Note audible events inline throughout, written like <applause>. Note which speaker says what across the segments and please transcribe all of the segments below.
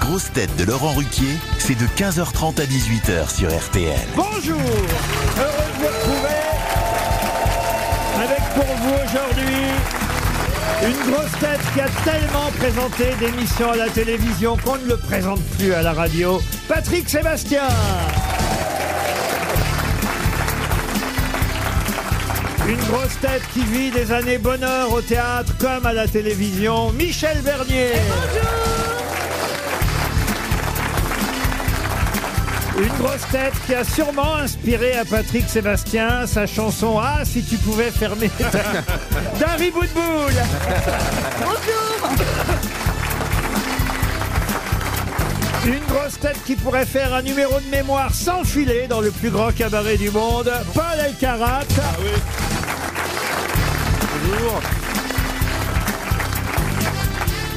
Speaker 1: grosses têtes de Laurent Ruquier, c'est de 15h30 à 18h sur RTL.
Speaker 2: Bonjour Heureux de vous retrouver avec pour vous aujourd'hui une grosse tête qui a tellement présenté d'émissions à la télévision qu'on ne le présente plus à la radio, Patrick Sébastien Une grosse tête qui vit des années bonheur au théâtre comme à la télévision, Michel Bernier Une grosse tête qui a sûrement inspiré à Patrick Sébastien sa chanson Ah, si tu pouvais fermer ta... d'Harry Boudboul Une grosse tête qui pourrait faire un numéro de mémoire sans filet dans le plus grand cabaret du monde, Paul Elkarat.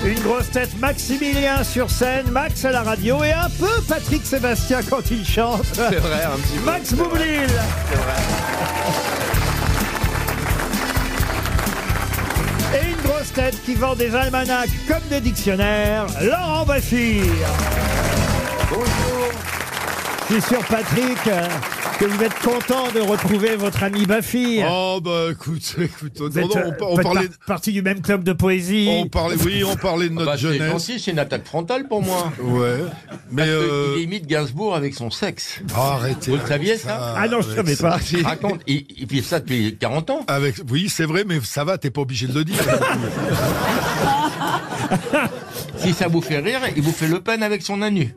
Speaker 2: Une grosse tête Maximilien sur scène, Max à la radio et un peu Patrick Sébastien quand il chante.
Speaker 3: C'est vrai, un petit peu.
Speaker 2: Max Boublil. Et une grosse tête qui vend des almanachs comme des dictionnaires, Laurent Baffir. Bonjour. Je suis sûr, Patrick, euh, que vous êtes content de retrouver votre ami Baffir.
Speaker 3: Oh bah écoute, <laughs> écoute, on,
Speaker 2: Vous êtes,
Speaker 3: on-
Speaker 2: euh,
Speaker 3: on
Speaker 2: faites
Speaker 3: parlait,
Speaker 2: par- partie du même club de poésie.
Speaker 3: on parlait, oui, on parlait de notre
Speaker 4: Bah, c'est
Speaker 3: jeunesse.
Speaker 4: gentil, c'est une attaque frontale pour moi.
Speaker 3: Ouais, mais euh,
Speaker 4: Il imite Gainsbourg avec son sexe.
Speaker 3: Ah, arrêtez.
Speaker 4: Vous le
Speaker 3: avec
Speaker 4: saviez, ça
Speaker 2: Ah non, je
Speaker 3: avec
Speaker 2: savais
Speaker 3: ça. <laughs>
Speaker 2: pas.
Speaker 4: Raconte, il, il fait ça depuis 40 ans.
Speaker 3: Avec, oui, c'est vrai, mais ça va, t'es pas obligé de le dire.
Speaker 4: Si ça vous fait rire, il vous fait Le Pen avec son anu.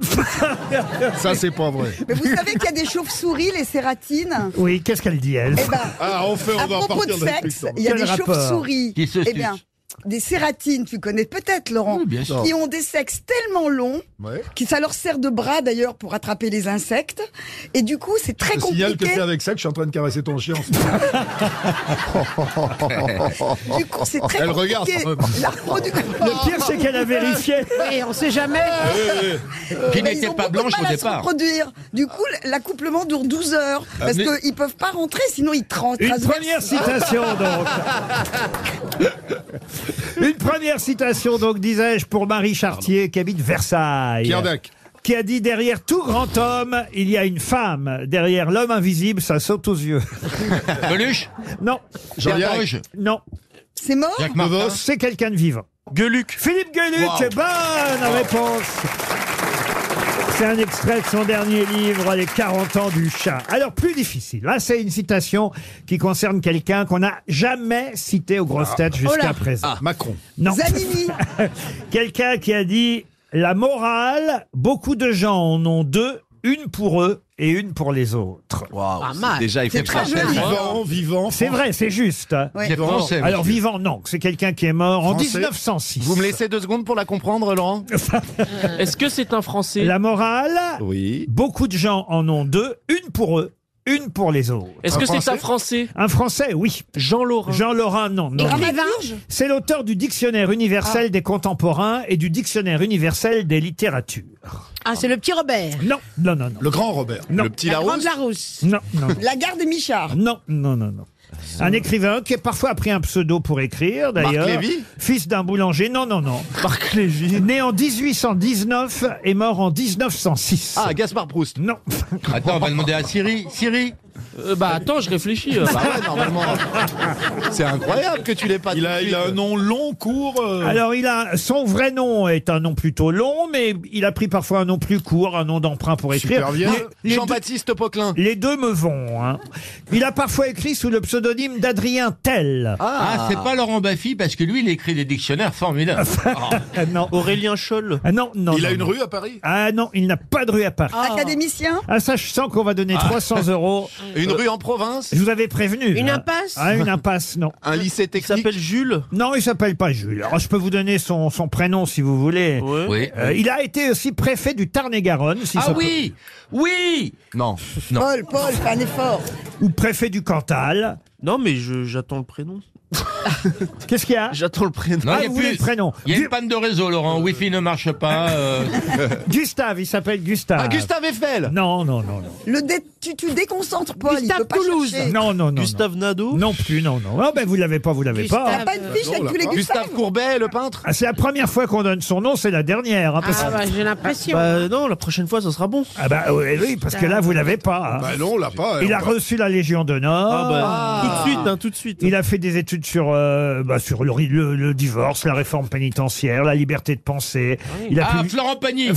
Speaker 3: ça, c'est pas vrai.
Speaker 5: Mais vous savez qu'il y a des chauves-souris, les sératines
Speaker 2: Oui, qu'est-ce qu'elle dit, elle
Speaker 5: Eh ben,
Speaker 3: Ah, enfin, on
Speaker 5: à
Speaker 3: va en
Speaker 5: propos de
Speaker 3: partir de la
Speaker 5: sexe,
Speaker 3: question.
Speaker 5: il y a
Speaker 2: Quel
Speaker 5: des
Speaker 2: rapport
Speaker 5: chauves-souris.
Speaker 4: Qui se
Speaker 5: Eh bien,
Speaker 4: sucent.
Speaker 5: des sératines, tu connais peut-être, Laurent,
Speaker 4: Oui, bien sûr.
Speaker 5: qui ont des sexes tellement longs
Speaker 3: Ouais.
Speaker 5: que ça leur sert de bras d'ailleurs pour attraper les insectes. Et du coup, c'est très
Speaker 3: Je signale que
Speaker 5: compliqué.
Speaker 3: c'est avec ça que je suis en train de caresser ton
Speaker 2: <laughs>
Speaker 3: chien. en ce moment.
Speaker 5: Du coup, c'est très
Speaker 3: Elle
Speaker 5: compliqué.
Speaker 3: regarde, quand même.
Speaker 5: <laughs> La reproduction.
Speaker 2: Le pire, c'est qu'elle a vérifié.
Speaker 3: Ah,
Speaker 4: Qui
Speaker 5: Mais Euh, ils
Speaker 4: n'était
Speaker 5: ont beaucoup
Speaker 4: pas
Speaker 5: de
Speaker 4: blanche
Speaker 5: mal
Speaker 4: au
Speaker 5: à se
Speaker 4: départ.
Speaker 5: reproduire. Du coup, l'accouplement dure 12 heures. Parce
Speaker 3: Ah, mais-
Speaker 5: qu'ils peuvent pas rentrer, sinon ils trans-
Speaker 2: Une
Speaker 5: transversent.
Speaker 2: première citation
Speaker 5: <laughs>
Speaker 2: donc.
Speaker 3: Eh ben-
Speaker 2: Une première citation donc disais-je pour Marie Chartier qui habite Versailles.
Speaker 3: Pierre Dac.
Speaker 2: Qui a dit derrière tout grand homme, il y a une femme. Derrière l'homme invisible, ça saute aux yeux.
Speaker 4: <laughs> Beluche
Speaker 2: Non,
Speaker 3: Jean-Yann.
Speaker 4: Pierre Doge
Speaker 2: non,
Speaker 5: C'est mort
Speaker 4: Jacques Martin
Speaker 3: Devos.
Speaker 2: c'est quelqu'un de vivant. Gueluc. Philippe Gueluc,
Speaker 4: Wow.
Speaker 2: bonne réponse. C'est un extrait de son dernier livre, Les 40 ans du chat. Alors, plus difficile. Là, c'est une citation qui concerne quelqu'un qu'on n'a jamais cité aux
Speaker 3: Ah.
Speaker 2: grosses têtes jusqu'à présent.
Speaker 3: Macron.
Speaker 2: Non.
Speaker 5: Zanini.
Speaker 2: <laughs> Quelqu'un qui a dit la morale, beaucoup de gens en ont deux, une pour eux et une pour les autres.
Speaker 6: Déjà, il faut
Speaker 5: C'est très joli.
Speaker 3: Vivant, vivant.
Speaker 2: C'est vrai, c'est juste. hein.
Speaker 5: Ouais.
Speaker 4: C'est français.
Speaker 2: Alors
Speaker 4: monsieur.
Speaker 2: vivant, non, c'est quelqu'un qui est mort en
Speaker 3: Français.
Speaker 2: 1906.
Speaker 6: Vous me laissez deux secondes pour la comprendre, Laurent
Speaker 7: Est-ce que c'est un Français
Speaker 2: La morale,
Speaker 6: Oui.
Speaker 2: beaucoup de gens en ont deux, une pour eux, une pour les autres.
Speaker 7: Est-ce que c'est
Speaker 3: Français
Speaker 7: un Français
Speaker 2: Un Français, oui.
Speaker 7: Jean Laurent.
Speaker 2: Jean Lorrain, non. non.
Speaker 5: Dramaturge
Speaker 2: C'est l'auteur du Dictionnaire
Speaker 8: Ah.
Speaker 2: universel des contemporains et du Dictionnaire universel des littératures.
Speaker 8: Ah, c'est le petit Robert.
Speaker 2: Non, non, non, non.
Speaker 3: Le grand Robert.
Speaker 2: Non.
Speaker 6: Le petit
Speaker 8: La
Speaker 6: Larousse
Speaker 8: grande Larousse.
Speaker 2: Non, non, non.
Speaker 5: La gare des Michards.
Speaker 2: Non, non, non, non. Un
Speaker 3: Euh.
Speaker 2: écrivain qui a parfois pris un pseudo pour écrire, d'ailleurs.
Speaker 6: Lévy
Speaker 2: Fils d'un boulanger. Non, non, non. Marc Lévy. Né en 1819 et mort en 1906.
Speaker 6: Ah, Gaspard Proust.
Speaker 2: Non.
Speaker 4: Attends, on va demander à Siri. Siri
Speaker 7: Euh, bah attends, je réfléchis. euh,
Speaker 6: Bah
Speaker 7: bah.
Speaker 6: ouais, normalement. C'est incroyable que tu l'aies pas
Speaker 3: Il
Speaker 6: tout
Speaker 3: a,
Speaker 6: de
Speaker 3: Ah, il a un
Speaker 6: suite.
Speaker 3: nom long, court. euh,
Speaker 2: Alors, il a, son vrai nom est un nom plutôt long, mais il a pris parfois un nom plus court, un nom d'emprunt pour écrire.
Speaker 3: Super bien.
Speaker 2: Les- les deux-
Speaker 6: Jean-Baptiste Poquelin.
Speaker 2: Les deux me vont. hein. Il a parfois écrit sous le pseudonyme d'Adrien Tell.
Speaker 4: Ah, c'est pas Laurent Baffy parce que lui, il écrit des dictionnaires formidables.
Speaker 2: Ah,
Speaker 3: <laughs>
Speaker 2: non.
Speaker 7: Aurélien Scholl.
Speaker 2: Ah, non, non.
Speaker 3: Il a
Speaker 2: non,
Speaker 3: une
Speaker 2: non.
Speaker 3: rue à Paris
Speaker 2: Ah non, il n'a pas de rue à Paris. Ah,
Speaker 5: Académicien
Speaker 2: ça, je sens qu'on va donner 300 euros.
Speaker 6: Ah. <laughs> Une rue en province.
Speaker 2: Je vous avais prévenu.
Speaker 8: Une
Speaker 2: hein.
Speaker 8: impasse
Speaker 2: Ah, une impasse, non.
Speaker 6: Un lycée
Speaker 7: Il
Speaker 6: technique.
Speaker 7: s'appelle Jules.
Speaker 2: Non, il s'appelle pas Jules. Alors, je peux vous donner son, son prénom si vous voulez.
Speaker 7: Ouais.
Speaker 4: Oui.
Speaker 2: Euh, il a été aussi préfet du Tarn-et-Garonne, si
Speaker 4: Ah
Speaker 2: ça peut-
Speaker 4: oui Oui
Speaker 6: Non.
Speaker 4: Non.
Speaker 5: Paul, Paul, fais un effort.
Speaker 2: ou préfet du Cantal.
Speaker 7: Non, mais je- j'attends le prénom.
Speaker 2: <laughs> Qu'est-ce qu'il y a
Speaker 7: J'attends le prénom.
Speaker 4: Non,
Speaker 2: Ah,
Speaker 4: il y a
Speaker 2: vous voulez
Speaker 4: plus-
Speaker 2: le prénom.
Speaker 4: Il y a
Speaker 2: Gu-
Speaker 4: une panne de réseau, Laurent. Wi-Fi ne marche pas. euh,
Speaker 2: <laughs> Gustave, il s'appelle Gustave.
Speaker 6: Ah, Gustave Eiffel
Speaker 2: Non, non, non, non.
Speaker 5: Le dé- tu, tu déconcentres Paul, il
Speaker 7: Gustave
Speaker 5: peut pas
Speaker 7: Toulouse.
Speaker 5: chercher.
Speaker 2: Non, non, non.
Speaker 7: Gustave Nado.
Speaker 2: Non, Non plus, non, non. Ah ben vous l'avez pas, vous l'avez pas.
Speaker 5: T'as pas une fiche avec tous les Gustaves
Speaker 6: Gustave Courbet, le peintre
Speaker 2: Ah, c'est la première fois qu'on donne son nom, c'est la dernière. hein, parce-
Speaker 8: Ah, bah, j'ai l'impression.
Speaker 7: Bah non, la prochaine fois, ça sera bon.
Speaker 2: Ah bah oui, oui, parce que là, vous l'avez pas. hein.
Speaker 3: Bah non, on l'a pas.
Speaker 2: Il
Speaker 3: on
Speaker 2: a
Speaker 3: va-
Speaker 2: reçu la Légion d'honneur.
Speaker 7: Ah bah, tout de suite, hein, tout de suite.
Speaker 2: Il a fait des études sur, euh, bah, sur le, ri- le- le divorce, la réforme pénitentiaire, la liberté de penser. <laughs> Il a
Speaker 4: Ah,
Speaker 2: publié-
Speaker 4: Florent <laughs> Pagny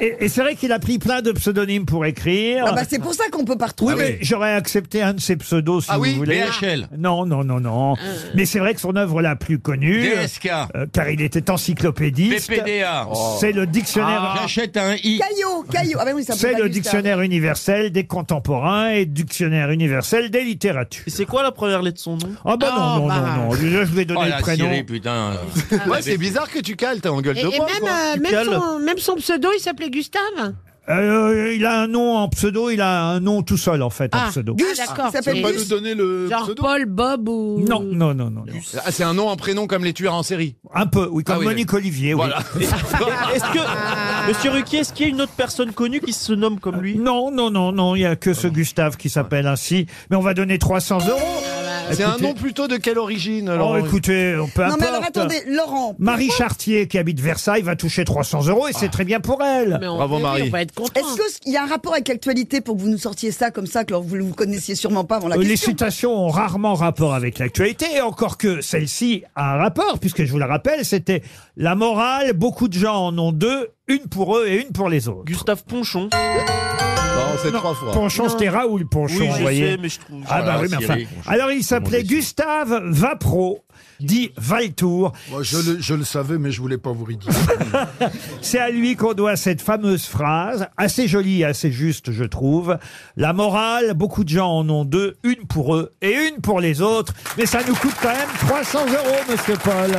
Speaker 2: Et, et c'est vrai qu'il a pris plein de pseudonymes pour écrire.
Speaker 5: Ah bah, c'est pour ça qu'on peut pas
Speaker 2: oui,
Speaker 5: retrouver.
Speaker 2: mais j'aurais accepté un de ses pseudos si
Speaker 6: Ah
Speaker 2: vous
Speaker 6: oui,
Speaker 2: voulez.
Speaker 4: BHL.
Speaker 2: Non, non, non, non.
Speaker 6: Ah.
Speaker 2: Mais c'est vrai que son œuvre la plus connue,
Speaker 4: DSK.
Speaker 2: euh, car il était encyclopédiste, Oh.
Speaker 4: PPDA.
Speaker 2: c'est le dictionnaire.
Speaker 6: Ah.
Speaker 4: J'achète un I.
Speaker 5: Caillot, Caillot. Ah
Speaker 8: ben
Speaker 5: bah oui, ça peut
Speaker 2: C'est
Speaker 5: pas
Speaker 2: le
Speaker 5: Gustave.
Speaker 2: dictionnaire universel des contemporains et dictionnaire universel des littératures.
Speaker 7: Et c'est quoi la première lettre de son nom
Speaker 2: Ah bah non,
Speaker 8: Oh,
Speaker 2: non,
Speaker 8: bah.
Speaker 2: non, non. Je vais
Speaker 4: Oh,
Speaker 2: donner le
Speaker 4: la
Speaker 2: prénom. Ah
Speaker 4: Syrie, putain.
Speaker 6: <laughs> Ouais, c'est bizarre que tu cales, t'es en gueule
Speaker 8: Et,
Speaker 6: de
Speaker 8: et
Speaker 6: bois.
Speaker 8: même,
Speaker 6: quoi.
Speaker 8: euh,
Speaker 7: Tu
Speaker 8: même,
Speaker 7: cales.
Speaker 8: son, même son pseudo, il s'appelait Gustave.
Speaker 2: Euh, il a un nom en pseudo, il a un nom tout seul en fait en
Speaker 8: Ah,
Speaker 2: pseudo.
Speaker 8: Gus, d'accord.
Speaker 5: Il s'appelle
Speaker 8: c'est
Speaker 3: Pas
Speaker 5: Gus.
Speaker 3: nous donner le
Speaker 8: Genre
Speaker 3: pseudo
Speaker 8: Paul, Bob ou.
Speaker 2: Non, non, non, non. non.
Speaker 6: Ah, c'est un nom, un prénom comme les tueurs en série.
Speaker 2: Un peu, oui, comme
Speaker 6: Ah oui,
Speaker 2: Monique Olivier, oui.
Speaker 6: Voilà.
Speaker 2: Ah,
Speaker 7: Est-ce
Speaker 8: Ah.
Speaker 7: que, monsieur Ruquier, est-ce qu'il y a une autre personne connue qui se nomme comme lui
Speaker 2: Euh, Non, non, non, non, il n'y a que ce Gustave qui s'appelle ainsi. Mais on va donner 300 euros.
Speaker 6: C'est un
Speaker 2: Écoutez-
Speaker 6: nom plutôt de quelle origine
Speaker 2: Oh,
Speaker 6: Laurent
Speaker 2: écoutez, on peut
Speaker 5: Non, mais alors
Speaker 2: importe.
Speaker 5: attendez, Laurent,
Speaker 2: Marie Chartier, qui habite Versailles, va toucher 300 euros et c'est très bien pour elle.
Speaker 8: Mais on,
Speaker 6: Bravo,
Speaker 8: mais oui,
Speaker 6: Marie.
Speaker 8: On va être content.
Speaker 5: est-ce qu'il y a un rapport avec l'actualité pour que vous nous sortiez ça comme ça, que vous ne vous connaissiez sûrement pas avant la
Speaker 2: Euh,
Speaker 5: <laughs>
Speaker 2: Les
Speaker 5: question
Speaker 2: citations ont rarement rapport avec l'actualité, et encore que celle-ci a un rapport, puisque je vous la rappelle, c'était la morale, beaucoup de gens en ont deux, une pour eux et une pour les autres.
Speaker 7: Gustave Ponchon.
Speaker 3: Bah,
Speaker 6: Non, c'est
Speaker 2: Non,
Speaker 6: trois fois.
Speaker 2: Ponchon, c'était Raoul Ponchon,
Speaker 7: Oui,
Speaker 2: vous
Speaker 7: je
Speaker 2: voyez.
Speaker 7: sais, mais je trouve.
Speaker 2: Ah bah
Speaker 4: Voilà,
Speaker 2: oui, mais enfin.
Speaker 4: Thierry.
Speaker 2: Alors il s'appelait Gustave Vapro, dit Valtour.
Speaker 3: Moi, je, le, je le savais, mais je voulais pas vous ridiculiser.
Speaker 2: <laughs> C'est à lui qu'on doit cette fameuse phrase, assez jolie et assez juste, je trouve. La morale, beaucoup de gens en ont deux, une pour eux et une pour les autres. Mais ça nous coûte quand même 300 euros, monsieur Paul.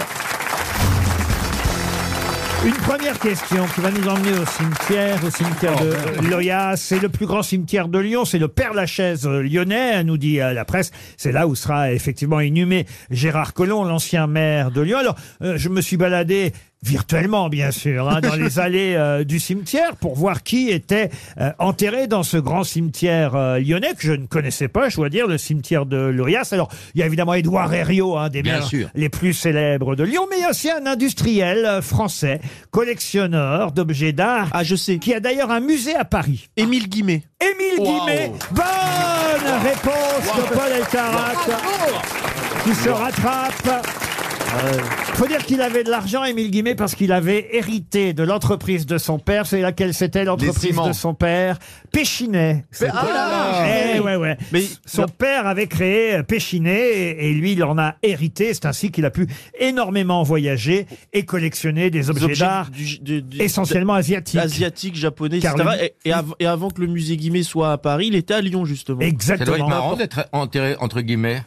Speaker 2: Une première question qui va nous emmener au cimetière, au cimetière
Speaker 4: Oh,
Speaker 2: de Loya. C'est le plus grand cimetière de Lyon, c'est le Père Lachaise euh, lyonnais, nous dit euh, la presse. C'est là où sera effectivement inhumé Gérard Collomb, l'ancien maire de Lyon. Alors, euh, je me suis baladé virtuellement, bien sûr, hein,
Speaker 4: <laughs>
Speaker 2: dans les allées euh, du cimetière pour voir qui était euh, enterré dans ce grand cimetière euh, lyonnais que je ne connaissais pas, je dois dire, le cimetière de Lurias. Alors, il y a évidemment Édouard Herriot, un des
Speaker 4: Bien
Speaker 2: maires
Speaker 4: sûr.
Speaker 2: les plus célèbres de Lyon, mais il y a aussi un industriel euh, français, collectionneur d'objets d'art,
Speaker 7: Ah, je sais.
Speaker 2: qui a d'ailleurs un musée à Paris.
Speaker 7: Émile Guimet.
Speaker 2: Émile Guimet, bonne réponse de Paul Elkarat, qui se rattrape. Faut dire qu'il avait de l'argent, Émile Guimet, parce qu'il avait hérité de l'entreprise de son père. C'est laquelle c'était l'entreprise
Speaker 6: ciments.
Speaker 2: de son père Péchinet. c'était.
Speaker 7: Ah,
Speaker 2: Eh, ouais, ouais.
Speaker 7: Mais
Speaker 2: Son père avait créé euh, Péchinet et, et lui, il en a hérité. C'est ainsi qu'il a pu énormément voyager et collectionner des
Speaker 7: les
Speaker 2: objets,
Speaker 7: objets
Speaker 2: d'art
Speaker 7: du- du- du-
Speaker 2: essentiellement asiatiques.
Speaker 7: asiatiques, japonais,
Speaker 2: Car
Speaker 7: etc.
Speaker 2: le-
Speaker 7: Et, et av- et avant que le musée Guimet soit à Paris, il était à Lyon, justement.
Speaker 4: Ça doit être
Speaker 2: Exactement.
Speaker 4: marrant d'être enterré, entre guillemets.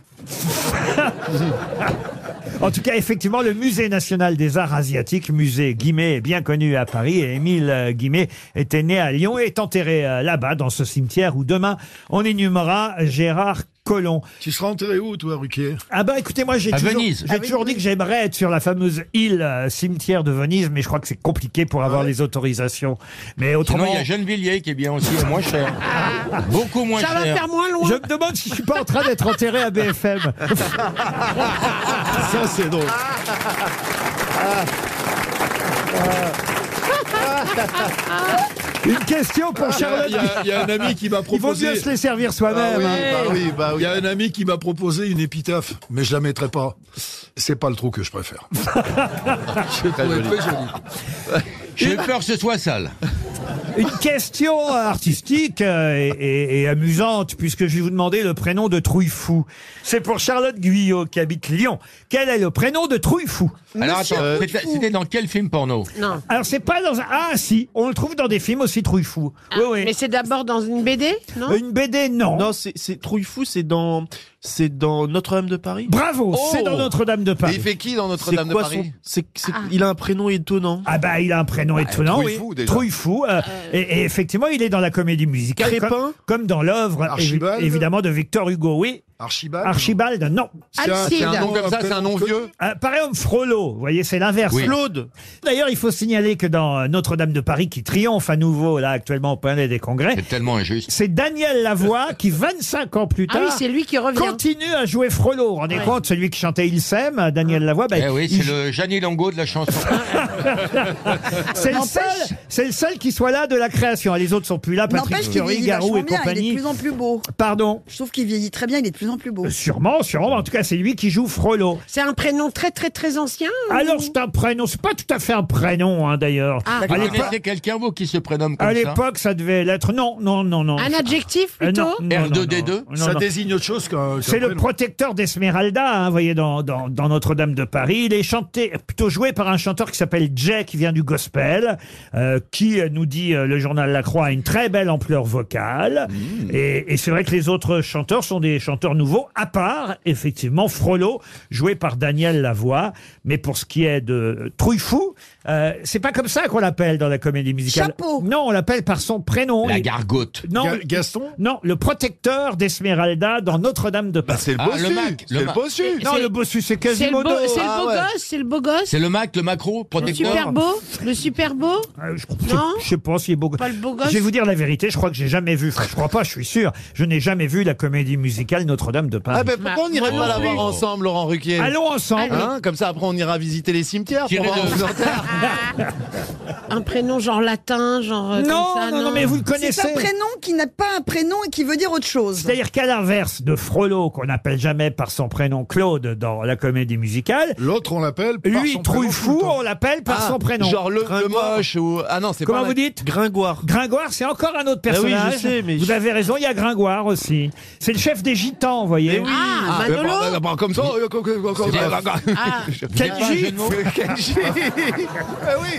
Speaker 2: En tout cas, effectivement, le Musée national des arts asiatiques, musée Guimet, est bien connu à Paris, et Émile euh, Guimet était né à Lyon et est enterré euh, là-bas, dans ce cimetière où demain on inhumera Gérard Collomb.
Speaker 3: tu seras enterré où, toi, Ruquier
Speaker 2: Ah bah écoutez, moi j'ai
Speaker 4: À
Speaker 2: toujours,
Speaker 4: Venise.
Speaker 2: j'ai toujours dit que j'aimerais être sur la fameuse île euh, cimetière de Venise, mais je crois que c'est compliqué pour avoir les autorisations. Mais
Speaker 4: Sinon,
Speaker 2: autrement,
Speaker 4: il y a
Speaker 2: <laughs>
Speaker 4: Gennevilliers qui est bien aussi, moins cher. Beaucoup moins
Speaker 8: Ah. Ça va
Speaker 4: cher.
Speaker 8: faire moins loin.
Speaker 2: je me demande si je suis pas en train d'être enterré à BFM.
Speaker 6: Ça, c'est drôle.
Speaker 2: Une question pour
Speaker 3: Ah, Il y a- il y,
Speaker 2: Charlotte.
Speaker 3: a- il y a un ami qui m'a
Speaker 2: Il vaut mieux
Speaker 3: proposé.
Speaker 2: se les servir
Speaker 6: Ah
Speaker 2: soi-même.
Speaker 6: oui,
Speaker 2: hein.
Speaker 6: bah oui, bah
Speaker 3: Il
Speaker 6: oui.
Speaker 3: y a un ami qui m'a proposé une épitaphe, mais je la mettrai pas. C'est pas le trou que je <laughs> préfère. <laughs>
Speaker 6: Très joli.
Speaker 4: <laughs> J'ai peur que ce soit sale.
Speaker 2: <laughs> Une question artistique euh, et, et- et amusante, puisque je vais vous demander le prénom de Trouillefou. C'est pour Charlotte Guyot, qui habite Lyon. Quel est le prénom de Trouillefou
Speaker 4: Alors attends,
Speaker 6: euh,
Speaker 4: c'était- c'était dans quel film porno
Speaker 8: Non.
Speaker 2: Alors, c'est pas dans un... Ah, si, on le trouve dans des films aussi, Trouillefou. oui, oui.
Speaker 8: Ah, Mais c'est d'abord dans une BD, non
Speaker 2: Une BD, non.
Speaker 7: Non, c'est- c'est Trouillefou, c'est dans, c'est dans Notre-Dame de Paris. Oh
Speaker 2: Bravo, c'est dans Notre-Dame de
Speaker 6: Et il
Speaker 2: Paris.
Speaker 6: fait qui dans
Speaker 7: C'est
Speaker 6: Notre-Dame de
Speaker 7: quoi
Speaker 6: Paris
Speaker 7: son- c'est- c'est- Il a un prénom étonnant.
Speaker 2: Ah bah, il a un prénom étonnant. oui.
Speaker 6: Trouillefou, déjà.
Speaker 2: Trouillefou, euh, Et, et effectivement, il est dans la comédie musicale.
Speaker 6: Crépin
Speaker 2: comme, comme dans l'œuvre, évi-
Speaker 3: Archibald
Speaker 2: évidemment, de Victor Hugo, oui.
Speaker 3: Archibald.
Speaker 2: Archibald, non.
Speaker 6: C'est un, c'est un
Speaker 8: Alcide.
Speaker 6: nom comme ça, c'est un nom vieux.
Speaker 2: Euh, pareil homme Frollo, vous voyez, c'est l'inverse.
Speaker 6: Oui.
Speaker 2: Claude. D'ailleurs, il faut signaler que dans euh, Notre-Dame de Paris, qui triomphe à nouveau, là, actuellement au Palais des Congrès,
Speaker 4: C'est tellement injuste.
Speaker 2: c'est
Speaker 6: <laughs>
Speaker 2: Daniel Lavoie qui, 25 ans plus
Speaker 8: Ah
Speaker 2: tard,
Speaker 8: oui, c'est lui qui revient.
Speaker 2: continue à jouer Frollo. Vous vous rendez compte, celui qui chantait Il s'aime, Daniel Lavoie, ben,
Speaker 4: Eh oui,
Speaker 2: il-
Speaker 4: c'est le Gianni Longo de la chanson.
Speaker 2: c'est le, seul, c'est le seul qui soit là de la création. Les autres sont plus là, Patrick
Speaker 5: N'empêche qu'il
Speaker 2: Fiori,
Speaker 5: vieillit
Speaker 2: Garou
Speaker 5: vachement
Speaker 2: et
Speaker 5: bien, il est
Speaker 2: compagnie.
Speaker 5: de plus en plus beau.
Speaker 2: Pardon
Speaker 5: Je trouve qu'il vieillit très bien, il est de plus en plus beau.
Speaker 2: Sûrement, sûrement. En tout cas, c'est lui qui joue Frollo.
Speaker 8: C'est un prénom très très très ancien. ou-
Speaker 2: Alors, c'est un prénom. C'est pas tout à fait un prénom, hein, d'ailleurs.
Speaker 8: Ah.
Speaker 2: à
Speaker 4: Vous
Speaker 2: l'époque-
Speaker 4: connaissez quelqu'un, vous, qui se prénomme
Speaker 2: à
Speaker 4: comme ça
Speaker 2: l'époque, ça devait l'être. Non, non, non, non.
Speaker 8: Un adjectif
Speaker 2: Euh, non,
Speaker 8: plutôt
Speaker 2: non, non,
Speaker 4: R2D2,
Speaker 2: non,
Speaker 3: Ça
Speaker 2: non.
Speaker 3: désigne autre chose qu'un. qu'un
Speaker 2: euh, C'est le
Speaker 3: prénom.
Speaker 2: protecteur d'Esmeralda, hein, vous voyez, dans, dans, dans Notre-Dame de Paris. Il est chanté, plutôt joué par un chanteur qui s'appelle Jay, qui vient du gospel, euh, qui euh, nous dit, euh, le journal La Croix, a une très belle ampleur vocale. Et, et c'est vrai que les autres chanteurs sont des chanteurs nouveaux, à part, effectivement, Frollo, joué par Daniel Lavoie. Mais pour ce qui est de Trouillefou, euh, c'est pas comme ça qu'on l'appelle dans la comédie musicale.
Speaker 5: Chapeau.
Speaker 2: Non, on l'appelle par son prénom.
Speaker 4: La
Speaker 2: Il-
Speaker 4: gargote.
Speaker 2: non,
Speaker 3: Ga- Gaston
Speaker 2: non, le protecteur d'Esmeralda dans Notre-Dame de Paris.
Speaker 6: C'est le
Speaker 4: Ah, le
Speaker 6: bossu.
Speaker 4: Mac, le
Speaker 6: C'est le
Speaker 4: Mac.
Speaker 6: bossu.
Speaker 2: non, le bossu, c'est
Speaker 8: C'est le beau,
Speaker 2: Quasimodo.
Speaker 8: c'est
Speaker 6: ah
Speaker 8: le beau
Speaker 6: ouais.
Speaker 8: gosse, c'est le beau gosse.
Speaker 4: C'est le Mac, le macro,
Speaker 8: Le
Speaker 4: protecteur.
Speaker 8: super beau, le super beau.
Speaker 2: Euh, je,
Speaker 8: Non.
Speaker 2: je sais pas s'il est beau.
Speaker 8: Pas le beau gosse.
Speaker 2: Je vais vous dire la vérité, je crois que j'ai jamais vu, enfin, je crois pas, je suis sûr, je n'ai jamais vu la comédie musicale Notre-Dame de Paris.
Speaker 6: Ah ben pourquoi on n'irait pas la voir ensemble, Laurent Ruquier
Speaker 2: Allons ensemble.
Speaker 8: Allez.
Speaker 6: Hein, Comme ça, après, on ira visiter les cimetières.
Speaker 4: Tirez
Speaker 6: Pour voir
Speaker 4: le-
Speaker 6: les
Speaker 4: <laughs>
Speaker 6: enterres.
Speaker 8: Un prénom genre latin, genre euh,
Speaker 2: non,
Speaker 8: comme ça.
Speaker 2: non, non, mais vous le
Speaker 5: C'est un
Speaker 2: connaissez.
Speaker 5: prénom qui n'a pas un prénom et qui veut dire autre chose.
Speaker 2: C'est-à-dire qu'à l'inverse de Frollo, qu'on n'appelle jamais par son prénom Claude dans la comédie musicale,
Speaker 3: L'autre, on l'appelle. par
Speaker 2: lui,
Speaker 3: son prénom tout
Speaker 2: Trouillefou,
Speaker 3: le temps.
Speaker 2: on l'appelle par
Speaker 6: Ah,
Speaker 2: son prénom.
Speaker 6: Genre le, le
Speaker 2: Gringoire.
Speaker 6: moche ou. Ah non, c'est pas.
Speaker 2: Comment
Speaker 6: la-
Speaker 2: vous dites
Speaker 6: Gringoire. Ah
Speaker 2: Gringoire, c'est encore un autre
Speaker 7: oui, je
Speaker 2: personnage.
Speaker 7: sais, mais
Speaker 2: Vous
Speaker 7: je-
Speaker 2: avez raison, il y a Gringoire aussi. C'est le chef des Gitans, vous voyez.
Speaker 8: Ah,
Speaker 6: Ah,
Speaker 8: Manolo
Speaker 6: bah, bah, bah, comme ça. euh, comme- comme- comme- comme- <laughs>
Speaker 8: Ah,
Speaker 2: Kenji
Speaker 6: Kenji.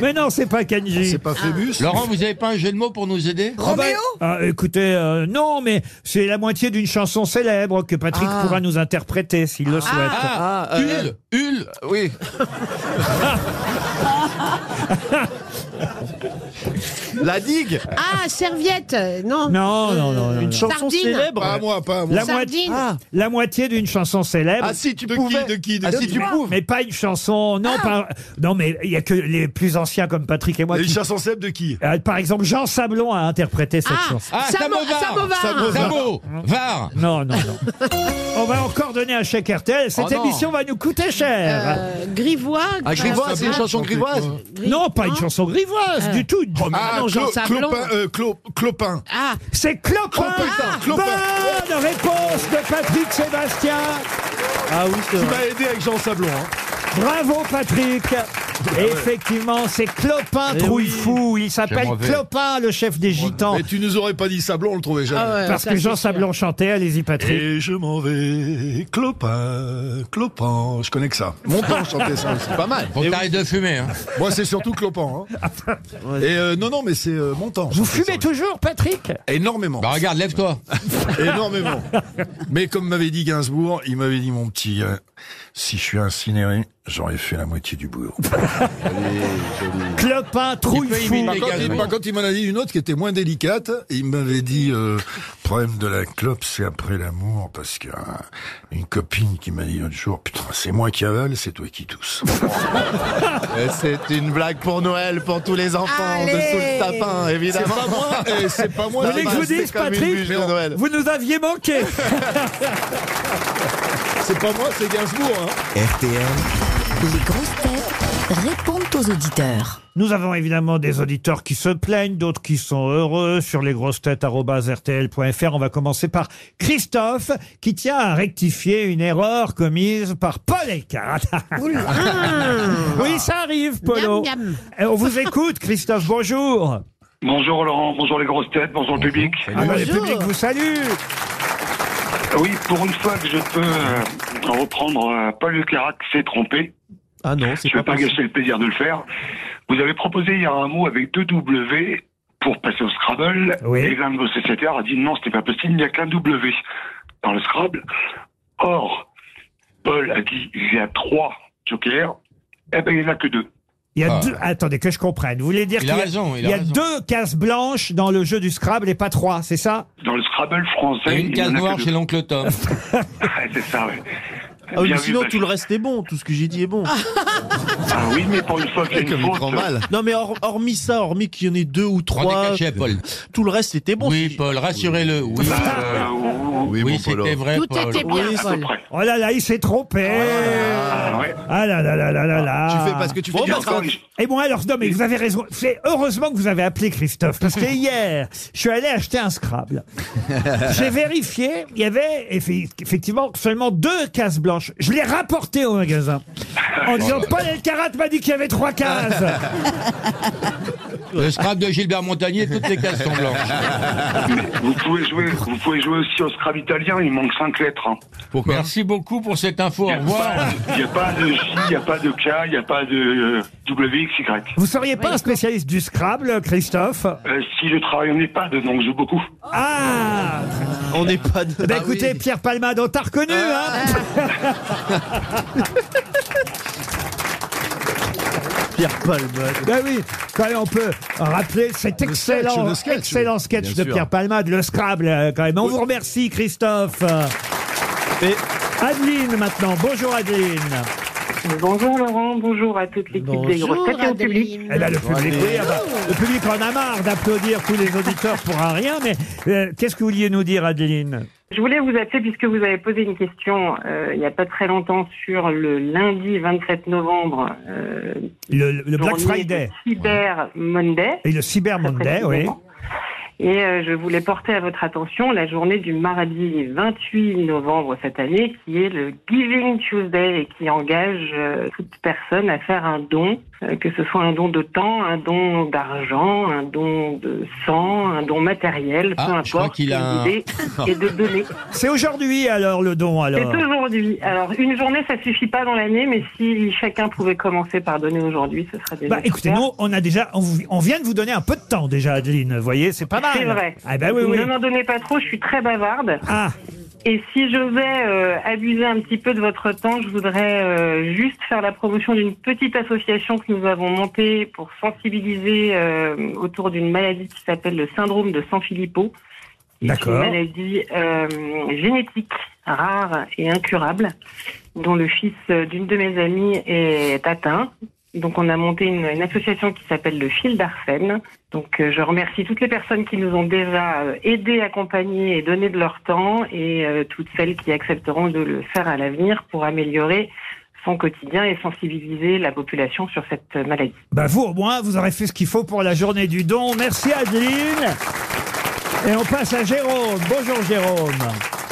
Speaker 2: Mais non, c'est pas Kenji.
Speaker 3: Ah C'est
Speaker 8: Ah.
Speaker 3: pas Phébus
Speaker 4: <laughs> Laurent, vous avez pas un jeu de mots pour nous aider
Speaker 2: Ah bah,
Speaker 5: Roméo
Speaker 2: ah, Écoutez, euh, non, mais c'est la moitié d'une chanson célèbre que Patrick pourra nous interpréter s'il
Speaker 6: bah,
Speaker 2: le souhaite.
Speaker 4: Ah,
Speaker 6: Ah, euh,
Speaker 4: Hul, Hul. <laughs>
Speaker 6: Oui. La digue.
Speaker 8: ah, serviette, euh, non.
Speaker 2: Non, non, non. non,
Speaker 7: Une
Speaker 2: non.
Speaker 7: chanson
Speaker 8: Sardine.
Speaker 7: célèbre.
Speaker 3: Pas à moi, pas à moi.
Speaker 2: La, moitié,
Speaker 8: Sardine.
Speaker 6: Ah.
Speaker 2: la moitié d'une chanson célèbre.
Speaker 6: Ah si tu
Speaker 3: De qui,
Speaker 6: pouvais.
Speaker 3: de qui, de
Speaker 6: ah
Speaker 3: qui
Speaker 6: si tu
Speaker 3: Mais-
Speaker 6: pouvais.
Speaker 2: Mais pas une chanson, non, pas- non, mais il y a que les plus anciens comme Patrick et moi.
Speaker 3: Les
Speaker 2: Qui,
Speaker 3: chansons célèbres de qui
Speaker 2: Euh, par exemple, Jean Sablon a interprété cette
Speaker 8: Ah,
Speaker 2: chanson.
Speaker 4: Ah,
Speaker 8: Samo-
Speaker 4: Samovar.
Speaker 8: Samovar.
Speaker 4: Sabot, Var.
Speaker 2: Non, non, non. On va encore donner un chèque RTL. Cette
Speaker 6: Oh non.
Speaker 2: émission va nous coûter cher.
Speaker 8: Euh, grivois.
Speaker 6: Ah grivoise, c'est une chanson grivoise.
Speaker 8: Gri-
Speaker 2: Non, pas une
Speaker 8: non.
Speaker 2: chanson grivoise du tout.
Speaker 3: Oh,
Speaker 8: Ah, non, Jean
Speaker 3: Clo-
Speaker 8: Sablon.
Speaker 3: Clopin. euh, Clo- Clopin.
Speaker 8: Ah,
Speaker 2: C'est Clopin.
Speaker 3: Oh, putain, Clopin.
Speaker 2: Bonne réponse de Patrick Sébastien.
Speaker 7: Ah oui, c'est
Speaker 3: Tu
Speaker 7: vrai.
Speaker 3: m'as aidé avec Jean Sablon. hein. Ah,
Speaker 2: Bravo Patrick. Effectivement, c'est Clopin
Speaker 7: Eh
Speaker 2: Trouillefou. Il
Speaker 4: J'ai
Speaker 2: s'appelle
Speaker 4: mauvais.
Speaker 2: Clopin, le chef des Gitans.
Speaker 3: Et tu nous aurais pas dit Sablon, on le trouvait jamais.
Speaker 8: ah ouais,
Speaker 2: Parce
Speaker 8: ça,
Speaker 2: que
Speaker 8: c'est
Speaker 2: Jean
Speaker 8: sûr.
Speaker 2: Sablon chantait. Allez-y Patrick.
Speaker 3: Et je m'en vais, Clopin, Clopin. Je connais que ça. Mon
Speaker 2: <laughs>
Speaker 3: temps chantait ça aussi.
Speaker 6: Pas mal.
Speaker 4: Faut que t'arrêtes de fumer. hein.
Speaker 3: Moi, c'est surtout Clopin. hein. Et euh, non, non, mais c'est euh, mon temps.
Speaker 2: Vous fumez toujours Patrick
Speaker 3: Énormément.
Speaker 4: Bah regarde, lève-toi.
Speaker 3: <laughs> Énormément. Mais comme m'avait dit Gainsbourg, il m'avait dit, mon petit, gars, si je suis incinéré, j'aurais fait la moitié du <laughs> boulot.
Speaker 2: Clopin Trouillefou.
Speaker 4: imiter.
Speaker 3: Par contre, il,
Speaker 4: Gainsbourg.
Speaker 3: par contre, il m'en a dit une autre qui était moins délicate. Il m'avait dit, euh, problème de la clope, c'est après l'amour, parce qu'il y a une copine qui m'a dit l'autre jour, putain, c'est moi qui avale, c'est toi qui tousse.
Speaker 6: Euh, C'est une blague pour Noël, pour tous les enfants,
Speaker 5: Allez.
Speaker 6: dessous le sapin, évidemment. C'est pas moi,
Speaker 3: c'est pas
Speaker 2: Vous
Speaker 3: moi.
Speaker 2: voulez que je vous
Speaker 6: C'est
Speaker 2: dise
Speaker 6: comme une
Speaker 2: Patrick
Speaker 6: bûche de Noël.
Speaker 2: Vous nous
Speaker 6: <laughs>
Speaker 2: aviez manqué.
Speaker 3: C'est pas moi, c'est Gainsbourg.
Speaker 6: hein.
Speaker 1: RTL,
Speaker 9: Les grosses têtes répondent aux auditeurs.
Speaker 2: Nous avons évidemment des auditeurs qui se plaignent, d'autres qui sont heureux sur lesgrossetêtes.rtl.fr. On va commencer par Christophe qui tient à rectifier une erreur commise par Paul Elkarat. <laughs> oui, ça arrive, Polo.
Speaker 8: Miam, miam.
Speaker 2: Eh, On vous écoute, Christophe, bonjour.
Speaker 10: Bonjour Laurent, bonjour les grosses têtes, bonjour le public.
Speaker 2: Ah bah, le
Speaker 8: Bonjour.
Speaker 2: public vous salue.
Speaker 10: Ah Oui, pour une fois que je peux euh, reprendre euh, Paul Lucarat s'est trompé.
Speaker 7: Ah non, c'est
Speaker 10: Je ne vais pas
Speaker 7: pas possible.
Speaker 10: gâcher le plaisir de le faire. Vous avez proposé hier un mot avec deux W pour passer au Scrabble.
Speaker 2: Oui.
Speaker 10: Et l'un de vos sociétaires a dit non, c'était pas possible, il n'y a qu'un W dans le Scrabble.
Speaker 7: <laughs>
Speaker 10: Or, Paul a dit il y a trois jokers, eh ben il n'y en a que deux.
Speaker 2: Il y a
Speaker 4: Ah.
Speaker 2: deux. Attendez que je comprenne. Vous voulez dire
Speaker 4: Il
Speaker 2: qu'il y
Speaker 4: a
Speaker 2: a,
Speaker 4: raison, il a
Speaker 2: il y a
Speaker 4: raison.
Speaker 2: deux cases blanches dans le jeu du Scrabble et pas trois, c'est ça
Speaker 10: Dans le Scrabble
Speaker 4: Et
Speaker 10: français,
Speaker 4: une
Speaker 10: il y en
Speaker 4: case
Speaker 10: a que
Speaker 4: noire
Speaker 10: deux.
Speaker 4: chez l'oncle Tom.
Speaker 10: <laughs> Ouais, c'est ça, ouais.
Speaker 7: Ah oui,
Speaker 10: Bien
Speaker 7: mais
Speaker 10: vu,
Speaker 7: sinon,
Speaker 10: Bach.
Speaker 7: tout le reste est bon. Tout ce que j'ai dit est bon.
Speaker 10: Ah oui, mais pour une fois que j'ai
Speaker 6: Comme
Speaker 10: une
Speaker 6: il
Speaker 10: faute.
Speaker 6: prend mal.
Speaker 7: Non, mais hor- hormis ça, hormis qu'il y en ait deux ou
Speaker 4: Trois
Speaker 7: trois,
Speaker 4: cachets à Paul.
Speaker 7: tout le reste était bon.
Speaker 4: oui,
Speaker 7: Si-
Speaker 4: Paul, rassurez-le. Oui,
Speaker 10: euh, ou- ou-
Speaker 4: oui,
Speaker 6: bon, Polo.
Speaker 4: c'était vrai,
Speaker 8: Tout
Speaker 4: Paul.
Speaker 8: était
Speaker 10: oui,
Speaker 8: bien,
Speaker 10: à peu
Speaker 8: Paul.
Speaker 10: près.
Speaker 2: Oh là là, il s'est trompé.
Speaker 10: Ah, ouais.
Speaker 2: Ah là là là là là là.
Speaker 6: Ah, Tu fais parce que tu fais du
Speaker 10: J'ai
Speaker 6: rattrapage.
Speaker 10: encore une-
Speaker 2: Et bon alors non mais vous avez raison. C'est heureusement que vous avez appelé Christophe parce que hier je suis allé acheter un Scrabble. J'ai vérifié, il y avait effe- effectivement seulement deux cases blanches. Je l'ai rapporté au magasin en disant Paul Elkarat m'a dit qu'il y avait trois cases.
Speaker 4: Le scrap de Gilbert Montagnier, toutes les cases sont blanches.
Speaker 2: <laughs>
Speaker 10: Vous pouvez jouer, vous pouvez jouer aussi au Scrabble italien, il manque cinq lettres. hein.
Speaker 4: Merci beaucoup pour cette info. Au
Speaker 10: Il n'y
Speaker 4: revoir.
Speaker 10: a, pas de J, il n'y a pas de K, il n'y a pas de euh, W, X, Y.
Speaker 2: Vous seriez pas un spécialiste du Scrabble, Christophe
Speaker 10: Euh, si je travaille en EHPAD, donc je joue beaucoup.
Speaker 2: Ah
Speaker 7: On n'est pas. de-
Speaker 2: Bah écoutez, Pierre Palmade, on t'a reconnu, hein
Speaker 7: Pierre Palmade.
Speaker 2: Ben oui, quand même, on peut rappeler cet excellent
Speaker 6: sketch,
Speaker 2: excellent
Speaker 6: le
Speaker 2: sketch,
Speaker 6: sketch, bien
Speaker 2: de
Speaker 6: sûr.
Speaker 2: Pierre Palmade, le Scrabble, euh, quand même. On vous remercie, Christophe. Et Adeline, maintenant. Bonjour, Adeline.
Speaker 11: Bonjour Laurent, bonjour à toute l'équipe des grosses têtes et au public.
Speaker 2: Eh ben, le public, oui, ah bah, le public en a marre d'applaudir tous les auditeurs pour un rien, mais euh, qu'est-ce que vous vouliez nous dire, Adeline
Speaker 11: Je voulais vous appeler puisque vous avez posé une question euh, il n'y a pas très longtemps sur le lundi 27 novembre. euh,
Speaker 2: Le, le Black
Speaker 11: journée
Speaker 2: Friday
Speaker 11: de Cyber Monday.
Speaker 2: et le Cyber
Speaker 11: très
Speaker 2: Monday, oui.
Speaker 11: précisément. Et euh, je voulais porter à votre attention la journée du mardi 28 novembre cette année, qui est le Giving Tuesday et qui engage euh, toute personne à faire un don, euh, que ce soit un don de temps, un don d'argent, un don de sang, un don matériel,
Speaker 4: Ah,
Speaker 11: peu importe.
Speaker 4: je crois qu'il a un- <laughs>
Speaker 11: L'idée est de donner.
Speaker 2: C'est aujourd'hui, alors, le don,
Speaker 11: C'est
Speaker 2: alors.
Speaker 11: aujourd'hui. Alors une journée, ça suffit pas dans l'année, mais si chacun pouvait commencer par donner aujourd'hui, ce serait déjà.
Speaker 2: Bah écoutez,
Speaker 11: super.
Speaker 2: nous, on a déjà, on, vous- on vient de vous donner un peu de temps déjà, Adeline. Vous voyez, c'est pas mal.
Speaker 11: C'est vrai.
Speaker 2: Ah ben oui, oui.
Speaker 11: Ne m'en donnez pas trop, je suis très bavarde.
Speaker 2: Ah,
Speaker 11: Et si je vais euh, abuser un petit peu de votre temps, je voudrais euh, juste faire la promotion d'une petite association que nous avons montée pour sensibiliser euh, autour d'une maladie qui s'appelle le syndrome de Sanfilippo. qui est
Speaker 2: D'accord.
Speaker 11: Une maladie euh, génétique rare et incurable dont le fils d'une de mes amies est atteint. Donc on a monté une, une association qui s'appelle le Fil d'Arsène. Donc euh, je remercie toutes les personnes qui nous ont déjà euh, aidés, accompagnés et donné de leur temps et euh, toutes celles qui accepteront de le faire à l'avenir pour améliorer son quotidien et sensibiliser la population sur cette euh, maladie.
Speaker 2: bah vous au moins, vous aurez fait ce qu'il faut pour la journée du don. Merci Adeline. Et on passe à Jérôme. Bonjour Jérôme.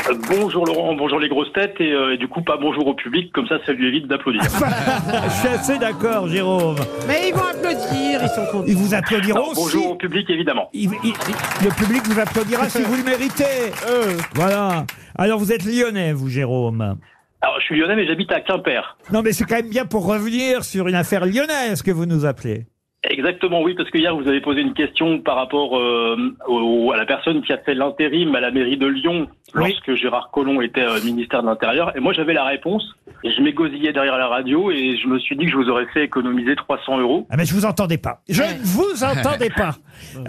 Speaker 10: Euh, Bonjour Laurent, bonjour les grosses têtes et, euh, et du coup pas bonjour au public, comme ça ça lui évite d'applaudir.
Speaker 2: Ah, Je suis assez d'accord, Jérôme.
Speaker 8: Mais ils vont applaudir, ils sont contents.
Speaker 2: Ils vous applaudiront
Speaker 10: Alors, bonjour
Speaker 2: si-
Speaker 10: au public évidemment.
Speaker 2: il- il- il- le public vous applaudira si vous le méritez. Voilà. Alors vous êtes lyonnais, vous Jérôme.
Speaker 10: Alors je suis lyonnais mais j'habite à Quimper.
Speaker 2: Non mais c'est quand même bien pour revenir sur une affaire lyonnaise que vous nous appelez.
Speaker 10: Exactement oui, parce que hier vous avez posé une question par rapport euh, au- à la personne qui a fait l'intérim à la mairie de Lyon
Speaker 2: Oui.
Speaker 10: lorsque Gérard Collomb était euh, ministère de l'Intérieur et moi j'avais la réponse et je m'égosillais derrière la radio et je me suis dit que je vous aurais fait économiser 300 euros.
Speaker 2: Ah mais je vous entendais pas. Je ne vous entendais pas.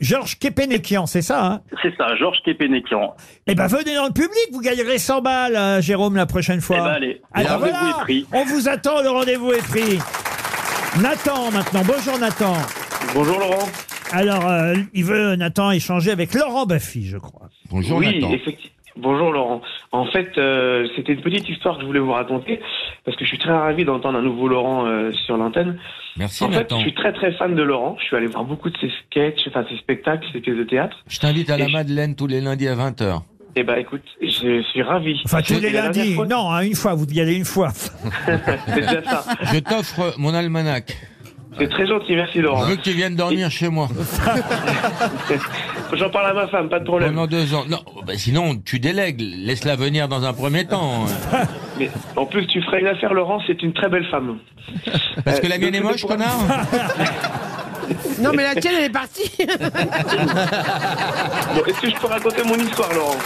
Speaker 2: Georges Kepenekian, c'est ça hein
Speaker 10: C'est ça, Georges Kepenekian.
Speaker 2: Eh ben venez dans le public, vous gagnerez 100 balles, euh, Jérôme, la prochaine fois.
Speaker 10: Eh ben, allez,
Speaker 2: Ah,
Speaker 10: le
Speaker 2: ben,
Speaker 10: rendez-vous
Speaker 2: voilà.
Speaker 10: est pris.
Speaker 2: On vous attend, le rendez-vous est pris. Nathan maintenant, bonjour Nathan.
Speaker 10: Bonjour Laurent.
Speaker 2: Alors, euh, il veut, Nathan, échanger avec Laurent Baffy, je crois.
Speaker 4: Bonjour,
Speaker 11: Oui,
Speaker 4: Nathan.
Speaker 11: effectivement. Bonjour Laurent. En fait, euh, c'était une petite histoire que je voulais vous raconter parce que je suis très ravi d'entendre un nouveau Laurent euh, sur l'antenne.
Speaker 4: Merci,
Speaker 11: En fait,
Speaker 4: Nathan.
Speaker 11: je suis très très fan de Laurent. Je suis allé voir beaucoup de ses sketchs, enfin ses spectacles, ses pièces de théâtre.
Speaker 4: <laughs> Je t'invite à la
Speaker 11: Et-
Speaker 4: Madeleine tous les lundis à 20h.
Speaker 11: Et bah écoute, je suis ravi.
Speaker 2: Enfin, tous
Speaker 11: Et
Speaker 2: les
Speaker 11: la dernière
Speaker 2: lundis.
Speaker 11: fois-
Speaker 2: Non, hein, une fois, vous y allez une
Speaker 10: <laughs>
Speaker 2: fois.
Speaker 11: C'est déjà ça.
Speaker 4: Je t'offre mon almanach.
Speaker 11: C'est très gentil, merci
Speaker 4: Je
Speaker 11: Laurent.
Speaker 4: veux que tu viennes dormir chez moi
Speaker 11: <laughs> J'en parle à ma femme, pas de problème.
Speaker 4: pendant deux ans. Non, bah sinon, tu délègues. Laisse-la venir dans un premier temps. hein.
Speaker 2: <laughs>
Speaker 11: Mais en plus, tu ferais une affaire, Laurent. C'est une très belle femme.
Speaker 4: Parce que
Speaker 11: Euh,
Speaker 4: la mienne
Speaker 11: donc,
Speaker 4: est moche,
Speaker 11: pour- <laughs>
Speaker 4: connard.
Speaker 8: Non, mais la tienne, elle est
Speaker 2: <laughs>
Speaker 8: partie.
Speaker 11: Bon, Est-ce que je peux raconter mon histoire, Laurent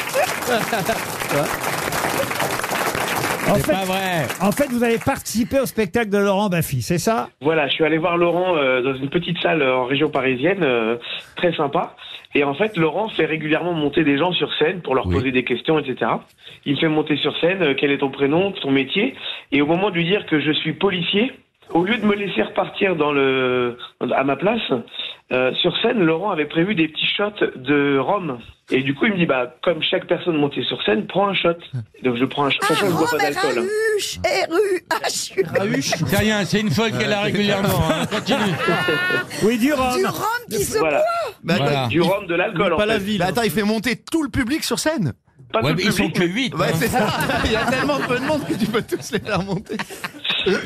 Speaker 2: En
Speaker 4: C'est
Speaker 2: fait-
Speaker 4: pas vrai.
Speaker 2: En fait, vous avez participé au spectacle de Laurent Baffy, c'est ça
Speaker 12: Voilà, je suis allé voir Laurent euh, dans une petite salle euh, en région parisienne, euh, très sympa. Et en fait, Laurent fait régulièrement monter des gens sur scène pour leur poser des questions, etc. Il me fait monter sur scène, euh, quel est ton prénom, ton métier, et au moment de lui dire que je suis policier, au lieu de me laisser repartir dans le, à ma place, euh, sur scène, Laurent avait prévu des petits shots de rhum. Et du coup, il me dit, bah, comme chaque personne montée sur scène, prends un shot. Donc je prends un shot. Sachant que je bois pas d'alcool. hein.
Speaker 5: Huche, R-U-H-U.
Speaker 4: Ah C'est rien, c'est une folle qu'elle a régulièrement.
Speaker 2: <laughs>
Speaker 4: hein. Continue.
Speaker 2: Euh, Oui, du rhum.
Speaker 5: Du rhum qui se
Speaker 12: Voilà.
Speaker 5: boit.
Speaker 6: Bah, attends,
Speaker 4: Voilà.
Speaker 6: il-
Speaker 12: Du rhum, de l'alcool, en
Speaker 6: Pas
Speaker 12: fait.
Speaker 6: la ville. Bah, attends, il fait monter tout le public sur scène.
Speaker 12: Pas
Speaker 4: Ouais,
Speaker 12: tout
Speaker 4: mais
Speaker 12: le
Speaker 4: ils sont
Speaker 12: public,
Speaker 4: que hein.
Speaker 6: Ouais,
Speaker 4: 8.
Speaker 6: <laughs> c'est ça. Il y a tellement peu de monde que tu peux tous les faire monter.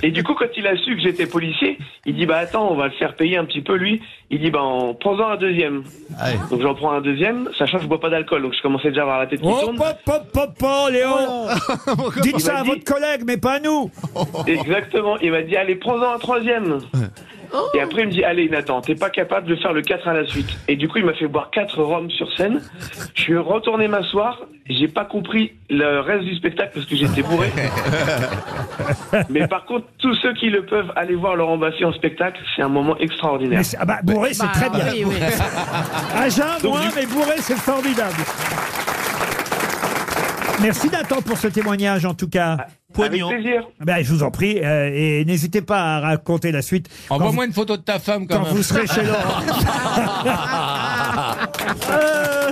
Speaker 12: Et du coup, quand il a su que j'étais policier, il dit bah attends, on va le faire payer un petit peu lui. Il dit bah en prends-en un deuxième.
Speaker 6: Allez.
Speaker 12: Donc j'en prends un deuxième, sachant que je bois pas d'alcool, donc je commençais déjà à avoir la tête qui
Speaker 2: Oh,
Speaker 12: tourne.
Speaker 2: pop, pop, pop, pop, Léon
Speaker 5: Oh.
Speaker 2: Dites
Speaker 12: Il
Speaker 2: ça
Speaker 12: m'a
Speaker 2: à
Speaker 12: dit-
Speaker 2: votre collègue, mais pas à nous
Speaker 12: <laughs> Exactement. Il m'a dit allez prends-en un troisième. Et après il me dit allez Nathan, t'es pas capable de faire le 4 à la suite. Et du coup il m'a fait boire quatre rhums sur scène. Je suis retourné m'asseoir. J'ai pas compris le reste du spectacle parce que j'étais
Speaker 2: <laughs>
Speaker 12: bourré. Mais par contre tous ceux qui le peuvent aller voir Laurent Bassi en spectacle, c'est un moment extraordinaire.
Speaker 2: Mais c'est- ah bah, bourré, c'est
Speaker 8: Bah,
Speaker 2: très bien.
Speaker 8: oui, oui.
Speaker 2: <laughs> À jeun,
Speaker 12: Donc,
Speaker 2: moins,
Speaker 12: du-
Speaker 2: mais bourré, c'est formidable. Merci Nathan pour ce témoignage, en tout cas.
Speaker 12: Ah, Avec
Speaker 7: Poignant.
Speaker 12: plaisir.
Speaker 2: Ben, je vous en prie, euh, et n'hésitez pas à raconter la suite quand, vous,
Speaker 4: Envoie-moi une photo de ta femme quand
Speaker 2: quand
Speaker 4: même.
Speaker 2: vous serez
Speaker 4: <laughs>
Speaker 2: chez Laurent. Euh,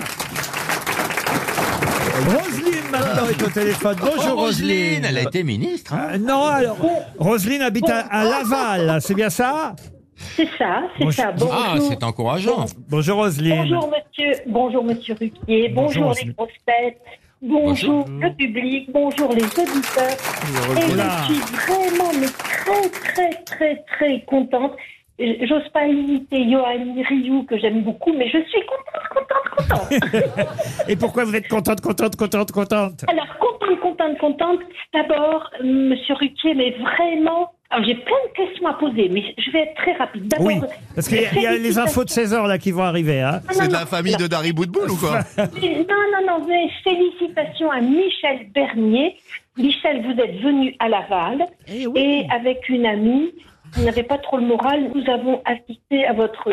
Speaker 2: Roselyne
Speaker 12: <laughs>
Speaker 2: maintenant est au téléphone. Bonjour
Speaker 4: Oh, Roselyne,
Speaker 2: Roselyne.
Speaker 4: elle a été ministre. hein.
Speaker 2: Euh, non, alors, Roselyne habite à, à Laval, c'est bien ça
Speaker 13: C'est ça, c'est
Speaker 2: Bonjour.
Speaker 13: ça. Bonjour.
Speaker 4: Ah, c'est encourageant.
Speaker 2: Bonjour Roselyne.
Speaker 13: Bonjour monsieur, bonjour monsieur Ruquier,
Speaker 2: Bonjour,
Speaker 13: bonjour,
Speaker 2: monsieur.
Speaker 13: les grosses têtes, bonjour, le public, bonjour les auditeurs. Et
Speaker 2: Oula.
Speaker 13: je suis vraiment mais très très très très contente. J- J'ose pas imiter Yoann Ryu que j'aime beaucoup, mais je suis contente, contente, contente.
Speaker 2: Et pourquoi vous êtes contente, contente, contente, contente
Speaker 13: Alors, contente, contente, contente. D'abord, euh, monsieur Ruquier, mais vraiment. Alors, j'ai plein de questions à poser, mais je vais être très rapide. D'abord,
Speaker 2: Oui, parce qu'il y, a- il y a les infos de 16 heures là qui vont arriver.
Speaker 13: Ah,
Speaker 2: hein.
Speaker 13: non,
Speaker 6: C'est de
Speaker 13: non,
Speaker 6: la famille de Dari Boudboul ou quoi
Speaker 13: Mais Non, non, non, mais félicitations à Michel Bernier. Michel, vous êtes venu à Laval
Speaker 8: Eh
Speaker 13: et avec une amie, vous n'avez pas trop le moral, nous avons assisté à votre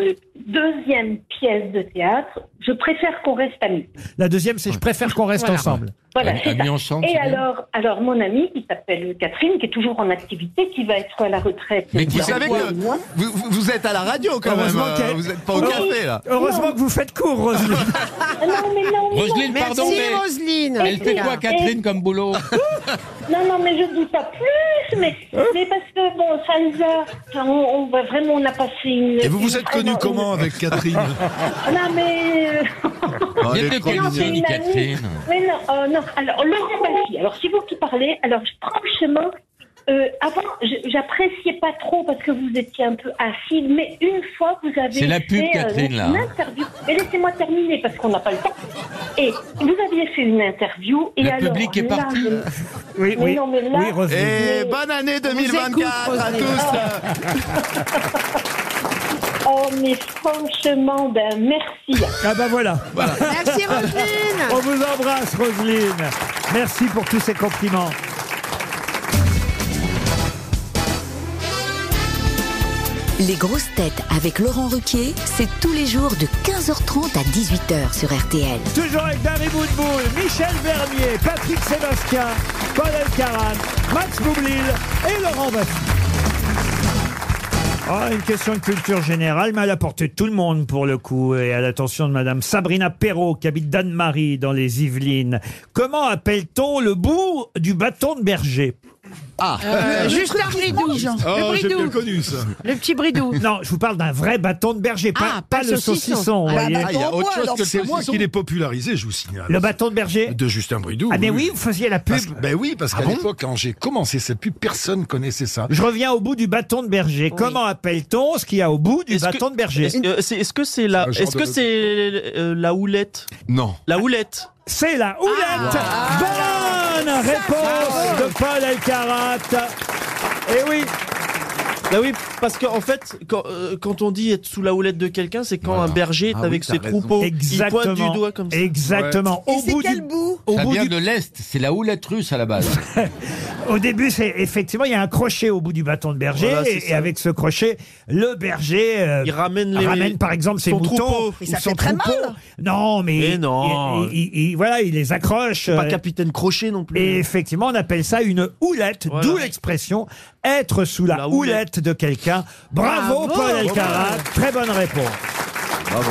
Speaker 13: deuxième pièce de théâtre. Je préfère qu'on reste amis.
Speaker 2: La deuxième, c'est je préfère qu'on reste
Speaker 8: Voilà.
Speaker 2: ensemble.
Speaker 13: Voilà,
Speaker 4: Amis-
Speaker 13: c'est
Speaker 4: amis
Speaker 13: ça.
Speaker 4: ensemble,
Speaker 13: Et
Speaker 4: c'est bien.
Speaker 13: alors, alors, mon amie qui s'appelle Catherine, qui est toujours en activité, qui va être à la retraite.
Speaker 4: Mais qui
Speaker 6: Vous
Speaker 13: dans
Speaker 6: savez
Speaker 13: trois
Speaker 6: que
Speaker 13: mois.
Speaker 6: vous, vous- vous êtes à la radio quand même.
Speaker 2: Heureusement
Speaker 6: euh,
Speaker 2: qu'elle-
Speaker 6: Vous n'êtes pas au café là.
Speaker 2: Heureusement
Speaker 13: Non.
Speaker 2: que vous faites court, Roselyne.
Speaker 13: Ah non, mais non, mais non.
Speaker 4: Roselyne, pardon,
Speaker 8: Merci
Speaker 4: mais
Speaker 8: Roselyne.
Speaker 4: elle fait quoi,
Speaker 13: Et-
Speaker 4: Catherine, comme boulot
Speaker 13: Non, non, mais je ne dis pas plus, mais,
Speaker 3: Hein
Speaker 13: mais parce que, bon, ça nous a... enfin, on, on va vraiment, on a passé une...
Speaker 3: Et vous vous
Speaker 13: une-
Speaker 3: êtes connu
Speaker 13: vraiment
Speaker 3: comment avec Catherine <laughs>
Speaker 13: une- Non, mais... euh,
Speaker 6: Oh,
Speaker 4: Viens
Speaker 6: les
Speaker 4: te
Speaker 6: cons.
Speaker 13: non,
Speaker 4: connaître,
Speaker 13: c'est une amie.
Speaker 4: Catherine.
Speaker 13: Mais non, euh, non, alors, Laurent Baffy, alors c'est vous qui parlez, alors je prends le chemin... Euh, avant, je- j'appréciais pas trop parce que vous étiez un peu acide, mais une fois vous avez
Speaker 4: C'est la pub,
Speaker 13: fait, euh,
Speaker 4: Catherine, là,
Speaker 13: une
Speaker 4: hein.
Speaker 13: interview. Mais laissez-moi terminer parce qu'on n'a pas le temps. Et vous aviez fait une interview et
Speaker 4: Le
Speaker 13: alors
Speaker 4: public est
Speaker 13: là,
Speaker 4: parti.
Speaker 13: je-
Speaker 2: Oui,
Speaker 13: Mais
Speaker 2: oui.
Speaker 13: non, mais là-
Speaker 2: Oui, Roselyne.
Speaker 6: Et Eh, bonne année 2024 à
Speaker 8: écoute,
Speaker 6: tous.
Speaker 13: Oh, <laughs> mais franchement, ben merci.
Speaker 2: Ah bah voilà.
Speaker 8: Merci Roselyne.
Speaker 2: On vous embrasse, Roselyne. Merci pour tous ces compliments.
Speaker 9: Les grosses têtes avec Laurent Ruquier, c'est tous les jours de 15h30 à 18h sur RTL.
Speaker 2: Toujours avec Dari Boudboul, Michel Bernier, Patrick Sébastien, Paul Elkaran, Max Boublil et Laurent Bassi. Ah, une question de culture générale, mais à la portée de tout le monde pour le coup, et à l'attention de Madame Sabrina Perrault, qui habite Danemarie, dans les Yvelines. Comment appelle-t-on le bout du bâton de berger
Speaker 3: Ah.
Speaker 8: Euh, juste un bridou. le
Speaker 3: Oh, j'ai bien
Speaker 8: bridou.
Speaker 3: connu ça.
Speaker 8: Le petit bridou.
Speaker 2: Non, je vous parle d'un vrai bâton de berger, pas,
Speaker 8: Ah,
Speaker 2: pas
Speaker 8: pas
Speaker 2: le
Speaker 8: le
Speaker 2: saucisson,
Speaker 8: saucisson.
Speaker 2: vous voyez.
Speaker 3: Ah, il y a
Speaker 5: Attends,
Speaker 3: autre
Speaker 5: moi,
Speaker 3: chose
Speaker 5: alors,
Speaker 3: que le
Speaker 5: c'est
Speaker 3: C'est moi qui l'ai popularisé, je vous signale.
Speaker 2: Le bâton de berger
Speaker 3: De Justin Bridou.
Speaker 2: Ah, mais oui, vous faisiez la pub.
Speaker 3: Parce- ben oui, parce
Speaker 6: Ah
Speaker 3: qu'à
Speaker 6: bon
Speaker 3: l'époque, quand j'ai commencé cette pub, personne connaissait ça.
Speaker 2: Je reviens au bout du bâton de berger. Comment appelle-t-on ce qu'il y a au bout du
Speaker 7: Est-ce que-
Speaker 2: bâton de berger
Speaker 7: Est-ce que euh, c'est est-ce que c'est la,
Speaker 3: C'est un genre
Speaker 7: est-ce que
Speaker 3: de-
Speaker 7: c'est euh, la houlette,
Speaker 6: Non.
Speaker 7: la houlette Ah.
Speaker 2: C'est la houlette. Bonne réponse de Paul Elkarat. Eh oui.
Speaker 7: Bah oui, parce qu'en fait, quand, euh, quand on dit être sous la houlette de quelqu'un, c'est quand un berger est
Speaker 2: Ah oui,
Speaker 7: avec
Speaker 2: t'as
Speaker 7: ses
Speaker 2: raison.
Speaker 7: troupeaux, il pointe
Speaker 2: Exactement.
Speaker 7: du doigt comme ça.
Speaker 2: Exactement.
Speaker 7: Ouais.
Speaker 2: Au bout du- au
Speaker 4: Ça
Speaker 2: bout
Speaker 4: vient
Speaker 2: du-
Speaker 4: de l'Est, c'est la houlette russe à la base.
Speaker 2: Au début, c'est effectivement, il y a un crochet au bout du bâton de berger,
Speaker 4: Voilà, c'est
Speaker 2: et,
Speaker 4: ça.
Speaker 2: et avec ce crochet, le berger euh,
Speaker 7: ramène, les-
Speaker 2: par exemple ses
Speaker 7: son
Speaker 2: moutons.
Speaker 7: troupeau.
Speaker 2: ou
Speaker 7: Et ça
Speaker 2: son
Speaker 7: fait très
Speaker 2: troupeau.
Speaker 7: mal.
Speaker 2: Non, mais
Speaker 7: Et non.
Speaker 2: Il, il- il- il- voilà, il les accroche.
Speaker 7: C'est pas
Speaker 2: euh,
Speaker 7: capitaine crochet non plus.
Speaker 2: Et effectivement, on appelle ça une houlette,
Speaker 7: Voilà.
Speaker 2: d'où l'expression être sous la, houlette. de quelqu'un. Bravo,
Speaker 7: Bravo.
Speaker 2: Paul Alcarat,
Speaker 7: Bravo.
Speaker 2: très bonne réponse. <laughs> Bravo.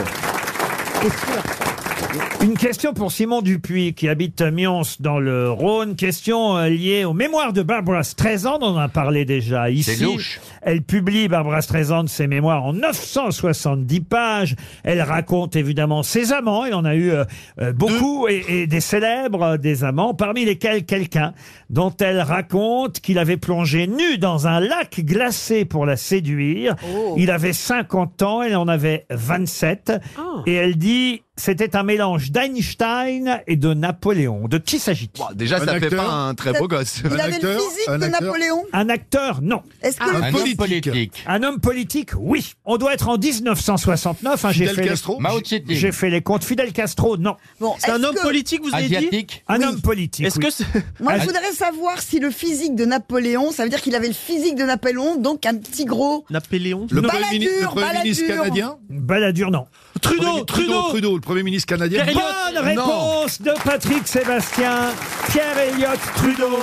Speaker 2: Une question pour Simon Dupuis qui habite à Mions dans le Rhône. Question euh, liée aux mémoires de Barbara Streisand. On en a parlé déjà ici.
Speaker 4: C'est louche.
Speaker 2: Elle publie Barbara Streisand ses mémoires en 970 pages. Elle raconte évidemment ses amants. Elle en a eu euh, euh, beaucoup et, et des célèbres euh, des amants, parmi lesquels quelqu'un dont elle raconte qu'il avait plongé nu dans un lac glacé pour la séduire.
Speaker 5: Oh.
Speaker 2: Il avait 50 ans, elle en avait 27.
Speaker 5: Oh.
Speaker 2: Et elle dit, c'était un mélange d'Einstein et de Napoléon. De qui s'agit-il
Speaker 6: déjà, Un ça fait acteur pas un très beau gosse.
Speaker 5: Il avait le physique de Napoléon
Speaker 2: Un acteur, non.
Speaker 5: Est-ce que- Un
Speaker 4: homme politique.
Speaker 2: Un homme politique, oui. On doit être en 1969. hein, j'ai
Speaker 4: Fidel
Speaker 2: fait les-
Speaker 4: Castro Mao Tse-tung.
Speaker 2: J'ai fait les comptes. Fidel Castro, non.
Speaker 5: C'est un est-ce homme que- politique, vous avez dit Asiatique
Speaker 2: Un
Speaker 5: Oui.
Speaker 2: homme politique.
Speaker 7: Est-ce
Speaker 2: oui.
Speaker 7: que c'est-
Speaker 5: Moi, je
Speaker 2: Ah,
Speaker 5: voudrais savoir si le physique de Napoléon, ça veut dire qu'il avait le physique de Napoléon, donc un petit gros.
Speaker 7: Napoléon
Speaker 5: Le Baladur, Premier ministre- le Premier Baladur. ministre canadien
Speaker 2: Balladur, non.
Speaker 7: Trudeau,
Speaker 3: Trudeau, Trudeau, le Premier ministre canadien. Bah,
Speaker 2: Bonne réponse de Patrick Sébastien, Pierre Elliott Trudeau.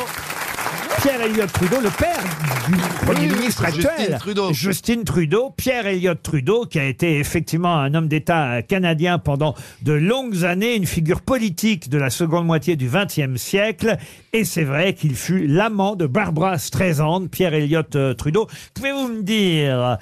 Speaker 2: Pierre Elliott Trudeau, <laughs> le père du Premier
Speaker 6: oui,
Speaker 2: ministre
Speaker 6: Justin
Speaker 2: actuel.
Speaker 6: Trudeau.
Speaker 2: Justin Trudeau, Pierre Elliott Trudeau, qui a été effectivement un homme d'État canadien pendant de longues années, une figure politique de la seconde moitié du XXe siècle. Et c'est vrai qu'il fut l'amant de Barbara Streisand, Pierre Elliott euh, Trudeau. Pouvez-vous me dire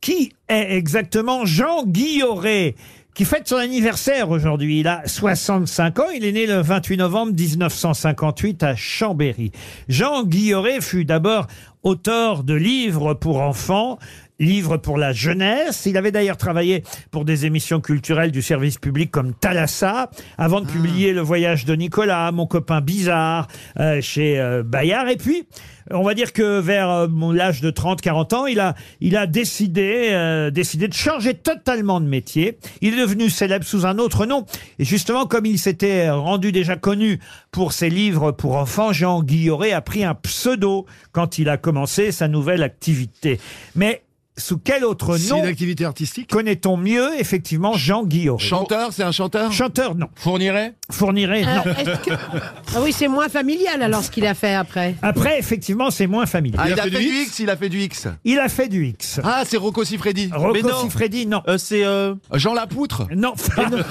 Speaker 2: qui est exactement Jean Guilloré qui fête son anniversaire aujourd'hui. Il a 65 ans. Il est né le 28 novembre 1958 à Chambéry. Jean Guilloré fut d'abord auteur de livres pour enfants, livres pour la jeunesse. Il avait d'ailleurs travaillé pour des émissions culturelles du service public comme Thalassa, avant de publier Le voyage de Nicolas, Mon copain bizarre, euh, chez euh, Bayard. Et puis, on va dire que vers euh, mon- l'âge de 30-40 ans, il a, il a décidé, euh, décidé de changer totalement de métier. Il est devenu célèbre sous un autre nom. Et justement, comme il s'était rendu déjà connu pour ses livres pour enfants, Jean Guilloré a pris un pseudo quand il a commencé sa nouvelle activité. Mais sous quel autre
Speaker 3: C'est
Speaker 2: nom
Speaker 3: une activité artistique
Speaker 2: connaît-on mieux, effectivement, Jean Guilloré
Speaker 6: Chanteur, c'est un chanteur
Speaker 2: Chanteur, non.
Speaker 4: Fournirait
Speaker 2: Fournirait, non.
Speaker 8: Euh, est-ce que- Ah oui, c'est moins familial alors ce qu'il a fait après.
Speaker 2: Après, effectivement, c'est moins familier.
Speaker 6: Ah, il, a fait, du X, il a fait du X.
Speaker 2: Il a fait du X.
Speaker 6: Ah, c'est Rocco Siffredi.
Speaker 2: Rocco
Speaker 6: Mais non.
Speaker 2: Siffredi, non.
Speaker 7: c'est euh,
Speaker 6: Jean Lapoutre.
Speaker 2: Non.
Speaker 6: <laughs>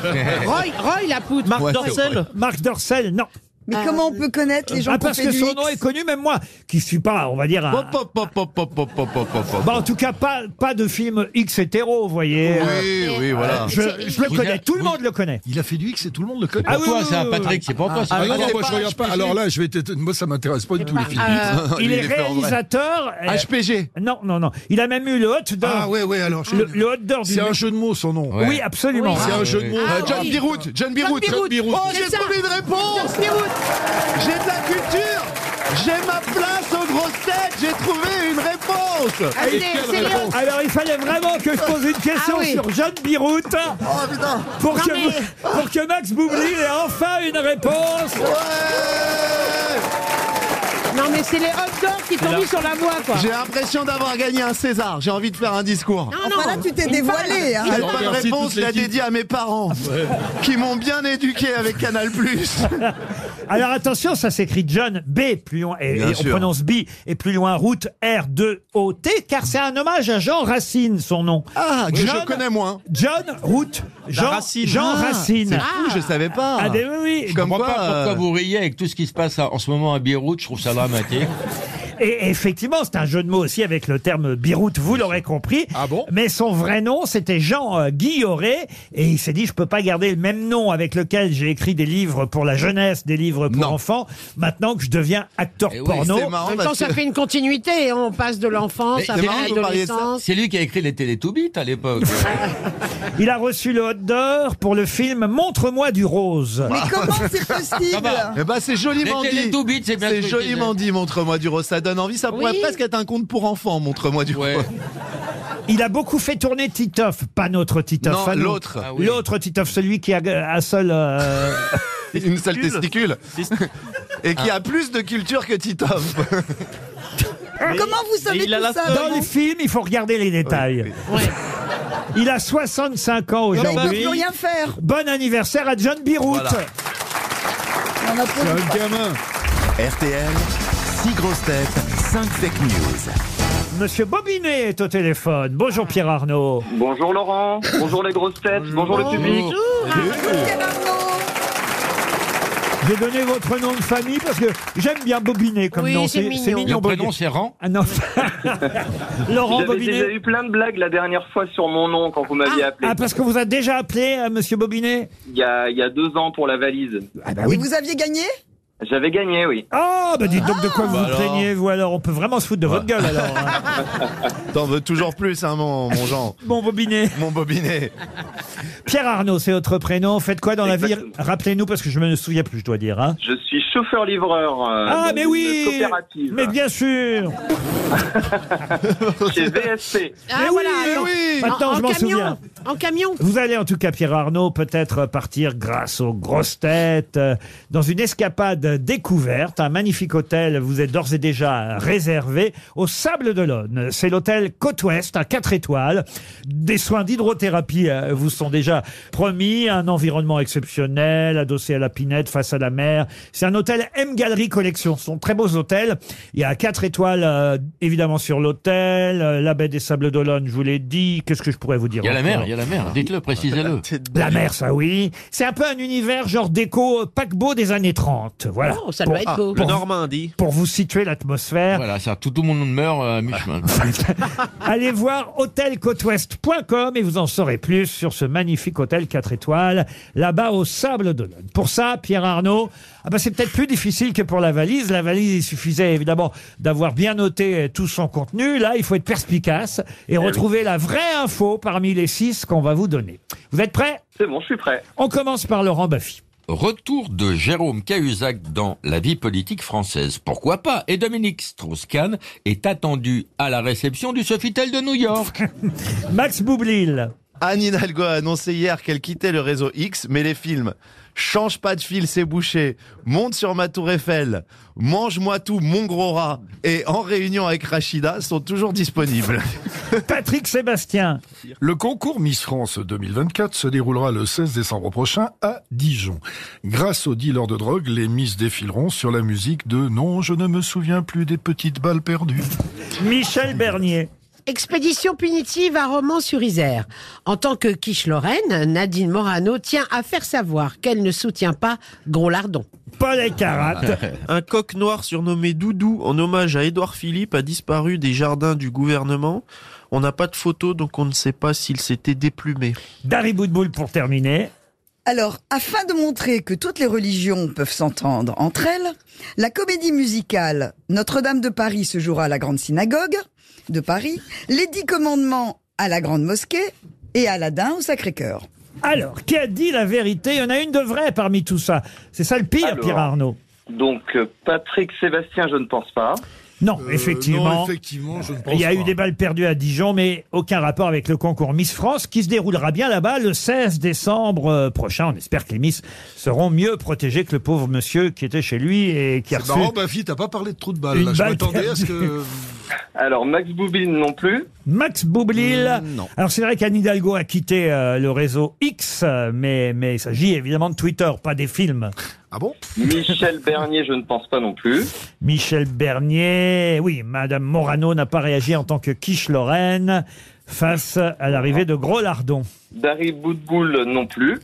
Speaker 8: Roy, Roy Lapoute.
Speaker 7: Marc
Speaker 6: Ouais, c'est
Speaker 7: Dorcel
Speaker 6: vrai.
Speaker 2: Marc Dorcel, non.
Speaker 5: Mais
Speaker 8: Ah,
Speaker 5: comment on peut connaître les gens
Speaker 2: Ah,
Speaker 5: qui ont
Speaker 2: parce
Speaker 5: fait
Speaker 2: que
Speaker 5: du
Speaker 2: son
Speaker 5: X
Speaker 2: nom est connu, même moi, qui suis pas, on va dire, un...
Speaker 6: Pop, pop, pop, pop, pop, pop, pop, pop, pop.
Speaker 2: Bah, en tout cas, pas, pas de film X hétéro, vous voyez. Euh,
Speaker 6: Oui, oui, voilà.
Speaker 2: Je, je le
Speaker 4: Vous
Speaker 2: connais,
Speaker 4: avez-
Speaker 2: tout le monde le connaît.
Speaker 3: Il a fait du X et tout le monde le connaît.
Speaker 2: Ah oui,
Speaker 4: Toi,
Speaker 2: oui,
Speaker 4: c'est un
Speaker 2: oui,
Speaker 4: Patrick,
Speaker 2: oui.
Speaker 4: c'est pas toi. c'est
Speaker 3: Ah
Speaker 4: pas
Speaker 3: non,
Speaker 4: toi.
Speaker 3: moi je Ah, regarde pas. Alors là, je vais t'étonner. moi ça m'intéresse pas du tout les films.
Speaker 8: Euh,
Speaker 2: <laughs> Il,
Speaker 6: Il
Speaker 2: est
Speaker 6: est fort, ouais.
Speaker 2: réalisateur. euh,
Speaker 6: HPG.
Speaker 2: Non, non, non. Il a même eu le hot d'or.
Speaker 3: Ah ouais, ouais, alors. je
Speaker 2: Le,
Speaker 3: connais.
Speaker 2: le hot d'or du.
Speaker 3: C'est un jeu de mots son nom.
Speaker 4: Ouais.
Speaker 2: Oui, absolument.
Speaker 3: C'est un jeu de
Speaker 4: oui.
Speaker 3: mots.
Speaker 6: Euh,
Speaker 8: Ah,
Speaker 6: John
Speaker 8: oui.
Speaker 6: Birout. John Birout.
Speaker 8: John Birout.
Speaker 6: Oh,
Speaker 8: C'est
Speaker 6: j'ai
Speaker 8: ça.
Speaker 6: trouvé une réponse.
Speaker 8: John Birout.
Speaker 6: J'ai de la culture. J'ai ma place aux grosses têtes. J'ai trouvé une réponse.
Speaker 8: Ah, c'est- c'est les-
Speaker 2: Alors, il fallait vraiment que je pose une question
Speaker 8: Ah oui.
Speaker 2: sur John Birout
Speaker 6: Oh putain.
Speaker 2: pour, que,
Speaker 8: mais-
Speaker 2: pour que Max Boublil ait enfin une réponse.
Speaker 6: Ouais.
Speaker 8: Non mais c'est les hot dogs qui t'ont mis sur la voie quoi.
Speaker 6: J'ai l'impression d'avoir gagné un César. J'ai envie de faire un discours.
Speaker 8: Non,
Speaker 5: Enfin, là, tu t'es dévoilé. hein.
Speaker 6: J'ai pas de
Speaker 3: remercie
Speaker 6: réponse,
Speaker 3: toute
Speaker 6: je la
Speaker 3: l'équipe.
Speaker 6: dédie à mes parents <laughs> qui m'ont bien éduqué avec Canal+.
Speaker 2: <laughs> Alors attention, ça s'écrit John B plus loin et,
Speaker 6: Bien
Speaker 2: et on
Speaker 6: sûr.
Speaker 2: prononce B et plus loin route R 2 O T car c'est un hommage à Jean Racine son nom.
Speaker 6: Ah, que
Speaker 2: John-
Speaker 6: je connais moins.
Speaker 2: John Route Jean
Speaker 7: Racine.
Speaker 2: Jean
Speaker 6: Ah,
Speaker 2: Racine.
Speaker 6: C'est fou, je savais pas.
Speaker 2: Ah, des- oui, oui.
Speaker 4: Je
Speaker 6: Comme
Speaker 4: comprends
Speaker 6: quoi,
Speaker 4: pas pourquoi
Speaker 6: euh,
Speaker 4: vous riez avec tout ce qui se passe à- en ce moment à Beyrouth, je trouve
Speaker 6: <laughs>
Speaker 4: ça dramatique.
Speaker 2: Et effectivement, c'est un jeu de mots aussi avec le terme Biroute, vous l'aurez compris.
Speaker 3: Ah bon
Speaker 2: Mais son vrai nom, c'était Jean euh, Guilloré. Et il s'est dit, je peux pas garder le même nom avec lequel j'ai écrit des livres pour la jeunesse, des livres pour
Speaker 6: Non.
Speaker 2: enfants, maintenant que je deviens acteur
Speaker 4: Eh oui,
Speaker 2: porno.
Speaker 6: c'est
Speaker 8: En
Speaker 6: marrant
Speaker 8: même temps,
Speaker 6: parce
Speaker 8: ça
Speaker 6: que...
Speaker 8: fait une continuité. hein. On passe de l'enfance
Speaker 4: Mais
Speaker 8: à
Speaker 4: Eh, c'est marrant que vous
Speaker 6: parliez de ça.
Speaker 8: l'adolescence.
Speaker 4: C'est lui qui a écrit les Télétoubites à l'époque.
Speaker 2: <laughs> Il a reçu le hot d'or pour le film Montre-moi du rose.
Speaker 4: <laughs>
Speaker 5: Mais comment c'est
Speaker 2: Ah,
Speaker 4: Ça
Speaker 2: bah,
Speaker 5: possible
Speaker 4: va.
Speaker 6: Eh ben, c'est joliment
Speaker 4: Les
Speaker 6: dit.
Speaker 4: Teletubbies, c'est bien ce
Speaker 6: C'est
Speaker 4: que je
Speaker 6: joliment dit, montre-moi du rose. Ça donne envie. Ça pourrait
Speaker 8: Oui.
Speaker 6: presque être un conte pour enfants, montre-moi du
Speaker 4: Ouais.
Speaker 6: rose.
Speaker 2: Il a beaucoup fait tourner Titoff, pas notre Titoff.
Speaker 14: Non,
Speaker 2: à nous.
Speaker 14: l'autre. Ah oui.
Speaker 2: L'autre Titoff, celui qui a euh, un seul.
Speaker 6: <laughs>
Speaker 2: euh,
Speaker 14: Une seule testicule. Et
Speaker 4: Ah.
Speaker 14: qui a plus de culture que Titoff.
Speaker 5: Comment vous savez tout <laughs> ça
Speaker 2: Dans les films, il faut regarder les détails. Il a 65 ans
Speaker 5: Mais il ne
Speaker 2: aujourd'hui.
Speaker 5: peut rien faire.
Speaker 2: Bon anniversaire à John Birout.
Speaker 1: Voilà.
Speaker 5: C'est
Speaker 1: un gamin. RTL, 6 grosses têtes, 5 fake news.
Speaker 2: Monsieur Bobinet est au téléphone. Bonjour Pierre Arnaud.
Speaker 10: Bonjour Laurent, bonjour les grosses têtes, bonjour le public.
Speaker 2: J'ai donné votre nom de famille parce que j'aime bien Bobinet comme
Speaker 10: Oui,
Speaker 2: nom.
Speaker 10: c'est mignon. Le
Speaker 2: Bobinet.
Speaker 10: prénom, c'est Ran
Speaker 2: Ah non. <laughs> Laurent
Speaker 10: J'avais
Speaker 2: Bobinet.
Speaker 10: déjà eu plein de blagues la dernière fois sur mon nom quand vous m'aviez appelé.
Speaker 2: Ah, parce que vous a déjà appelé euh, Monsieur Bobinet
Speaker 10: il, y a, il y a deux ans pour la valise.
Speaker 2: bah
Speaker 5: Et vous aviez gagné
Speaker 10: J'avais gagné, oui.
Speaker 2: Ah, bah dites donc de quoi vous
Speaker 14: Bah
Speaker 2: vous
Speaker 14: alors.
Speaker 2: plaignez, vous alors. On peut vraiment se foutre de votre gueule alors. hein.
Speaker 6: <laughs>
Speaker 14: T'en veux toujours plus, hein, mon, mon Jean.
Speaker 2: Mon bobinet.
Speaker 14: Mon bobinet.
Speaker 2: Pierre Arnaud, c'est votre prénom. Faites quoi dans la vie Rappelez-nous parce que je me souviens plus, je dois dire. hein.
Speaker 10: Je suis chauffeur-livreur. euh,
Speaker 2: Ah,
Speaker 10: dans
Speaker 2: mais
Speaker 10: une
Speaker 2: oui
Speaker 10: coopérative.
Speaker 2: Mais bien sûr <laughs>
Speaker 10: Chez VSC.
Speaker 8: Ah,
Speaker 2: Mais oui,
Speaker 8: voilà,
Speaker 2: mais
Speaker 8: attends.
Speaker 2: oui.
Speaker 8: En-
Speaker 2: Maintenant,
Speaker 8: en,
Speaker 2: je m'en
Speaker 8: camion,
Speaker 2: souviens.
Speaker 8: En camion.
Speaker 2: Vous allez en tout cas, Pierre Arnaud, peut-être partir grâce aux grosses têtes euh, dans une escapade découverte. Un magnifique hôtel vous est d'ores et déjà réservé au Sable d'Olonne. C'est l'hôtel Côte-Ouest à 4 étoiles. Des soins d'hydrothérapie euh, vous sont déjà promis. Un environnement exceptionnel, adossé à la pinette, face à la mer. C'est un hôtel M Gallery Collection. Ce sont de très beaux hôtels. Il y a 4 étoiles, euh, évidemment, sur l'hôtel. Euh, La baie des Sables d'Olonne, je vous l'ai dit. Qu'est-ce que je pourrais vous dire
Speaker 4: Il y a la mer,
Speaker 2: encore
Speaker 4: il y a la mer. Dites-le, précisez-le.
Speaker 2: la mer, ça oui. C'est un peu un univers genre déco euh, paquebot des années 30. Voilà. Ah,
Speaker 8: Oh, ça doit être beau. Le
Speaker 2: Normandie. Pour vous situer l'atmosphère.
Speaker 4: Voilà, ça, tout, tout le monde meurt euh, à mi-chemin.
Speaker 2: <laughs> Allez voir hôtelcôtouest.com et vous en saurez plus sur ce magnifique hôtel 4 étoiles là-bas au Sable d'Olonne. Pour ça, Pierre Arnaud, ah ben c'est peut-être plus difficile que pour la valise. La valise, il suffisait évidemment d'avoir bien noté euh, tout son contenu. Là, il faut être perspicace
Speaker 10: Eh
Speaker 2: et retrouver la vraie info parmi les six qu'on va vous donner. Vous êtes prêts
Speaker 10: C'est bon, je suis prêt.
Speaker 2: On commence par Laurent Baffy.
Speaker 4: Retour de Jérôme Cahuzac dans la vie politique française. Pourquoi pas Et Dominique Strauss-Kahn est attendu à la réception du Sofitel de New York.
Speaker 2: <laughs> Max Boublil.
Speaker 14: Anne Hidalgo a annoncé hier qu'elle quittait le réseau X, mais les films Change pas de fil, c'est bouché, Monte sur ma tour Eiffel, Mange-moi tout, mon gros rat et En réunion avec Rachida sont toujours disponibles.
Speaker 4: <laughs>
Speaker 2: Patrick Sébastien.
Speaker 3: Le concours Miss France 2024 se déroulera le 16 décembre prochain à Dijon. Grâce aux dealers de drogue, les Miss défileront sur la musique de Non, je ne me souviens plus des petites balles perdues.
Speaker 2: Michel Bernier.
Speaker 8: Expédition punitive à Romans-sur-Isère. En tant que quiche Lorraine, Nadine Morano tient à faire savoir qu'elle ne soutient pas Gros Lardon.
Speaker 2: Paul Elkarat.
Speaker 15: <laughs> Un coq noir surnommé Doudou en hommage à Édouard Philippe a disparu des jardins du gouvernement. On n'a pas de photo, donc on ne sait pas s'il s'était déplumé.
Speaker 2: Dari Boudboul pour terminer.
Speaker 5: Alors, afin de montrer que toutes les religions peuvent s'entendre entre elles, la comédie musicale Notre-Dame de Paris se jouera à la Grande Synagogue de Paris, les Dix Commandements à la Grande Mosquée et Aladdin au Sacré-Cœur.
Speaker 2: Alors, qui a dit la vérité Il y en a une de vraie parmi tout ça. C'est ça le pire,
Speaker 10: Alors.
Speaker 2: Pierre Arnaud.
Speaker 10: Donc, euh, Patrick Sébastien, je ne pense pas.
Speaker 2: Non, effectivement.
Speaker 3: Euh, non, effectivement, je ne pense
Speaker 2: Il y a eu
Speaker 3: pas.
Speaker 2: des balles perdues à Dijon, mais aucun rapport avec le concours Miss France qui se déroulera bien là-bas le 16 décembre euh, prochain. On espère que les Miss seront mieux protégées que le pauvre monsieur qui était chez lui et qui a
Speaker 3: C'est
Speaker 2: reçu.
Speaker 3: marrant, bah- ma fille, t'as pas parlé de trou de balle.
Speaker 2: Une
Speaker 3: là. Je
Speaker 2: balle
Speaker 3: m'attendais à ce que.
Speaker 2: perdue.
Speaker 10: <laughs> Alors, Max Boublil non plus.
Speaker 2: Max Boublil.
Speaker 10: Mm, non.
Speaker 2: Alors c'est vrai qu'Anne Hidalgo a quitté euh, le réseau X, euh, mais, mais il s'agit évidemment de Twitter, pas des films.
Speaker 3: Ah bon
Speaker 10: Michel Bernier, je ne pense pas non plus.
Speaker 2: Michel Bernier, oui, Madame Morano n'a pas réagi en tant que quiche Lorraine face à l'arrivée de Gros Lardon.
Speaker 10: Dari Boudboul non plus.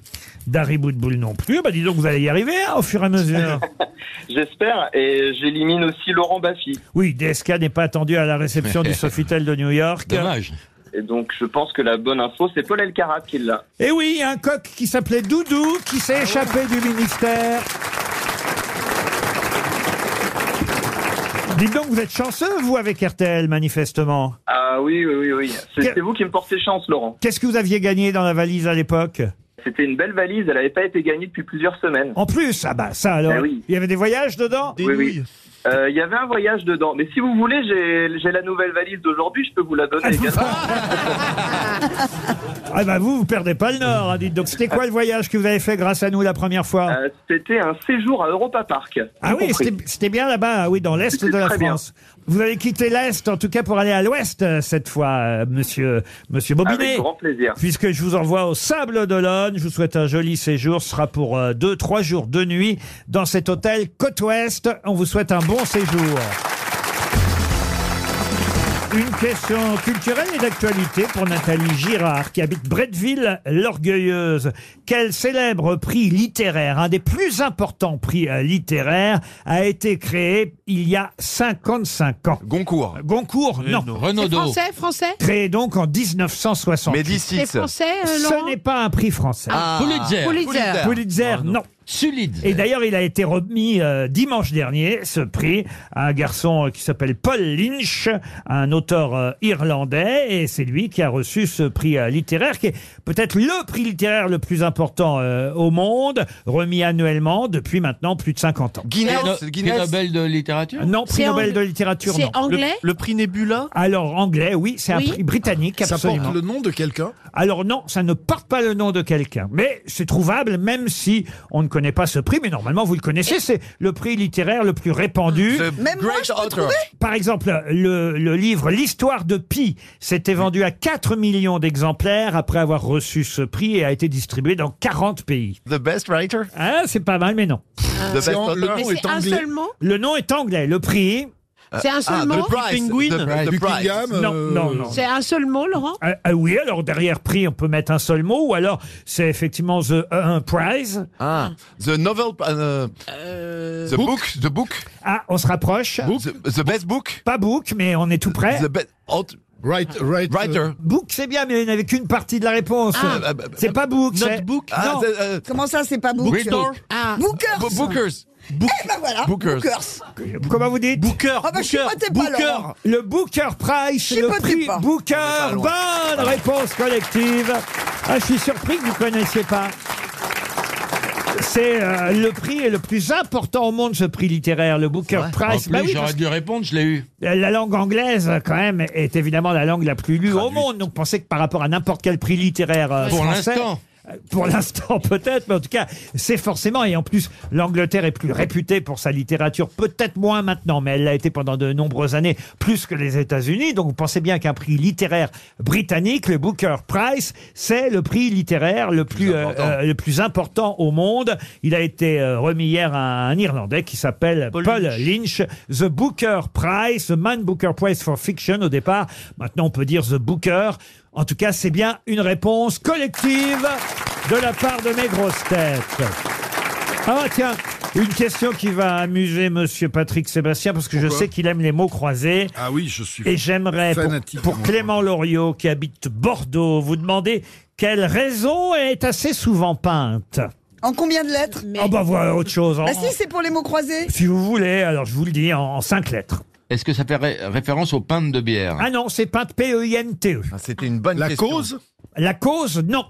Speaker 2: Dari Boudboul non plus. Bah dis donc, vous allez y arriver hein, au fur et à mesure.
Speaker 10: J'espère. Et j'élimine aussi Laurent Baffy.
Speaker 2: Oui, DSK n'est pas attendu à la réception du Sofitel de New York.
Speaker 10: Et donc, je pense que la bonne info, c'est Paul Elkarat qui l'a.
Speaker 2: Et oui, un coq qui s'appelait Doudou qui s'est échappé du ministère. Dites donc, vous êtes chanceux, vous, avec RTL, manifestement.
Speaker 10: Ah oui, oui, oui, oui. C'est
Speaker 2: Quel-
Speaker 10: c'est vous qui me portez chance, Laurent.
Speaker 2: Qu'est-ce que vous aviez gagné dans la valise à l'époque
Speaker 10: C'était une belle valise, elle n'avait pas été gagnée depuis plusieurs semaines.
Speaker 2: En plus, ah bah ça alors.
Speaker 10: Eh oui.
Speaker 2: Il y avait des voyages dedans
Speaker 10: Oui, oui. Euh, Il y avait un voyage dedans. Mais si vous voulez, j'ai j'ai la nouvelle valise d'aujourd'hui, je peux vous la donner également.
Speaker 2: Ah bah vous, vous perdez pas le nord, hein, dites donc. C'était quoi le voyage que vous avez fait grâce à nous la première fois
Speaker 10: Euh, C'était un séjour à Europa Park.
Speaker 2: Ah
Speaker 10: Tout
Speaker 2: oui,
Speaker 10: compris.
Speaker 2: c'était c'était bien là-bas, ah oui, dans l'est de la
Speaker 10: très bien.
Speaker 2: France. Vous avez quitté l'est, en tout cas, pour aller à l'ouest euh, cette fois, euh, Monsieur Monsieur Bobinet.
Speaker 10: Avec grand plaisir.
Speaker 2: Puisque je vous envoie au Sable d'Olonne, je vous souhaite un joli séjour. Ce sera pour euh, deux, trois jours, deux nuits dans cet hôtel Côte Ouest. On vous souhaite un bon séjour. Une question culturelle et d'actualité pour Nathalie Girard, qui habite Bretteville, l'Orgueilleuse. Quel célèbre prix littéraire, un des plus importants prix euh, littéraires, a été créé il y a 55 ans Goncourt. Goncourt, non.
Speaker 8: C'est français, français
Speaker 2: Créé donc en 1960.
Speaker 8: C'est français, euh, Laurent
Speaker 2: Ce n'est pas un prix français.
Speaker 8: Ah, Pulitzer. Pulitzer.
Speaker 2: Pulitzer, non. Et d'ailleurs, il a été remis euh, dimanche dernier, ce prix, à un garçon euh, qui s'appelle Paul Lynch, un auteur euh, irlandais, et c'est lui qui a reçu ce prix euh, littéraire, qui est peut-être le prix littéraire le plus important euh, au monde, remis annuellement depuis maintenant plus de 50 ans.
Speaker 4: Prix Nobel de littérature
Speaker 2: Euh, Non, prix Nobel de littérature, non.
Speaker 4: Le-
Speaker 2: prix Nebula Alors, anglais, oui, c'est
Speaker 4: Oui.
Speaker 2: un prix britannique,
Speaker 4: Ça porte
Speaker 2: absolument.
Speaker 4: le
Speaker 2: nom de quelqu'un Alors non, ça ne porte pas le nom de quelqu'un. Mais c'est trouvable, même si on ne connaît pas ce prix, mais normalement vous le connaissez, c'est le prix littéraire le plus répandu.
Speaker 5: Même moi, je peux trouver
Speaker 2: Par exemple, le, le livre L'histoire de Pi s'était vendu à 4 millions d'exemplaires après avoir reçu ce prix et a été distribué dans 40 pays. The best writer Ah, c'est pas mal, mais <laughs> non.
Speaker 14: The best C'est en- le author. nom Mais est c'est un anglais. seul mot
Speaker 2: Le nom est anglais. Le prix.
Speaker 8: C'est un seul Ah, mot the price.
Speaker 2: Penguin
Speaker 8: The- the
Speaker 2: Du
Speaker 8: price.
Speaker 2: Kingham, Non, non, non.
Speaker 8: C'est un seul mot, Laurent
Speaker 2: Ah, ah oui, alors derrière prix, on peut mettre un seul mot, ou alors c'est effectivement The un Prize. Ah, The Novel. euh,
Speaker 8: Euh,
Speaker 2: the book. The Book. Ah, on se rapproche. The, Best Book. Pas Book, mais on est tout près. The Best.
Speaker 14: Writer.
Speaker 2: Book, c'est bien, mais il n'y avait qu'une partie de la réponse. c'est pas Book.
Speaker 14: Not
Speaker 2: bah, c'est-
Speaker 14: book. Ah,
Speaker 2: Non.
Speaker 14: the- euh,
Speaker 5: Comment ça, c'est pas book
Speaker 2: Bookstore
Speaker 5: Ah. Bookers.
Speaker 2: Bo- bookers.
Speaker 5: Eh ben voilà,
Speaker 2: Bookers.
Speaker 5: Bookers.
Speaker 2: Comment vous dites Booker.
Speaker 5: Ah bah, je Booker, chipotais pas, Booker. Laurent.
Speaker 2: Le Booker Price, le
Speaker 5: Chipotais
Speaker 2: prix
Speaker 5: pas.
Speaker 2: Booker.
Speaker 5: On est pas
Speaker 2: Bonne réponse collective. Ah, je suis surpris que vous connaissiez pas. C'est euh, le prix le plus important au monde, ce prix littéraire, le Booker
Speaker 4: En
Speaker 2: Price.
Speaker 4: plus,
Speaker 2: Bah oui, parce
Speaker 4: j'aurais dû répondre, je l'ai eu.
Speaker 2: la la langue anglaise, quand même, est évidemment la langue la plus lue au monde. Donc, pensez que par rapport à n'importe quel prix littéraire euh,
Speaker 4: Pour
Speaker 2: français,
Speaker 4: l'instant.
Speaker 2: euh, Pour l'instant, <laughs> peut-être, mais en tout cas, c'est forcément. Et en plus, l'Angleterre est plus réputée pour sa littérature, peut-être moins maintenant, mais elle l'a été pendant de nombreuses années, plus que les États-Unis. Donc, vous pensez bien qu'un prix littéraire britannique, le Booker Price, c'est le prix littéraire le plus, euh, euh, le plus important au monde. Il a été euh, remis hier à un Irlandais qui s'appelle Paul, Lynch. The Booker Prize, The Man Booker Prize for Fiction au départ. Maintenant, on peut dire The Booker. En tout cas, c'est bien une réponse collective de la part de mes grosses têtes. Ah tiens, une question qui va amuser Monsieur Patrick Sébastien parce que je
Speaker 3: Pourquoi
Speaker 2: sais qu'il aime les mots croisés.
Speaker 3: Ah oui, je suis
Speaker 2: Et j'aimerais, pour,
Speaker 3: fanatique
Speaker 2: pour
Speaker 3: de mon
Speaker 2: Clément Loriot, qui habite Bordeaux, vous demander quelle raison est assez souvent peinte.
Speaker 5: En combien de lettres
Speaker 2: Ah bah voilà autre chose. En-
Speaker 5: Bah si, c'est pour les mots croisés.
Speaker 2: si vous voulez, alors je vous le dis en, en cinq lettres.
Speaker 4: Est-ce que ça fait ré- référence aux pintes de bière
Speaker 2: Ah non, c'est peinte P-E-I-N-T-E.
Speaker 14: C'était une bonne
Speaker 2: La cause E. La cause, non.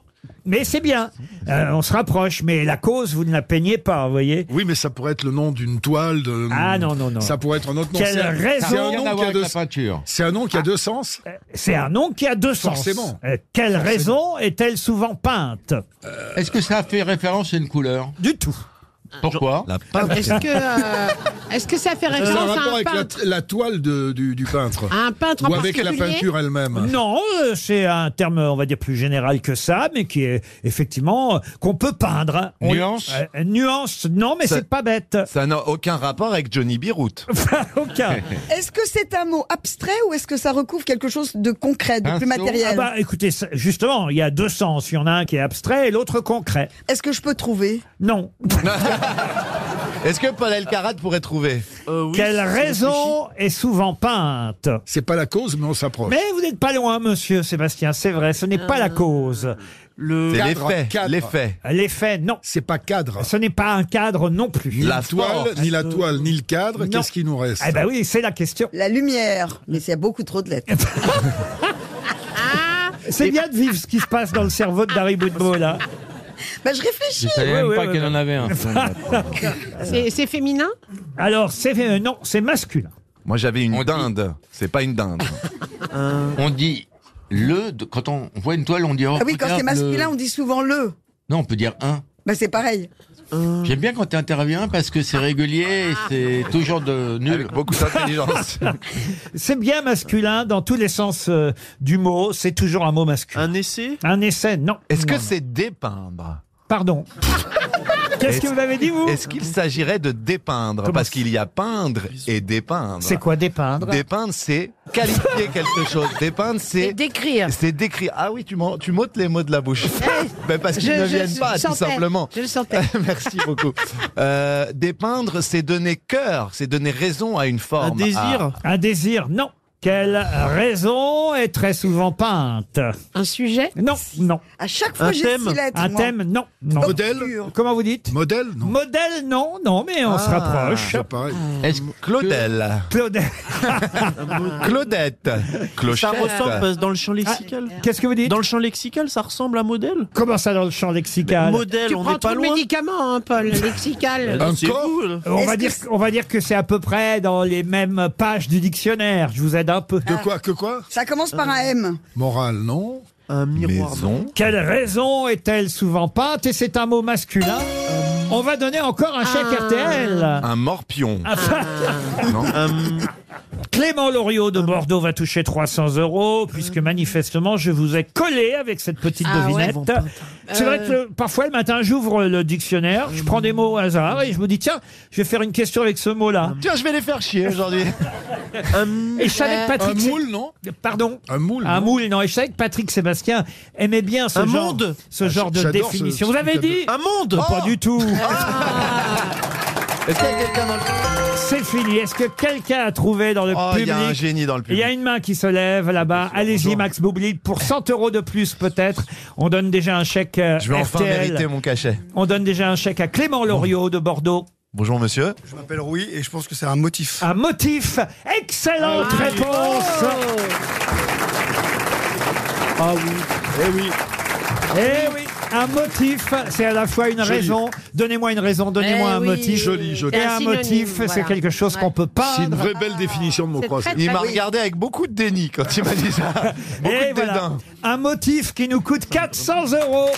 Speaker 2: Mais c'est bien. Euh, on se rapproche, mais la cause, vous ne la peignez pas, vous voyez.
Speaker 3: Oui, mais ça pourrait être le nom d'une toile. De...
Speaker 2: Ah non, non, non.
Speaker 3: Ça pourrait être un autre nom.
Speaker 2: Quelle
Speaker 3: C'est un-
Speaker 2: raison
Speaker 3: C'est
Speaker 2: Ça
Speaker 3: un
Speaker 2: n'a rien
Speaker 3: nom
Speaker 2: à
Speaker 3: qui
Speaker 2: voir
Speaker 3: a
Speaker 2: avec
Speaker 3: deux
Speaker 2: la
Speaker 4: peinture.
Speaker 3: C'est un nom qui a deux sens.
Speaker 2: Euh, C'est un nom qui a deux sens.
Speaker 3: Forcément.
Speaker 2: Euh, quelle
Speaker 3: Forcément.
Speaker 2: raison est-elle souvent peinte
Speaker 4: Euh, Est-ce que ça fait référence à une couleur
Speaker 2: Du tout.
Speaker 4: Pourquoi
Speaker 8: Est-ce que, euh, est-ce que ça fait
Speaker 3: C'est un
Speaker 8: référence
Speaker 3: rapport
Speaker 8: à un
Speaker 3: avec la,
Speaker 8: peintre
Speaker 3: la toile de- du, du peintre.
Speaker 8: À un peintre en
Speaker 3: Ou avec la
Speaker 8: particulier
Speaker 3: peinture elle-même.
Speaker 2: Non, euh, c'est un terme, on va dire, plus général que ça, mais qui est effectivement euh, qu'on peut peindre. hein. On-
Speaker 14: Nuance
Speaker 2: Euh, Nuance, non, mais
Speaker 14: Ça-
Speaker 2: c'est pas bête.
Speaker 14: Ça n'a aucun rapport avec Johnny Birout.
Speaker 2: <laughs> Aucun.
Speaker 14: <laughs>
Speaker 5: Est-ce que c'est un mot abstrait ou est-ce que ça recouvre quelque chose de concret, de plus matériel
Speaker 2: Ah bah, écoutez, ça- justement, il y a deux sens. Il y en a un qui est abstrait et l'autre concret.
Speaker 5: Est-ce
Speaker 2: <laughs>
Speaker 5: que je peux trouver
Speaker 2: Non.
Speaker 14: Est-ce que Paul Elkarat pourrait trouver
Speaker 8: Euh,
Speaker 2: Quelle raison est souvent peinte
Speaker 3: C'est pas la cause, mais on s'approche.
Speaker 2: Mais vous n'êtes pas loin, monsieur Sébastien, c'est vrai, ce n'est pas la cause. Le...
Speaker 3: C'est Euh, Cadre, l'effet, cadre. l'effet.
Speaker 2: L'effet, non.
Speaker 3: C'est pas cadre.
Speaker 2: Ce n'est pas un cadre non plus. Euh,
Speaker 3: Ni la toile, ni la toile, ni le cadre.
Speaker 2: Non.
Speaker 3: Qu'est-ce qui nous reste
Speaker 2: Eh ben oui, c'est la question.
Speaker 5: La lumière. Mais c'est beaucoup trop de
Speaker 2: <laughs>
Speaker 5: lettres.
Speaker 2: C'est bien de vivre ce qui se passe dans le cerveau de Darry Boudbeau, là.
Speaker 5: Bah, je réfléchis.
Speaker 4: Je savais même pas qu'il en avait un.
Speaker 2: <laughs>
Speaker 8: C'est c'est féminin
Speaker 2: Alors, c'est euh, non, c'est masculin.
Speaker 14: Moi, j'avais une dinde. C'est pas une dinde.
Speaker 4: <laughs> On dit le. de- Quand on voit une toile, on dit. oh,
Speaker 5: Ah oui, quand
Speaker 4: regarde
Speaker 5: c'est masculin,
Speaker 4: le-
Speaker 5: on dit souvent le.
Speaker 4: Non, on peut dire un.
Speaker 5: Bah, c'est pareil.
Speaker 4: J'aime bien quand tu interviens parce que c'est régulier et c'est toujours de nul. Avec
Speaker 14: beaucoup
Speaker 4: <laughs>
Speaker 14: d'intelligence.
Speaker 2: C'est bien masculin dans tous les sens euh, du mot. C'est toujours un mot masculin.
Speaker 15: Un essai
Speaker 2: Un essai, non.
Speaker 14: Est-ce que
Speaker 2: Non,
Speaker 14: c'est dépeindre
Speaker 2: Pardon. Qu'est-ce que vous avez dit, vous
Speaker 14: Est-ce qu'il s'agirait de dépeindre Parce qu'il y a peindre et dépeindre.
Speaker 2: C'est quoi dépeindre
Speaker 14: Dépeindre, c'est qualifier quelque chose. Dépeindre, c'est.
Speaker 8: décrire. Eh,
Speaker 14: C'est décrire. Ah oui, tu, m'en- tu m'ôtes les mots de la bouche. <laughs> Ben, parce qu'ils
Speaker 8: Je-
Speaker 14: ne
Speaker 8: je-
Speaker 14: viennent
Speaker 8: je
Speaker 14: pas,
Speaker 8: le
Speaker 14: tout
Speaker 8: sentais.
Speaker 14: simplement.
Speaker 8: Je le sentais.
Speaker 14: <laughs> Merci beaucoup. Euh, dépeindre, c'est donner cœur, c'est donner raison à une forme. à-
Speaker 2: Ah. Un désir, non. Quelle raison est très souvent peinte
Speaker 8: Un sujet
Speaker 2: Non, non.
Speaker 5: À chaque fois, Un j'ai thème six lettres,
Speaker 2: Un
Speaker 5: moi.
Speaker 2: thème, non. non.
Speaker 5: Modèle
Speaker 2: Comment vous dites
Speaker 3: Modèle, non.
Speaker 2: Modèle, non, non, mais on se
Speaker 14: Ah,
Speaker 2: rapproche.
Speaker 14: c'est
Speaker 3: pareil.
Speaker 14: Claudel.
Speaker 2: Claudel.
Speaker 14: <laughs> Claudette. Clochette.
Speaker 15: Ça ressemble parce- dans le champ lexical.
Speaker 2: Ah, Qu'est-ce que vous dites
Speaker 15: Dans le champ lexical, ça ressemble à modèle
Speaker 2: Comment ça dans le champ lexical
Speaker 15: Modèle,
Speaker 8: Tu
Speaker 15: on
Speaker 8: prends
Speaker 15: n'est
Speaker 8: trop
Speaker 15: pas
Speaker 8: de
Speaker 15: loin.
Speaker 8: médicaments, hein, Paul, lexical.
Speaker 15: C'est vous, là.
Speaker 2: on va, dire, on va dire que c'est à peu près dans les mêmes pages du dictionnaire. Je vous aide un peu.
Speaker 3: De quoi Que quoi
Speaker 5: Ça commence par un M.
Speaker 3: Morale, non
Speaker 15: Un miroir.
Speaker 14: Maison.
Speaker 2: Quelle raison est-elle souvent peinte Et c'est un mot masculin.
Speaker 14: Ah.
Speaker 2: On va donner encore un chèque RTL.
Speaker 14: Un morpion. Ah. <laughs> Non
Speaker 2: Ah. Clément Loriot de Bordeaux va toucher 300 euros, puisque manifestement, je vous ai collé avec cette petite
Speaker 8: Ah
Speaker 2: devinette.
Speaker 8: ouais, bon,
Speaker 2: c'est vrai
Speaker 14: Euh.
Speaker 2: que le- parfois, le matin, j'ouvre le dictionnaire, je prends des mots au hasard et je me dis, tiens, je vais faire une question avec ce mot-là.
Speaker 14: Tiens, je vais les faire chier
Speaker 2: <laughs>
Speaker 14: aujourd'hui.
Speaker 2: Et je savais que
Speaker 3: Un
Speaker 2: Patrick... Sé-
Speaker 3: moule, non
Speaker 2: Pardon
Speaker 3: Un moule.
Speaker 2: un
Speaker 3: non
Speaker 2: moule, non. Et je savais que Patrick Sébastien aimait bien ce
Speaker 15: Un
Speaker 2: genre,
Speaker 15: monde
Speaker 2: ce genre de
Speaker 3: j'adore ce-
Speaker 2: définition.
Speaker 3: ce
Speaker 2: Vous avez
Speaker 3: truc à
Speaker 2: dit Oh,
Speaker 15: Un monde
Speaker 2: Pas du tout.
Speaker 14: Est-ce qu'il y a quelqu'un dans le-
Speaker 2: C'est fini. Est-ce que quelqu'un a trouvé dans le
Speaker 14: Oh, il
Speaker 2: public
Speaker 14: y a un génie dans le
Speaker 2: Il
Speaker 14: public.
Speaker 2: y a une main qui se lève là-bas. Allez-y, Max Boublil, pour 100 euros de plus peut-être. On donne déjà un chèque euh,
Speaker 14: Je vais enfin
Speaker 2: RTL.
Speaker 14: mériter mon cachet.
Speaker 2: On donne déjà un chèque à Clément Loriot de Bordeaux.
Speaker 14: Bonjour monsieur.
Speaker 16: Je m'appelle Rui et je pense que c'est un motif.
Speaker 2: Un motif. Excellente
Speaker 14: Oh.
Speaker 2: réponse. Ah oui. Eh oui. Eh oui. Un motif, c'est à la fois une raison. Donnez-moi une raison, donnez-moi
Speaker 8: Eh
Speaker 2: un
Speaker 8: oui.
Speaker 2: motif.
Speaker 3: Joli, joli.
Speaker 2: Et
Speaker 8: C'est un
Speaker 2: un
Speaker 8: synonyme,
Speaker 2: motif, c'est
Speaker 8: voilà.
Speaker 2: quelque chose qu'on peut
Speaker 3: C'est une
Speaker 2: peindre.
Speaker 3: vraie belle définition de mon
Speaker 8: C'est
Speaker 3: cross.
Speaker 8: très,
Speaker 14: Il
Speaker 8: très
Speaker 14: m'a
Speaker 8: beau.
Speaker 14: regardé avec <laughs> beaucoup de déni quand il m'a dit
Speaker 2: <laughs>
Speaker 14: ça. Beaucoup
Speaker 2: Et
Speaker 14: de
Speaker 2: voilà.
Speaker 14: dédain.
Speaker 2: un motif qui nous coûte 400 euros.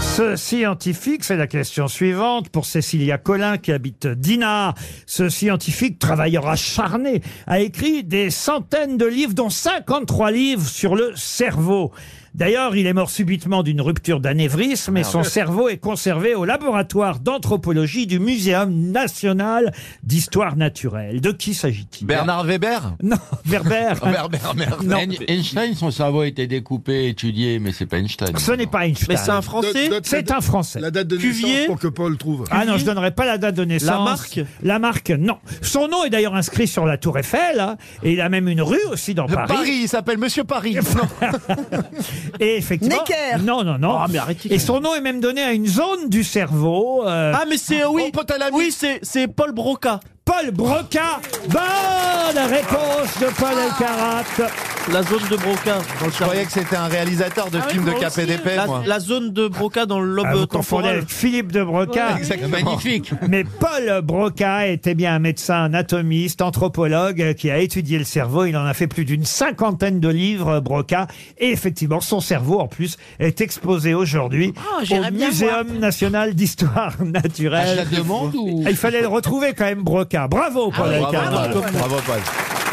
Speaker 2: Ce scientifique, c'est la question suivante pour Cécilia Collin qui habite Dinard. Ce scientifique, travailleur acharné, a écrit des centaines de livres, dont 53 livres sur le cerveau. D'ailleurs, il est mort subitement d'une rupture d'anévrisme
Speaker 14: Ah,
Speaker 2: et son cerveau est conservé au laboratoire d'anthropologie du Muséum national d'histoire naturelle. De qui s'agit-il
Speaker 14: Bernard Weber
Speaker 2: Non, Werber.
Speaker 14: <laughs> Werber, merde.
Speaker 2: Non.
Speaker 4: Ein- Einstein, son cerveau a été découpé, étudié, mais c'est pas Einstein.
Speaker 2: Ce n'est pas Einstein.
Speaker 15: Mais c'est un français
Speaker 3: Note- note la
Speaker 2: C'est
Speaker 3: da-
Speaker 2: un Français.
Speaker 3: La date de
Speaker 15: Cuvier.
Speaker 3: naissance pour que Paul trouve.
Speaker 2: Ah non, je donnerai pas la date de naissance.
Speaker 15: La marque
Speaker 2: La marque, non. Son nom est d'ailleurs inscrit sur la Tour Eiffel, hein, et il a même une rue aussi dans Paris. Oh,
Speaker 14: Paris. il s'appelle Monsieur Paris.
Speaker 2: <laughs> Et effectivement.
Speaker 5: Necker.
Speaker 2: Non, non, non.
Speaker 15: Ah, mais arrêtez.
Speaker 2: et son nom est même donné à une zone du cerveau. euh,
Speaker 15: Ah, mais c'est. euh, oui,
Speaker 14: Hypothalamus.
Speaker 15: oui c'est c'est Paul Broca.
Speaker 2: Paul Broca. Bonne réponse de Paul
Speaker 15: Ah.
Speaker 2: Elkarat.
Speaker 15: La zone de Broca dans le
Speaker 14: Je croyais que c'était un réalisateur de
Speaker 15: Ah oui,
Speaker 14: films de
Speaker 15: moi aussi.
Speaker 14: KPDP,
Speaker 15: la,
Speaker 14: moi.
Speaker 15: la zone de Broca dans le lobe
Speaker 2: Ah, vous confondez
Speaker 15: temporel.
Speaker 2: avec Philippe de Broca.
Speaker 4: Magnifique.
Speaker 2: Mais Paul Broca était bien un médecin anatomiste, anthropologue, euh, qui a étudié le cerveau. Il en a fait plus d'une cinquantaine de livres, euh, Broca. Et effectivement, son cerveau, en plus, est exposé aujourd'hui
Speaker 8: Oh,
Speaker 2: au
Speaker 8: j'irais bien
Speaker 2: Muséum national d'histoire
Speaker 4: Ah, je
Speaker 2: naturelle. Ah,
Speaker 4: la demande ou
Speaker 2: Il fallait le retrouver quand même, Broca. Bravo,
Speaker 3: Ah,
Speaker 2: Paul
Speaker 14: Bravo,
Speaker 2: Alcarat.
Speaker 14: Paul. Bravo, Paul.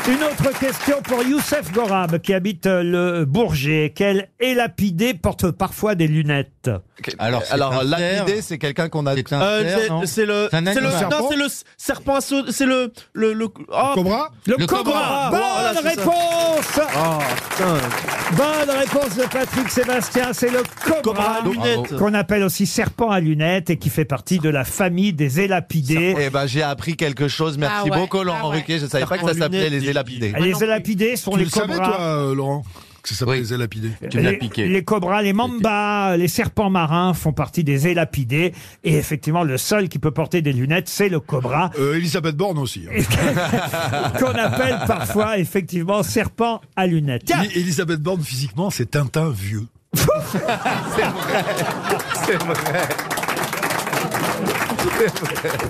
Speaker 2: Une autre question pour Youssef Gorab, qui habite euh, le Bourget. Quel élapidé porte parfois des lunettes
Speaker 4: Alors, c'est un
Speaker 14: Alors,
Speaker 4: cerf.
Speaker 14: l'idée, c'est quelqu'un qu'on a.
Speaker 4: c'est un
Speaker 15: Euh,
Speaker 4: cerf,
Speaker 15: c'est-
Speaker 4: non
Speaker 15: c'est le,
Speaker 4: C'est un
Speaker 15: c'est le,
Speaker 4: animal.
Speaker 15: non, c'est le s- serpent, à sau- c'est le, le, le, oh,
Speaker 3: Cobra
Speaker 2: Le,
Speaker 4: Le
Speaker 2: cobra.
Speaker 4: cobra.
Speaker 2: Bonne
Speaker 15: Voilà, c'est ça.
Speaker 2: réponse
Speaker 14: Ah,
Speaker 15: oh, putain,
Speaker 2: Bonne réponse de Patrick Sébastien, c'est le
Speaker 15: cobra à
Speaker 2: cobra.
Speaker 15: lunettes.
Speaker 2: Qu'on appelle aussi serpent à lunettes et qui fait partie de la famille des élapidés.
Speaker 14: Eh ben, j'ai appris quelque chose. Merci
Speaker 8: Ah ouais,
Speaker 14: beaucoup, Laurent
Speaker 8: ah ouais.
Speaker 14: Ruquier. Je savais pas que
Speaker 15: Serpent
Speaker 14: ça s'appelait
Speaker 15: lunettes,
Speaker 14: les
Speaker 15: les-
Speaker 14: élapidés.
Speaker 2: Les Ah, élapidés sont
Speaker 3: Tu
Speaker 2: les
Speaker 3: le savais,
Speaker 2: cobras.
Speaker 3: toi, euh, Laurent Ça s'appelle les élapidés.
Speaker 2: Ah. les, les cobras, les mambas, les serpents marins font partie des élapidés. Et effectivement, le seul qui peut porter des lunettes, c'est le cobra.
Speaker 3: Euh, Elisabeth Borne aussi.
Speaker 2: <laughs> qu'on appelle parfois effectivement serpent à lunettes. Tiens,
Speaker 3: Eli- Elisabeth Borne, physiquement, c'est Tintin vieux.
Speaker 6: C'est
Speaker 2: <laughs>
Speaker 6: vrai.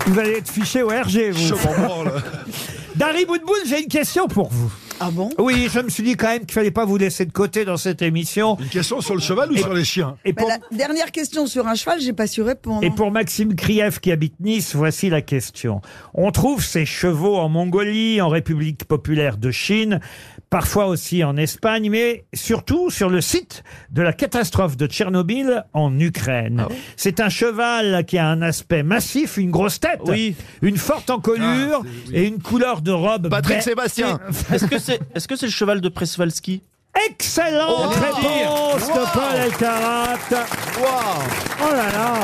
Speaker 2: vous allez être fiché au RG, vous. <laughs> Dari Boudboul, j'ai une question pour vous.
Speaker 5: Ah bon
Speaker 2: Oui, je me suis dit quand même qu'il fallait pas vous laisser de côté dans cette émission. Une
Speaker 3: question sur le cheval ou sur les chiens
Speaker 2: et
Speaker 5: Bah,
Speaker 2: pour,
Speaker 5: la dernière question sur un cheval, j'ai pas su répondre.
Speaker 2: et pour Maxime Krief qui habite Nice, voici la question. On trouve ces chevaux en Mongolie, en République populaire de Chine, parfois aussi en Espagne, mais surtout sur le site de la catastrophe de Tchernobyl en Ukraine.
Speaker 15: Ah
Speaker 2: C'est un cheval qui a un aspect massif, une grosse tête, une forte encolure et une couleur de robe.
Speaker 15: Ah, Patrick
Speaker 2: bai- <laughs>
Speaker 15: Sébastien. Est-ce que c'est est-ce que c'est le cheval de Przewalski
Speaker 2: Excellente
Speaker 15: Oh, bien
Speaker 2: réponse
Speaker 15: dit.
Speaker 2: de
Speaker 15: Wow.
Speaker 2: Paul Elkarat. Oh là là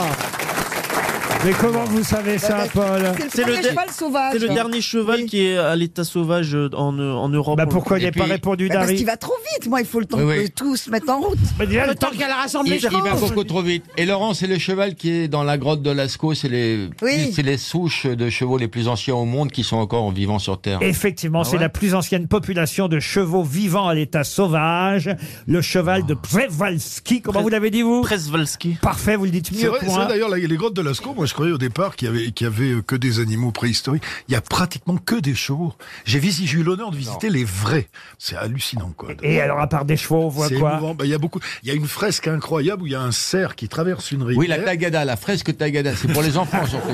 Speaker 2: Mais comment vous savez
Speaker 5: Bah,
Speaker 2: ça, Paul
Speaker 5: C'est le premier cheval sauvage.
Speaker 15: C'est le dernier cheval qui est à l'état sauvage euh, en, euh, en Europe. Bah
Speaker 2: pourquoi il n'y a pas répondu,
Speaker 5: Bah, parce qu'il va trop vite, moi, il faut le temps
Speaker 4: Oui, oui.
Speaker 5: que tous se mettent en route. le temps qu'elle rassemble
Speaker 4: il,
Speaker 5: les
Speaker 4: il va
Speaker 5: choses.
Speaker 4: beaucoup trop vite. Et Laurent, c'est le cheval qui est dans la grotte de Lascaux. C'est les,
Speaker 5: Oui.
Speaker 4: c'est les souches de chevaux les plus anciens au monde qui sont encore vivants sur Terre.
Speaker 2: Effectivement,
Speaker 14: Ah
Speaker 2: c'est la plus ancienne population de chevaux vivants à l'état sauvage, le cheval
Speaker 14: Ah.
Speaker 2: de Przewalski. Comment vous l'avez dit, vous
Speaker 15: Przewalski.
Speaker 2: Parfait, vous le dites
Speaker 3: C'est
Speaker 2: mieux.
Speaker 3: vrai, c'est
Speaker 2: point.
Speaker 3: vrai, d'ailleurs, la- les grottes de Lascaux, moi je croyais au départ qu'il y avait, qu'il y avait euh, que des animaux préhistoriques. Il y a pratiquement que des chevaux. J'ai visi- j'ai eu l'honneur de visiter les vrais. C'est hallucinant, quoi.
Speaker 2: Et alors, à part des chevaux, on voit
Speaker 3: C'est
Speaker 2: quoi
Speaker 3: émouvant. Bah, Il y a beaucoup. Il y a une fresque incroyable où il y a un cerf qui traverse une rivière.
Speaker 4: Oui, la Tagada, la fresque Tagada, c'est pour les enfants surtout.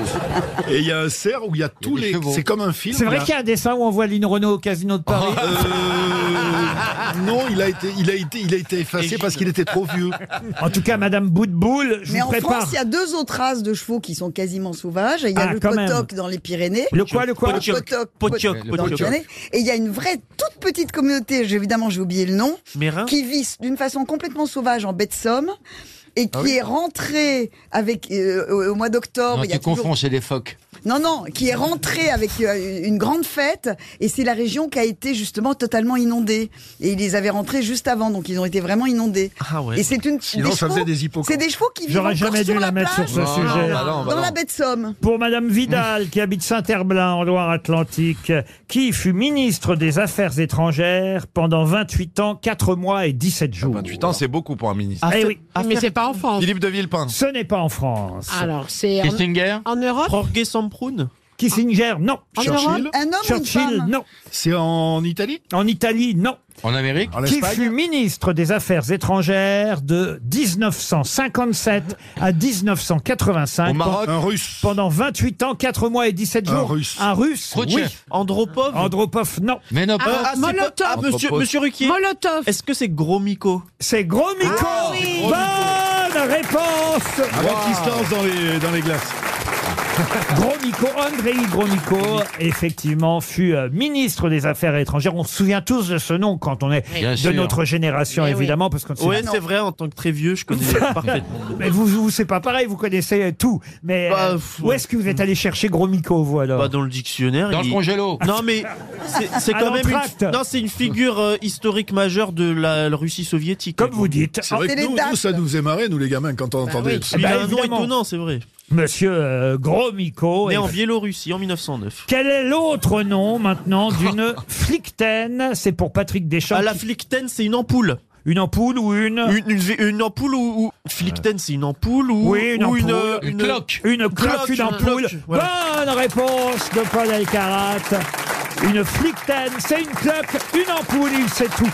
Speaker 3: Et il y a un cerf où il y a tous les. C'est comme un film.
Speaker 2: C'est vrai
Speaker 3: là.
Speaker 2: qu'il y a un dessin où on voit Lynn Renault au casino de Paris.
Speaker 3: Euh, non, il a été, il a été, il a été effacé parce qu'il était trop vieux.
Speaker 2: <laughs> En tout cas, Madame Boutboul, je
Speaker 5: Mais
Speaker 2: vous
Speaker 5: en
Speaker 2: prépare.
Speaker 5: France, il y a deux autres races de chevaux qui sont quasiment sauvages. Il y a
Speaker 2: Ah,
Speaker 5: le
Speaker 2: quand même.
Speaker 5: potoc dans les Pyrénées.
Speaker 2: Le quoi, le quoi
Speaker 5: Le
Speaker 2: Potioc.
Speaker 5: potoc.
Speaker 2: Potioc,
Speaker 5: dans les
Speaker 2: potioc.
Speaker 5: Pyrénées. Et il y a une vraie toute petite communauté, j'ai- évidemment j'ai oublié le nom,
Speaker 2: Mérin
Speaker 5: qui vit d'une façon complètement sauvage en baie de Somme et qui
Speaker 4: Ah oui.
Speaker 5: est rentrée avec, euh, au- au mois d'octobre.
Speaker 4: Non,
Speaker 5: il y a
Speaker 4: tu
Speaker 5: toujours-
Speaker 4: confonds, c'est des phoques.
Speaker 5: Non, non, qui est rentré avec euh, une grande fête, et c'est la région qui a été justement totalement inondée. Et ils les avaient rentrés juste avant, donc ils ont été vraiment inondés.
Speaker 15: Ah ouais.
Speaker 5: Et c'est une. des
Speaker 15: Sinon, ça faisait
Speaker 5: chevaux-
Speaker 15: des hippocampes.
Speaker 5: C'est des chevaux qui vivent
Speaker 2: J'aurais
Speaker 5: encore
Speaker 2: jamais
Speaker 5: sur
Speaker 2: dû la mettre sur
Speaker 5: plage,
Speaker 2: ce sujet.
Speaker 5: dans la baie de Somme.
Speaker 2: Pour Madame Vidal, qui habite Saint-Herblain, en Loire-Atlantique, qui fut ministre des Affaires étrangères pendant 28 ans, 4 mois et 17 jours.
Speaker 14: 28 Ah, ans, c'est beaucoup pour un ministre.
Speaker 2: Ah, Eh oui.
Speaker 8: Mais c'est pas en France.
Speaker 14: Philippe de Villepin.
Speaker 2: Ce n'est pas en France.
Speaker 8: Alors, c'est en-
Speaker 4: Kissinger
Speaker 8: en, Europe
Speaker 15: Jorge Samprun
Speaker 2: Kissinger, non.
Speaker 8: En Churchill Europe, un homme ou une
Speaker 2: Churchill,
Speaker 8: femme
Speaker 2: non.
Speaker 3: C'est en Italie
Speaker 2: En Italie, non.
Speaker 4: En Amérique En
Speaker 2: Qui fut ministre des Affaires étrangères de 1957 à 1985.
Speaker 14: Au Maroc
Speaker 2: Pen-
Speaker 14: Un Russe.
Speaker 2: Pendant 28 ans, 4 mois et 17
Speaker 14: Un
Speaker 2: jours.
Speaker 14: Russe.
Speaker 2: Un Russe.
Speaker 4: Khrouchtchev.
Speaker 2: Oui.
Speaker 15: Andropov
Speaker 2: Andropov, non. Euh,
Speaker 4: Mais non,
Speaker 15: Ah,
Speaker 4: pas.
Speaker 15: c'est pas- ah, monsieur, monsieur Ruquier.
Speaker 2: <laughs>
Speaker 8: Molotov.
Speaker 15: Est-ce que c'est Gromiko
Speaker 2: C'est Gros Miko.
Speaker 5: Ah
Speaker 2: Bonne réponse.
Speaker 14: Avant qu'il se lance dans les, dans les glaces.
Speaker 2: Gros Miko, Andrei Gros Miko, effectivement, fut euh, ministre des Affaires étrangères. On se souvient tous de ce nom quand on est
Speaker 15: Bien
Speaker 2: de
Speaker 15: sûr.
Speaker 2: notre génération,
Speaker 15: Eh oui.
Speaker 2: évidemment, parce qu'on ne sait
Speaker 15: Ouais,
Speaker 2: pas-
Speaker 15: c'est vrai, en tant que très vieux, je
Speaker 2: <laughs>
Speaker 15: connais parfaitement.
Speaker 2: Mais vous, vous c'est pas pareil, vous connaissez euh, tout. Mais
Speaker 15: Bah,
Speaker 2: euh, où est-ce que vous êtes allé chercher Gros Miko, vous alors
Speaker 15: Pas Bah, dans le dictionnaire.
Speaker 4: Dans
Speaker 15: il-
Speaker 4: le congélo.
Speaker 15: Non, mais c'est- c'est
Speaker 2: <laughs> À
Speaker 15: quand même
Speaker 2: l'entracte.
Speaker 15: une. Non, c'est une figure euh, historique majeure de la, la Russie soviétique. Comme
Speaker 2: vous dites.
Speaker 3: Ah, C'est Ah vrai que nous, nous, ça nous faisait marrer, nous les gamins, quand on entendait.
Speaker 15: oui.
Speaker 3: ça.
Speaker 15: Il
Speaker 2: Bah,
Speaker 15: a un nom
Speaker 2: évidemment.
Speaker 15: Eh ben, étonnant, c'est vrai.
Speaker 2: Monsieur euh, Gros Miko.
Speaker 15: Né
Speaker 2: Et-
Speaker 15: en Biélorussie en 1909.
Speaker 2: Quel est l'autre nom
Speaker 15: <laughs>
Speaker 2: maintenant d'une flictaine C'est pour Patrick Deschamps.
Speaker 15: Ah, la
Speaker 2: qui-
Speaker 15: Flickten, c'est une ampoule.
Speaker 2: Une ampoule ou une
Speaker 15: Une, une- une ampoule ou. ou- Flickten, c'est une ampoule ou.
Speaker 2: Oui, une
Speaker 15: ou
Speaker 2: ampoule.
Speaker 15: euh,
Speaker 4: Une cloque.
Speaker 2: Une cloque, une ampoule.
Speaker 15: cloque, voilà.
Speaker 2: Bonne réponse de Paul Alcarat. Une flictaine, c'est une cloque, une ampoule, il sait tout.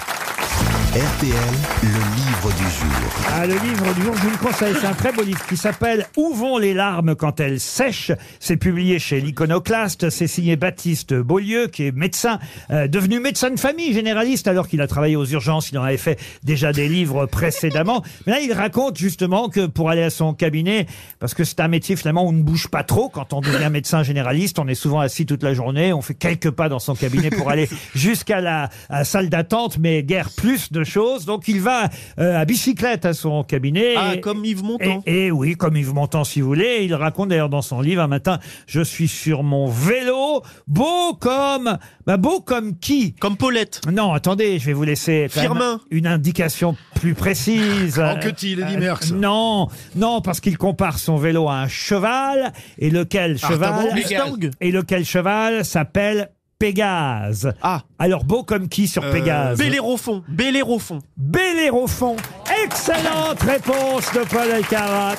Speaker 1: RTL, le livre du jour.
Speaker 2: Ah, le livre du jour, je vous le conseille, c'est un très beau livre qui s'appelle Où vont les larmes quand elles sèchent C'est publié chez l'Iconoclaste, c'est signé Baptiste Beaulieu qui est médecin, euh, devenu médecin de famille généraliste alors qu'il a travaillé aux urgences, il en avait fait déjà des livres précédemment. Mais là, il raconte justement que pour aller à son cabinet, parce que c'est un métier finalement où on ne bouge pas trop quand on devient médecin généraliste, on est souvent assis toute la journée, on fait quelques pas dans son cabinet
Speaker 15: <laughs>
Speaker 2: pour aller jusqu'à la à la salle d'attente, mais guère plus de choses. Donc il va euh, à bicyclette à son cabinet.
Speaker 15: Ah,
Speaker 2: Et-
Speaker 15: comme Yves Montand.
Speaker 2: et, et oui, comme Yves Montand, si vous voulez. Il raconte d'ailleurs dans son livre, un matin, je suis sur mon vélo beau, beau comme, bah beau comme qui Comme Paulette. Non, attendez, je vais vous laisser quand même
Speaker 15: Firmin.
Speaker 2: une indication plus précise.
Speaker 3: En queue-t-il, Eddy Merckx.
Speaker 2: Non, non, parce qu'il compare son vélo à un cheval et lequel
Speaker 15: Ah,
Speaker 2: cheval
Speaker 15: t'as bon, Mustang.
Speaker 2: et lequel cheval s'appelle Pégase. Ah. Alors beau comme qui
Speaker 15: Euh,
Speaker 2: sur Pégase
Speaker 15: Bellérophon. Bellérophon.
Speaker 2: Bellérophon. Excellente réponse de Paul Alcarat.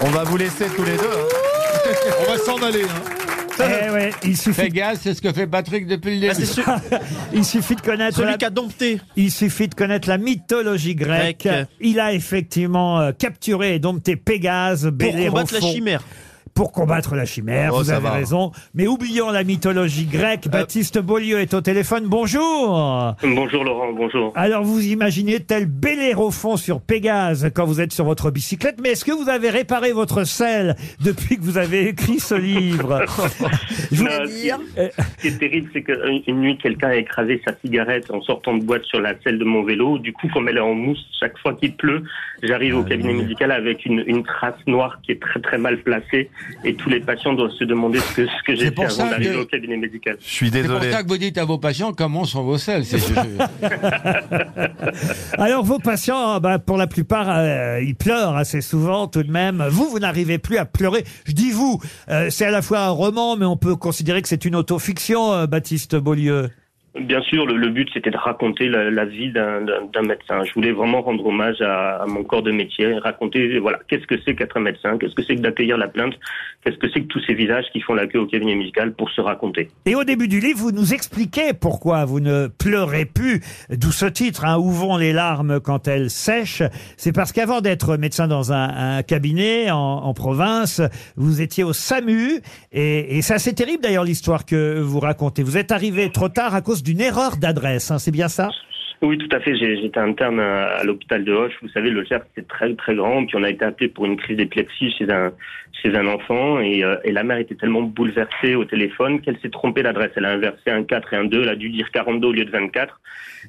Speaker 14: On va vous laisser tous les deux. hein. <laughs>
Speaker 3: On va s'en aller.
Speaker 2: Eh ouais, il suffit.
Speaker 4: Pégase, c'est ce que fait Patrick depuis le début.
Speaker 2: <laughs> il suffit de connaître
Speaker 4: Celui
Speaker 2: la... Il suffit de connaître la mythologie grecque.
Speaker 15: Grecque.
Speaker 2: Il a effectivement euh, capturé et dompté Pégase, Bellérophon.
Speaker 15: combattre la chimère.
Speaker 2: Pour combattre la chimère,
Speaker 15: Oh,
Speaker 2: vous
Speaker 15: ça
Speaker 2: avez
Speaker 15: va. Euh.
Speaker 2: raison. Mais oublions la mythologie grecque. Baptiste Beaulieu est au téléphone. Bonjour.
Speaker 10: Bonjour Laurent, bonjour.
Speaker 2: Alors vous imaginez tel Bellérophon sur Pégase quand vous êtes sur votre bicyclette, mais est-ce que vous avez réparé votre selle depuis que vous avez écrit ce livre <laughs>
Speaker 10: Non, Ce qui est terrible, c'est qu'une nuit, quelqu'un a écrasé sa cigarette en sortant de boîte sur la selle de mon vélo. Du coup, comme elle est en mousse, chaque fois qu'il pleut, j'arrive
Speaker 4: Ah,
Speaker 10: au cabinet médical avec une, une trace noire qui est très très mal placée et tous les patients doivent se demander ce que, ce que j'ai
Speaker 4: pour
Speaker 10: fait
Speaker 4: ça
Speaker 10: avant d'arriver
Speaker 4: que-
Speaker 10: au cabinet médical.
Speaker 14: Je suis
Speaker 4: C'est pour ça que vous dites à vos patients comment sont vos
Speaker 14: <laughs>
Speaker 4: selles. c'est-
Speaker 2: Alors vos patients, bah, pour la plupart, euh, ils pleurent assez souvent tout de même. Vous, vous n'arrivez plus à pleurer. Je dis vous, euh, c'est à la fois un roman, mais on peut considérer que c'est une autofiction, euh, Baptiste Beaulieu.
Speaker 10: Bien sûr, le, le but c'était de raconter la, la vie d'un d'un- d'un médecin. Je voulais vraiment rendre hommage à, à mon corps de métier, raconter voilà qu'est-ce que c'est qu'être un médecin, qu'est-ce que c'est que d'accueillir la plainte, qu'est-ce que c'est que tous ces visages qui font la queue au cabinet médical pour se raconter.
Speaker 2: Et au début du livre, vous nous expliquez pourquoi vous ne pleurez plus, d'où ce titre, hein, Où vont les larmes quand elles sèchent C'est parce qu'avant d'être médecin dans un, un cabinet en, en province, vous étiez au SAMU, et, et c'est assez terrible d'ailleurs l'histoire que vous racontez. Vous êtes arrivé trop tard à cause d'une erreur d'adresse, hein, c'est bien ça
Speaker 10: Oui, tout à fait. J'ai- J'étais interne à, à l'hôpital de Hoche. Vous savez, le cercle c'est très très grand. Puis on a été appelé pour une crise d'épilepsie chez un chez un enfant et, euh, et la mère était tellement bouleversée au téléphone qu'elle s'est trompée d'adresse. Elle a inversé un 4 et un 2. Elle a dû dire 42 au lieu de 24.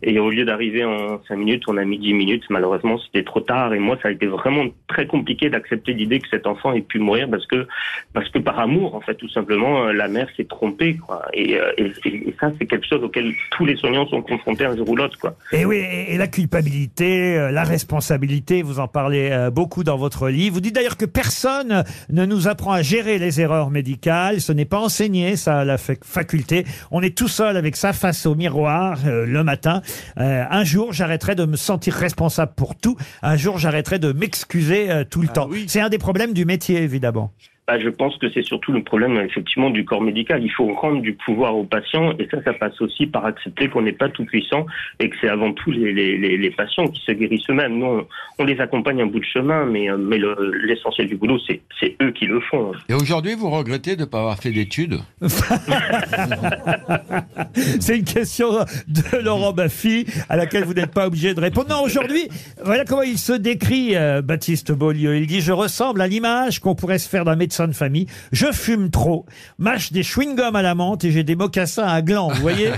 Speaker 10: Et au lieu d'arriver en 5 minutes, on a mis 10 minutes. Malheureusement, c'était trop tard. Et moi, ça a été vraiment très compliqué d'accepter l'idée que cet enfant ait pu mourir parce que parce que par amour, en fait, tout simplement, euh, la mère s'est trompée. Quoi. Et, euh, et- et- et ça, c'est quelque chose auquel tous les soignants sont confrontés un jour ou l'autre. Quoi.
Speaker 2: Et oui, et et la culpabilité, euh, la responsabilité, vous en parlez euh, beaucoup dans votre livre. Vous dites d'ailleurs que personne ne nous apprend à gérer les erreurs médicales. Ce n'est pas enseigné, ça, à la fac- faculté. On est tout seul avec ça face au miroir euh, le matin. Euh, un jour, j'arrêterai de me sentir responsable pour tout. Un jour, j'arrêterai de m'excuser euh, tout le temps. C'est un des problèmes du métier, évidemment.
Speaker 10: Bah, je pense que c'est surtout le problème effectivement du corps médical. Il faut rendre du pouvoir aux patients et ça, ça passe aussi par accepter qu'on n'est pas tout puissant et que c'est avant tout les, les, les, les patients qui se guérissent eux-mêmes. Nous, on, on les accompagne un bout de chemin, mais, euh, mais le- l'essentiel du boulot, c'est c'est eux qui le font.
Speaker 4: Et aujourd'hui, vous regrettez de ne pas avoir fait
Speaker 2: <laughs>
Speaker 4: d'études
Speaker 2: C'est une question de Laurent Baffy à laquelle vous n'êtes pas obligé de répondre. Non, aujourd'hui, voilà comment il se décrit, euh, Baptiste Beaulieu. Il dit Je ressemble à l'image qu'on pourrait se faire d'un médecin de famille. Je fume trop, mâche des chewing-gums à la menthe et j'ai des mocassins à gland. Vous voyez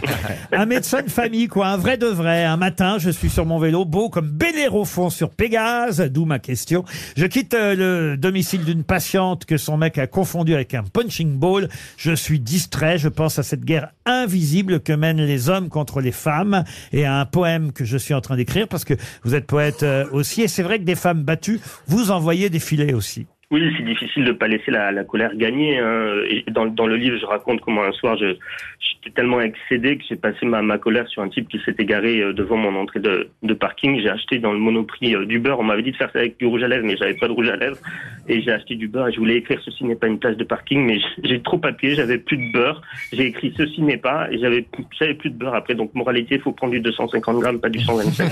Speaker 2: Un médecin de famille, quoi, un vrai de vrai. Un matin, je suis sur mon vélo, beau comme Bellérophon sur Pégase, d'où ma question. Je quitte euh, le domicile d'une patiente que son mec a confondu avec un punching ball. Je suis distrait, je pense à cette guerre invisible que mènent les hommes contre les femmes et à un poème que je suis en train d'écrire parce que vous êtes poète euh, aussi et c'est vrai que des femmes battues, vous envoyez des filets aussi.
Speaker 10: Oui, c'est difficile de pas laisser la, la colère gagner. hein. Et dans, dans le livre, je raconte comment un soir, je, j'étais tellement excédé que j'ai passé ma, ma colère sur un type qui s'est égaré euh, devant mon entrée de, de parking. J'ai acheté dans le monoprix euh, du beurre. On m'avait dit de faire ça avec du rouge à lèvres, mais j'avais pas de rouge à lèvres. Et j'ai acheté du beurre et je voulais écrire ceci n'est pas une place de parking, mais j- j'ai trop appuyé, j'avais plus de beurre. J'ai écrit ceci n'est pas et j'avais, j'avais plus de beurre après. Donc, moralité, faut prendre du 250 grammes, pas du 125.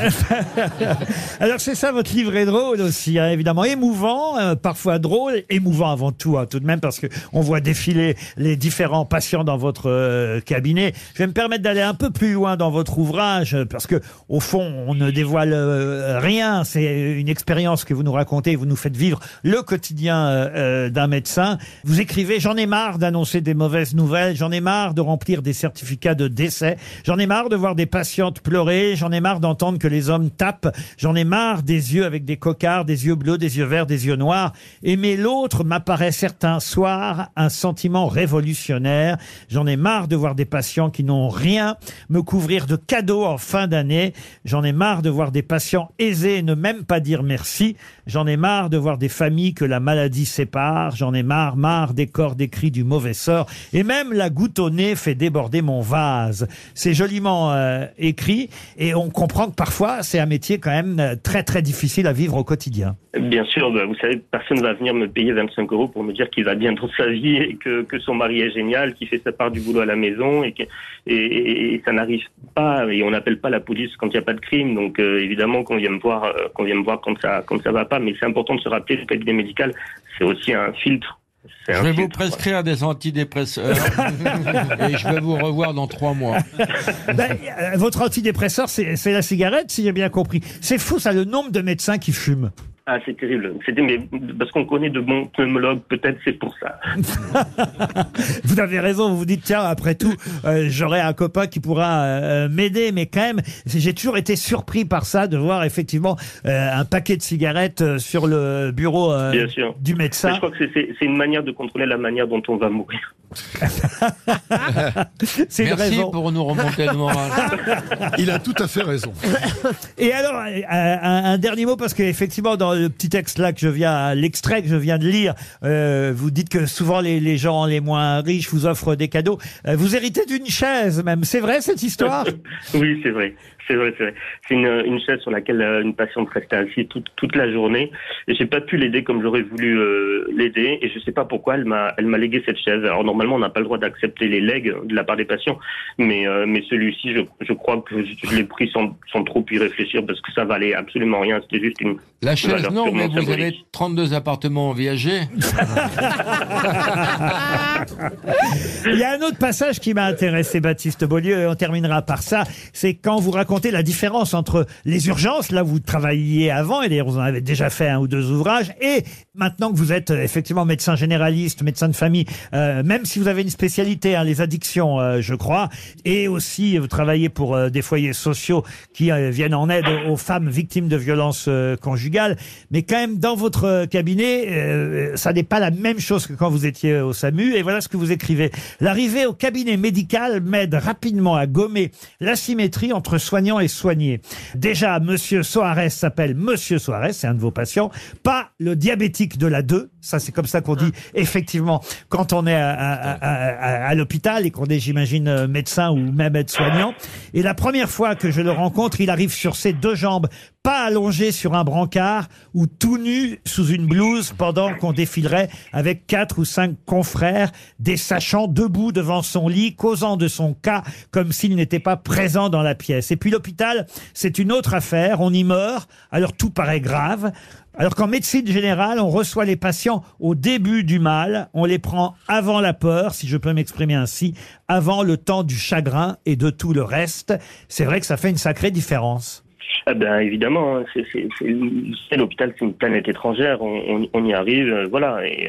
Speaker 2: Alors c'est ça, votre livre est drôle aussi, hein, évidemment, émouvant, euh, parfois drôle, émouvant avant tout, hein, tout de même, parce que on voit défiler les différents patients dans votre euh, cabinet. Je vais me permettre d'aller un peu plus loin dans votre ouvrage, euh, parce que au fond, on ne dévoile euh, rien. C'est une expérience que vous nous racontez, vous nous faites vivre le quotidien euh, euh, d'un médecin. Vous écrivez, j'en ai marre d'annoncer des mauvaises nouvelles, j'en ai marre de remplir des certificats de décès, j'en ai marre de voir des patientes pleurer, j'en ai marre d'entendre que les hommes tapent, j'en ai marre des yeux avec des cocards, des yeux bleus, des yeux verts, des yeux noirs. Et Aimer l'autre m'apparaît certains soirs un sentiment révolutionnaire. J'en ai marre de voir des patients qui n'ont rien me couvrir de cadeaux en fin d'année. J'en ai marre de voir des patients aisés et ne même pas dire merci. J'en ai marre de voir des familles que la maladie sépare. J'en ai marre, marre des corps décrits du mauvais sort. Et même la goutte au nez fait déborder mon vase. C'est joliment euh, écrit et on comprend que parfois c'est un métier quand même euh, très très difficile à vivre au quotidien.
Speaker 10: Bien sûr, bah, vous savez, personne ne va venir me payer 25 euros pour me dire qu'il va bien dans sa vie et que, que son mari est génial, qu'il fait sa part du boulot à la maison et que et, et- et ça n'arrive pas et on n'appelle pas la police quand il n'y a pas de crime. Donc euh, évidemment qu'on vient me voir, euh, qu'on vient me voir quand ça quand ça va pas. Mais c'est important de se rappeler que le cabinet médical, c'est aussi un filtre. C'est
Speaker 4: Je
Speaker 10: un
Speaker 4: vais vous
Speaker 10: filtre.
Speaker 4: prescrire
Speaker 10: <laughs>
Speaker 4: des antidépresseurs et je vais vous revoir dans trois mois.
Speaker 2: Ben, euh, votre antidépresseur, c'est c'est la cigarette, si j'ai bien compris. C'est fou, ça, le nombre de médecins qui fument.
Speaker 10: Ah, c'est terrible. C'était mais parce qu'on connaît de bons pneumologues, peut-être c'est pour ça.
Speaker 2: <laughs> Vous avez raison, vous vous dites, tiens, après tout, euh, j'aurai un copain qui pourra euh, euh, m'aider, mais quand même, j'ai toujours été surpris par ça, de voir effectivement euh, un paquet de cigarettes euh, sur le bureau euh,
Speaker 10: Bien sûr.
Speaker 2: du
Speaker 10: Mais je
Speaker 2: médecin.
Speaker 10: crois que c'est- c'est c'est une manière de contrôler la manière dont on va mourir.
Speaker 2: <laughs> C'est une
Speaker 4: Merci
Speaker 2: raison.
Speaker 4: pour nous remonter le moral.
Speaker 3: <laughs> Il a tout à fait
Speaker 2: <laughs>
Speaker 3: raison.
Speaker 2: Et alors, euh, un, un dernier mot, parce qu'effectivement, dans le petit texte là que je viens, l'extrait que je viens de lire, euh, vous dites que souvent les, les gens les moins riches vous offrent des cadeaux. Euh, vous héritez d'une chaise même, c'est vrai cette histoire
Speaker 10: oui, c'est vrai. C'est vrai, c'est vrai. C'est une, une chaise sur laquelle euh, une patiente restait assise toute, toute la journée. Et j'ai pas pu l'aider comme j'aurais voulu euh, l'aider. Et je sais pas pourquoi elle m'a, elle m'a légué cette chaise. Alors normalement, on n'a pas le droit d'accepter les legs de la part des patients. Mais, euh, mais celui-ci, je, je crois que je, je l'ai pris sans, sans trop y réfléchir parce que ça valait absolument rien. C'était juste une.
Speaker 4: La chaise,
Speaker 10: valeur
Speaker 4: non, mais
Speaker 10: purement
Speaker 4: vous
Speaker 10: symbolique.
Speaker 4: avez 32 appartements en viager.
Speaker 2: Il y a un autre passage qui m'a intéressé, Baptiste Beaulieu, et on terminera par ça. C'est quand vous racontez la différence entre les urgences, là où vous travailliez avant, et d'ailleurs vous en avez déjà fait un ou deux ouvrages, et maintenant que vous êtes euh, effectivement médecin généraliste, médecin de famille, euh, même si vous avez une spécialité, hein, les addictions, euh, je crois, et aussi vous travaillez pour euh, des foyers sociaux qui euh, viennent en aide aux femmes victimes de violences euh, conjugales, mais quand même dans votre euh, cabinet, euh, ça n'est pas la même chose que quand vous étiez au SAMU, et voilà ce que vous écrivez. L'arrivée au cabinet médical m'aide rapidement à gommer l'asymétrie entre soignants et soignés. Déjà, Monsieur Soares s'appelle Monsieur Soares, c'est un de vos patients, pas le diabétique de la 2, ça c'est comme ça qu'on dit effectivement quand on est à, à- à- à- à l'hôpital et qu'on est, j'imagine, euh, médecin ou même aide-soignant. Et la première fois que je le rencontre, il arrive sur ses deux jambes, pas allongé sur un brancard ou tout nu sous une blouse pendant qu'on défilerait avec quatre ou cinq confrères, des sachants debout devant son lit, causant de son cas comme s'il n'était pas présent dans la pièce. Et puis l'hôpital, c'est une autre affaire, on y meurt, alors tout paraît grave. Alors qu'en médecine générale, on reçoit les patients au début du mal, on les prend avant la peur, si je peux m'exprimer ainsi, avant le temps du chagrin et de tout le reste. C'est vrai que ça fait une sacrée différence.
Speaker 10: Ah ben évidemment, hein, c'est- c'est- c'est- vous savez, l'hôpital c'est une planète étrangère, on, on- on y arrive, euh, voilà, et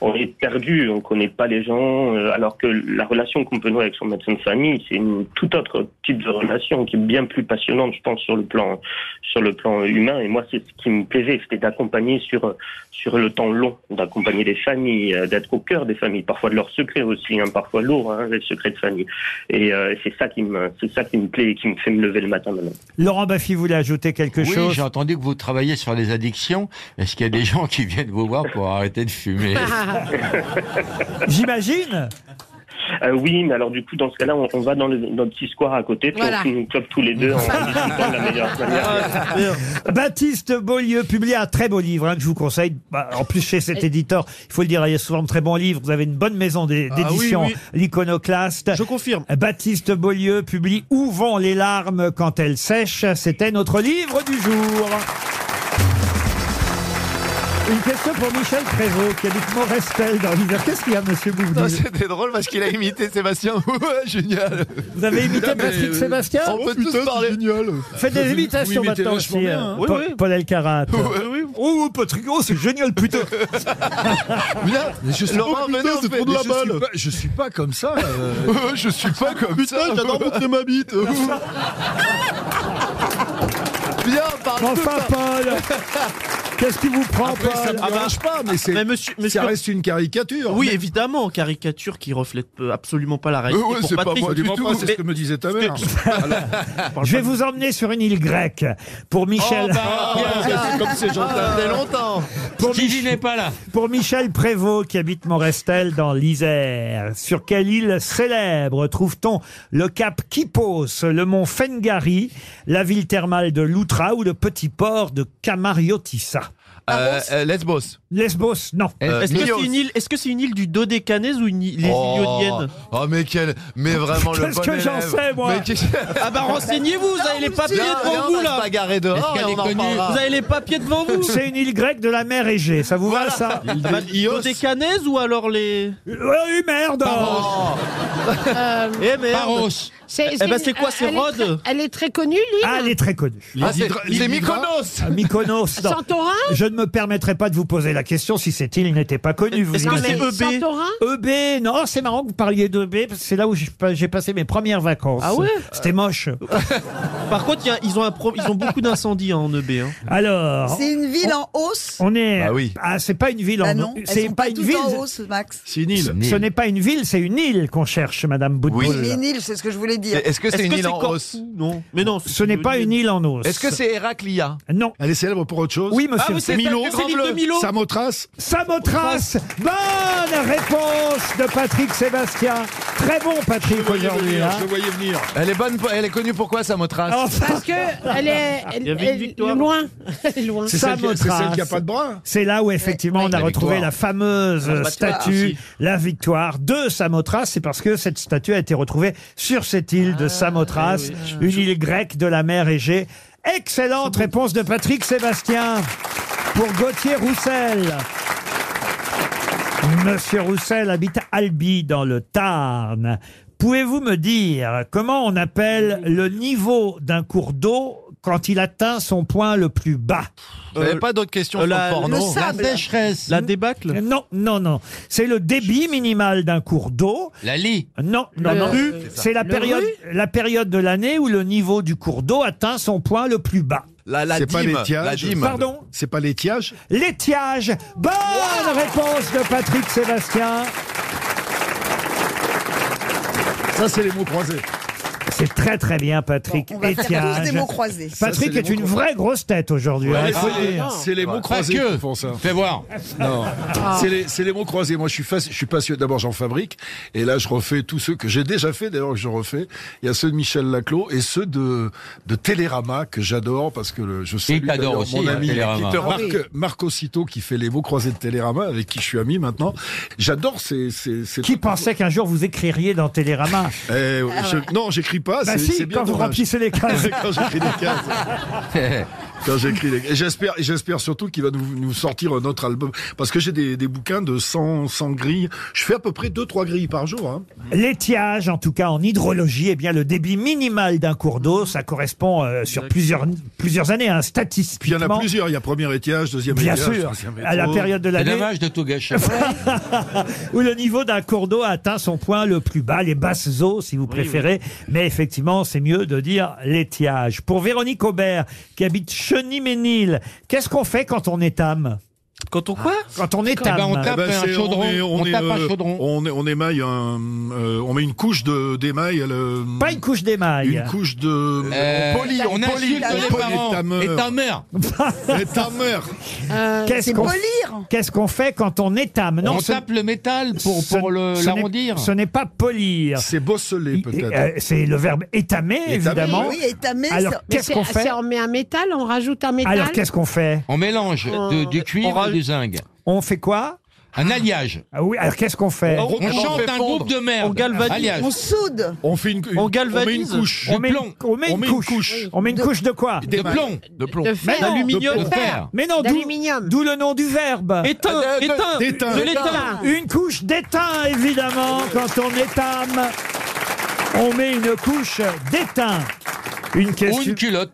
Speaker 10: on, on est perdu, on connaît pas les gens, euh, alors que la relation qu'on peut nouer avec son médecin de famille, c'est une tout autre type de relation qui est bien plus passionnante, je pense, sur le plan sur le plan humain. Et moi, c'est ce qui me plaisait, c'était d'accompagner sur sur le temps long, d'accompagner les familles, euh, d'être au cœur des familles, parfois de leurs secrets aussi, hein, parfois lourds, hein, les secrets de famille. Et euh, c'est ça qui me c'est ça qui me plaît et qui me fait me lever le matin maintenant.
Speaker 2: Laurent Baffy voulait ajouter quelque
Speaker 4: oui,
Speaker 2: chose.
Speaker 4: j'ai entendu que vous travaillez sur les addictions. Est-ce qu'il y a des gens qui viennent vous voir pour arrêter de fumer
Speaker 2: J'imagine.
Speaker 10: Euh, oui, mais alors du coup, dans ce cas-là, on, on va dans le, notre petit square à côté, puis
Speaker 2: Voilà.
Speaker 10: on fume une clope tous les deux en discutant de la meilleure manière.
Speaker 2: <laughs> Baptiste Beaulieu publie un très beau livre hein, que je vous conseille. Bah, en plus, chez cet éditeur, il faut le dire, il y a souvent de très bons livres. Vous avez une bonne maison d'é-
Speaker 15: Ah oui,
Speaker 2: d'édition,
Speaker 15: oui.
Speaker 2: l'iconoclaste. Je confirme. Baptiste Beaulieu publie Où vont les larmes quand elles sèchent C'était notre livre du jour. Une question pour Michel Prévost, qui habite Morestel dans l'hiver. Qu'est-ce qu'il y a, monsieur Boublil
Speaker 14: <laughs> Non, C'était drôle parce qu'il a imité Sébastien. <laughs> Ouais, génial.
Speaker 2: Vous avez imité Patrick Sébastien
Speaker 14: euh, On peut tous parler.
Speaker 3: Génial.
Speaker 2: Faites des imitations maintenant aussi, euh,
Speaker 14: hein.
Speaker 2: Paul, Paul Elkarat. Oh, Patrick, oh, c'est génial, putain
Speaker 3: Mais je suis
Speaker 14: Laurent,
Speaker 3: pas,
Speaker 14: venez, on
Speaker 3: c'est
Speaker 14: fait-
Speaker 3: pour de
Speaker 14: mais
Speaker 3: la
Speaker 14: je
Speaker 3: balle.
Speaker 14: suis pas-
Speaker 3: je suis pas comme ça. <laughs>
Speaker 14: euh. je suis pas comme ça.
Speaker 3: Putain, j'adore montrer ma <laughs> bite.
Speaker 14: Viens, on parle
Speaker 2: Enfin,
Speaker 14: tout ça.
Speaker 3: <laughs>
Speaker 2: Paul Qu'est-ce qui vous prend
Speaker 3: Après, ça me dérange pas, mais c'est- ça reste une caricature.
Speaker 15: Oui,
Speaker 3: Mais-
Speaker 15: évidemment, caricature qui reflète euh, absolument pas la réalité.
Speaker 3: ouais,
Speaker 15: pour
Speaker 3: c'est pas
Speaker 15: Patrick.
Speaker 3: moi du tout,
Speaker 15: Mais- Euh,
Speaker 3: c'est ce que me disait ta mère.
Speaker 14: Ah,
Speaker 2: Je vais vous emmener sur une île grecque pour Michel.
Speaker 3: Oh,
Speaker 14: Ah,
Speaker 3: bah, bien, ça, c'est comme ces gens-là.
Speaker 2: Ah,
Speaker 3: Ça fait longtemps.
Speaker 2: Mich- <laughs> Pour Michel Prévost qui habite Morestel dans l'Isère. Sur quelle île célèbre trouve-t-on le cap Kipos, le mont Fengari, la ville thermale de Loutra ou le petit port de Camariotissa
Speaker 14: Euh, euh, Lesbos.
Speaker 2: Lesbos, non.
Speaker 14: Euh,
Speaker 15: Est-ce que
Speaker 14: Myos.
Speaker 15: c'est une île Est-ce que c'est une île du Dodécanèse ou une île, les îles ioniennes
Speaker 14: oh, mais quel, mais vraiment le
Speaker 15: Qu'est-ce
Speaker 14: bon
Speaker 15: que j'en
Speaker 14: élève.
Speaker 15: sais, moi
Speaker 14: Mais qu'est-
Speaker 15: Ah bah, renseignez-vous, vous avez les papiers
Speaker 14: Viens,
Speaker 15: devant
Speaker 14: viens,
Speaker 15: vous,
Speaker 14: on va
Speaker 15: là.
Speaker 14: se bagarrer dehors et
Speaker 15: Est-ce qu'elle
Speaker 14: on
Speaker 15: est
Speaker 14: en
Speaker 15: connue
Speaker 14: reparlera.
Speaker 15: Vous avez les papiers devant vous Ah bah,
Speaker 2: C'est une île grecque de la mer Égée, ça vous va ça
Speaker 3: Ah,
Speaker 15: Dodécanèse ou alors les Oh.
Speaker 2: Oui, merde
Speaker 8: Euh,
Speaker 15: Eh merde
Speaker 8: Paros.
Speaker 15: Eh ben c'est quoi, c'est
Speaker 8: elle est très-
Speaker 15: Rhodes
Speaker 8: Elle est très connue, l'île
Speaker 2: Ah, elle est très connue.
Speaker 15: Les Ah, c'est- hydra- c'est les Mykonos. hydra-
Speaker 2: Ah, Mykonos, non.
Speaker 8: Santorin
Speaker 2: Je ne me permettrai pas de vous poser la question si cette île n'était pas connue. Vous
Speaker 8: Est-ce que c'est
Speaker 15: E
Speaker 2: imaginez.
Speaker 8: EB? Santorin
Speaker 2: EB, non, c'est marrant que vous parliez d'EB, parce que c'est là où j'ai pas- j'ai passé mes premières vacances.
Speaker 15: Ah ouais
Speaker 2: C'était moche.
Speaker 15: <laughs> Par contre, il y a- ils, ont un pro- ils ont beaucoup d'incendies hein, en EB. hein.
Speaker 2: Alors...
Speaker 5: C'est une ville en hausse
Speaker 2: On est.
Speaker 15: Bah oui.
Speaker 2: Ah, c'est pas une ville
Speaker 5: Bah
Speaker 2: en.
Speaker 5: non, elles
Speaker 2: C'est
Speaker 5: sont
Speaker 2: pas,
Speaker 5: pas
Speaker 2: une
Speaker 5: toutes
Speaker 2: ville.
Speaker 5: en hausse, Max.
Speaker 2: C'est une île. Ce n'est pas une ville, c'est une île qu'on cherche, Madame Boutboul.
Speaker 5: Oui, mais une île, c'est ce que je voulais dire.
Speaker 15: Corfou Non. Mais non.
Speaker 2: Ce n'est pas une île en os.
Speaker 14: Est-ce que c'est Héraclia
Speaker 2: Non.
Speaker 3: Elle est célèbre pour autre chose
Speaker 2: Oui, monsieur.
Speaker 3: Ah, oui, c'est Milo,
Speaker 2: c'est l'île de
Speaker 3: Grave-Leu.
Speaker 2: Milo.
Speaker 3: Samothrace
Speaker 2: Samothrace Bonne réponse de Patrick Sébastien. Très bon, Patrick, aujourd'hui. hein.
Speaker 3: voyais venir.
Speaker 14: Elle est bonne, pour- elle est connue pourquoi sa motrace
Speaker 2: Ah,
Speaker 8: Parce que elle est,
Speaker 14: Il y avait une
Speaker 8: elle-
Speaker 14: victoire.
Speaker 8: loin. <laughs> loin.
Speaker 14: C'est celle qui- c'est celle
Speaker 2: Samothrace.
Speaker 14: qui a pas de bras.
Speaker 2: C'est là où effectivement on
Speaker 14: La
Speaker 2: a retrouvé
Speaker 14: victoire.
Speaker 2: la fameuse
Speaker 14: La
Speaker 2: euh,
Speaker 14: victoire. Ah,
Speaker 2: statue,
Speaker 14: Merci.
Speaker 2: la victoire de Samothrace. C'est parce que cette statue a été retrouvée sur cette île
Speaker 14: Ah,
Speaker 2: de Samothrace,
Speaker 14: eh
Speaker 2: une île grecque de la mer Égée. Excellente réponse de Patrick Sébastien pour Gauthier Roussel. Monsieur Roussel habite Albi dans le Tarn. Pouvez-vous me dire comment on appelle le niveau d'un cours d'eau quand il atteint son point le plus bas
Speaker 14: Vous
Speaker 2: Euh,
Speaker 14: n'avez pas d'autres questions sur le porno
Speaker 2: sécheresse. La
Speaker 15: débâcle
Speaker 2: Euh, Non, non, non. C'est le débit minimal d'un cours d'eau.
Speaker 4: La lie
Speaker 2: Ah, Non, non,
Speaker 4: Le
Speaker 2: non.
Speaker 4: rue
Speaker 2: C'est la
Speaker 4: Le
Speaker 2: période, la période de l'année où le niveau du cours d'eau atteint son point le plus bas.
Speaker 14: La- la
Speaker 3: C'est pas
Speaker 14: dîme,
Speaker 3: l'étiage.
Speaker 14: la dîme.
Speaker 2: Pardon
Speaker 3: C'est pas l'étiage
Speaker 2: L'étiage. Bonne réponse de Patrick Sébastien.
Speaker 3: Ça, c'est les mots croisés.
Speaker 2: C'est très très bien, Patrick.
Speaker 5: Bon, on va faire
Speaker 2: Étiage.
Speaker 5: tous des mots croisés. Ça,
Speaker 2: Patrick
Speaker 3: c'est
Speaker 2: est,
Speaker 3: les mots
Speaker 2: une
Speaker 3: croisés.
Speaker 2: vraie grosse tête aujourd'hui. hein,
Speaker 3: Ouais,
Speaker 2: il faut
Speaker 3: c'est
Speaker 2: le
Speaker 3: les-
Speaker 2: dire.
Speaker 3: c'est les mots croisés
Speaker 4: que.
Speaker 3: qui font ça.
Speaker 4: Fais voir.
Speaker 3: Non,
Speaker 4: Ah.
Speaker 3: c'est les, c'est les mots croisés. Moi, je suis, faci- je suis passionné. D'abord, j'en fabrique. Et là, je refais tous ceux que j'ai déjà fait, d'ailleurs, que je refais. Il y a ceux de Michel Laclos et ceux de, de Télérama que j'adore parce que le- je sais
Speaker 4: t'adores aussi,
Speaker 3: mon
Speaker 4: hein,
Speaker 3: ami
Speaker 4: Télérama.
Speaker 3: Peter
Speaker 4: Ah oui.
Speaker 3: Marc, Marc Ocito qui fait les mots croisés de Télérama avec qui je suis ami maintenant. J'adore ces, ces, ces-
Speaker 2: Qui pensait qu'un jour vous écririez dans Télérama
Speaker 3: Eh, je- non, j'écris pas.
Speaker 2: Bah
Speaker 3: c'est
Speaker 2: si,
Speaker 3: c'est bien
Speaker 2: quand vous
Speaker 3: dommage.
Speaker 2: remplissez les cases.
Speaker 3: <laughs> quand j'écris les
Speaker 2: <laughs>
Speaker 3: cases. quand j'écris les... et J'espère, et j'espère surtout qu'il va nous, nous sortir notre album. Parce que j'ai des, des bouquins de 100, 100 grilles. Je fais à peu près 2-3 grilles par jour. hein.
Speaker 2: L'étiage, en tout cas en hydrologie, eh bien le débit minimal d'un cours d'eau, ça correspond euh, sur plusieurs, plusieurs années, hein,
Speaker 3: Puis il y en a
Speaker 2: statistiquement.
Speaker 3: plusieurs. Il y a premier étiage, deuxième
Speaker 2: Bien
Speaker 3: étiage.
Speaker 2: sûr,
Speaker 3: troisième
Speaker 2: à la
Speaker 3: étage.
Speaker 2: période de
Speaker 4: C'est
Speaker 2: l'année.
Speaker 4: dommage de tout
Speaker 2: <laughs>
Speaker 4: gâcher.
Speaker 2: où le niveau d'un cours d'eau atteint son point le plus bas, les basses eaux si vous préférez. Mais effectivement, c'est mieux de dire l'étiage. Pour Véronique Aubert, qui habite Cheny-Ménil, qu'est-ce qu'on fait quand on étame
Speaker 15: Quand on quoi
Speaker 2: Ah, Quand on étame.
Speaker 3: Eh ben, c'est- est- est, euh, On, est- on émaille un, euh, on met une couche de, d'émail. euh,
Speaker 2: Pas une couche d'émail.
Speaker 3: Une couche de.
Speaker 4: Euh,
Speaker 3: on polie, euh,
Speaker 4: on
Speaker 3: on polie,
Speaker 4: insulte
Speaker 3: on
Speaker 4: les
Speaker 3: polie
Speaker 4: parents.
Speaker 3: ta mère.
Speaker 4: Et ta mère.
Speaker 3: Et ta mère.
Speaker 2: Qu'est-ce
Speaker 4: Euh,
Speaker 5: c'est
Speaker 2: qu'on
Speaker 5: polir.
Speaker 2: qu'est-ce qu'on fait quand on étame
Speaker 4: on
Speaker 2: ce-
Speaker 4: tape le métal pour,
Speaker 2: ce-
Speaker 4: pour le-
Speaker 2: ce n'est-
Speaker 4: l'arrondir.
Speaker 2: Ce n'est pas polir.
Speaker 3: C'est bosselé, peut-être.
Speaker 2: Euh, c'est le verbe étamer, évidemment.
Speaker 8: Eh
Speaker 5: Oui, et ta mère,
Speaker 2: Alors,
Speaker 5: ça-
Speaker 8: Mais
Speaker 2: qu'est-ce
Speaker 8: c'est-
Speaker 2: qu'on fait
Speaker 8: c'est- On met un métal, on rajoute un métal.
Speaker 2: Alors, qu'est-ce qu'on fait
Speaker 4: On mélange de- du cuivre et du zinc.
Speaker 2: On fait quoi
Speaker 4: Un alliage.
Speaker 2: Ah oui, alors qu'est-ce qu'on fait
Speaker 4: On, chante un groupe de merde.
Speaker 15: On galvanise.
Speaker 4: Alliage.
Speaker 5: On soude.
Speaker 3: On fait une, une-
Speaker 15: On
Speaker 3: met une
Speaker 15: galvanise.
Speaker 3: couche.
Speaker 2: On met,
Speaker 4: plomb.
Speaker 2: on met
Speaker 3: On
Speaker 2: une
Speaker 3: met une
Speaker 2: couche.
Speaker 3: couche.
Speaker 2: On met une couche de quoi
Speaker 4: De plomb.
Speaker 3: De plomb.
Speaker 8: De fer.
Speaker 2: non,
Speaker 15: D'aluminium.
Speaker 4: de fer.
Speaker 2: Mais non, d'où
Speaker 8: D'aluminium.
Speaker 2: d'où le nom du verbe.
Speaker 15: Éteint,
Speaker 3: Ah, de- de-
Speaker 15: éteint,
Speaker 3: d'éteint.
Speaker 15: de l'éteint.
Speaker 8: D'éteint.
Speaker 2: Une couche d'étain, évidemment, quand on étame. On met une couche d'étain. Une question...
Speaker 4: Ou une
Speaker 2: <laughs>
Speaker 4: culotte.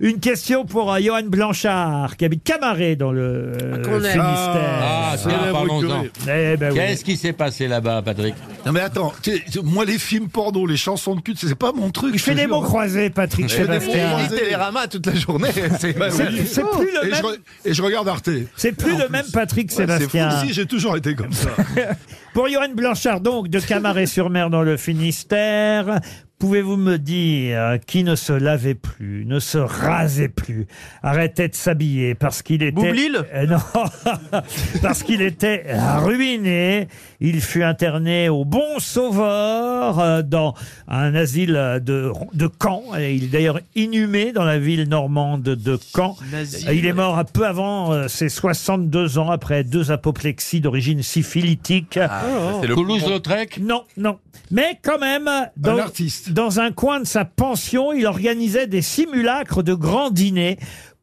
Speaker 2: une question pour euh, Johan Blanchard, qui habite Camaret dans le euh,
Speaker 4: Qu'on aime.
Speaker 2: Finistère.
Speaker 4: Ah, tiens, parlons-en.
Speaker 2: Eh ben oui.
Speaker 4: Qu'est-ce qui s'est passé là-bas, Patrick
Speaker 3: Non mais attends, tu sais, moi les films porno, les chansons de cul, c'est pas mon truc. Il
Speaker 2: fait des mots croisés, Patrick Sébastien.
Speaker 14: Il lit Télérama toute la
Speaker 3: <laughs>
Speaker 14: journée. C'est
Speaker 3: Bah
Speaker 2: C'est-
Speaker 3: oui.
Speaker 2: c'est plus le
Speaker 3: et Je,
Speaker 2: même-
Speaker 3: re- et je regarde Arte.
Speaker 2: C'est plus le même Patrick
Speaker 3: Ouais,
Speaker 2: Sébastien.
Speaker 3: C'est fou. Si, j'ai toujours été comme
Speaker 2: <laughs>
Speaker 3: ça.
Speaker 2: Pour Johan Blanchard, donc, de Camaret-sur-Mer dans le Finistère, pouvez-vous me dire qui ne se lavait plus, ne se rasait plus, arrêtait de s'habiller parce qu'il était...
Speaker 15: Boublil
Speaker 2: <laughs> Euh, Non, <laughs> parce qu'il était ruiné. Il fut interné au Bon Sauveur euh, dans un asile euh, de, de Caen. Et il est d'ailleurs inhumé dans la ville normande de Caen.
Speaker 15: Nazi.
Speaker 2: Il est mort un peu avant euh, ses 62 ans, après deux apoplexies d'origine syphilitique.
Speaker 14: Ah, oh.
Speaker 4: c'est le Toulouse-Lautrec
Speaker 2: Non, non. Mais quand même, dans, dans un coin de sa pension, il organisait des simulacres de grands dîners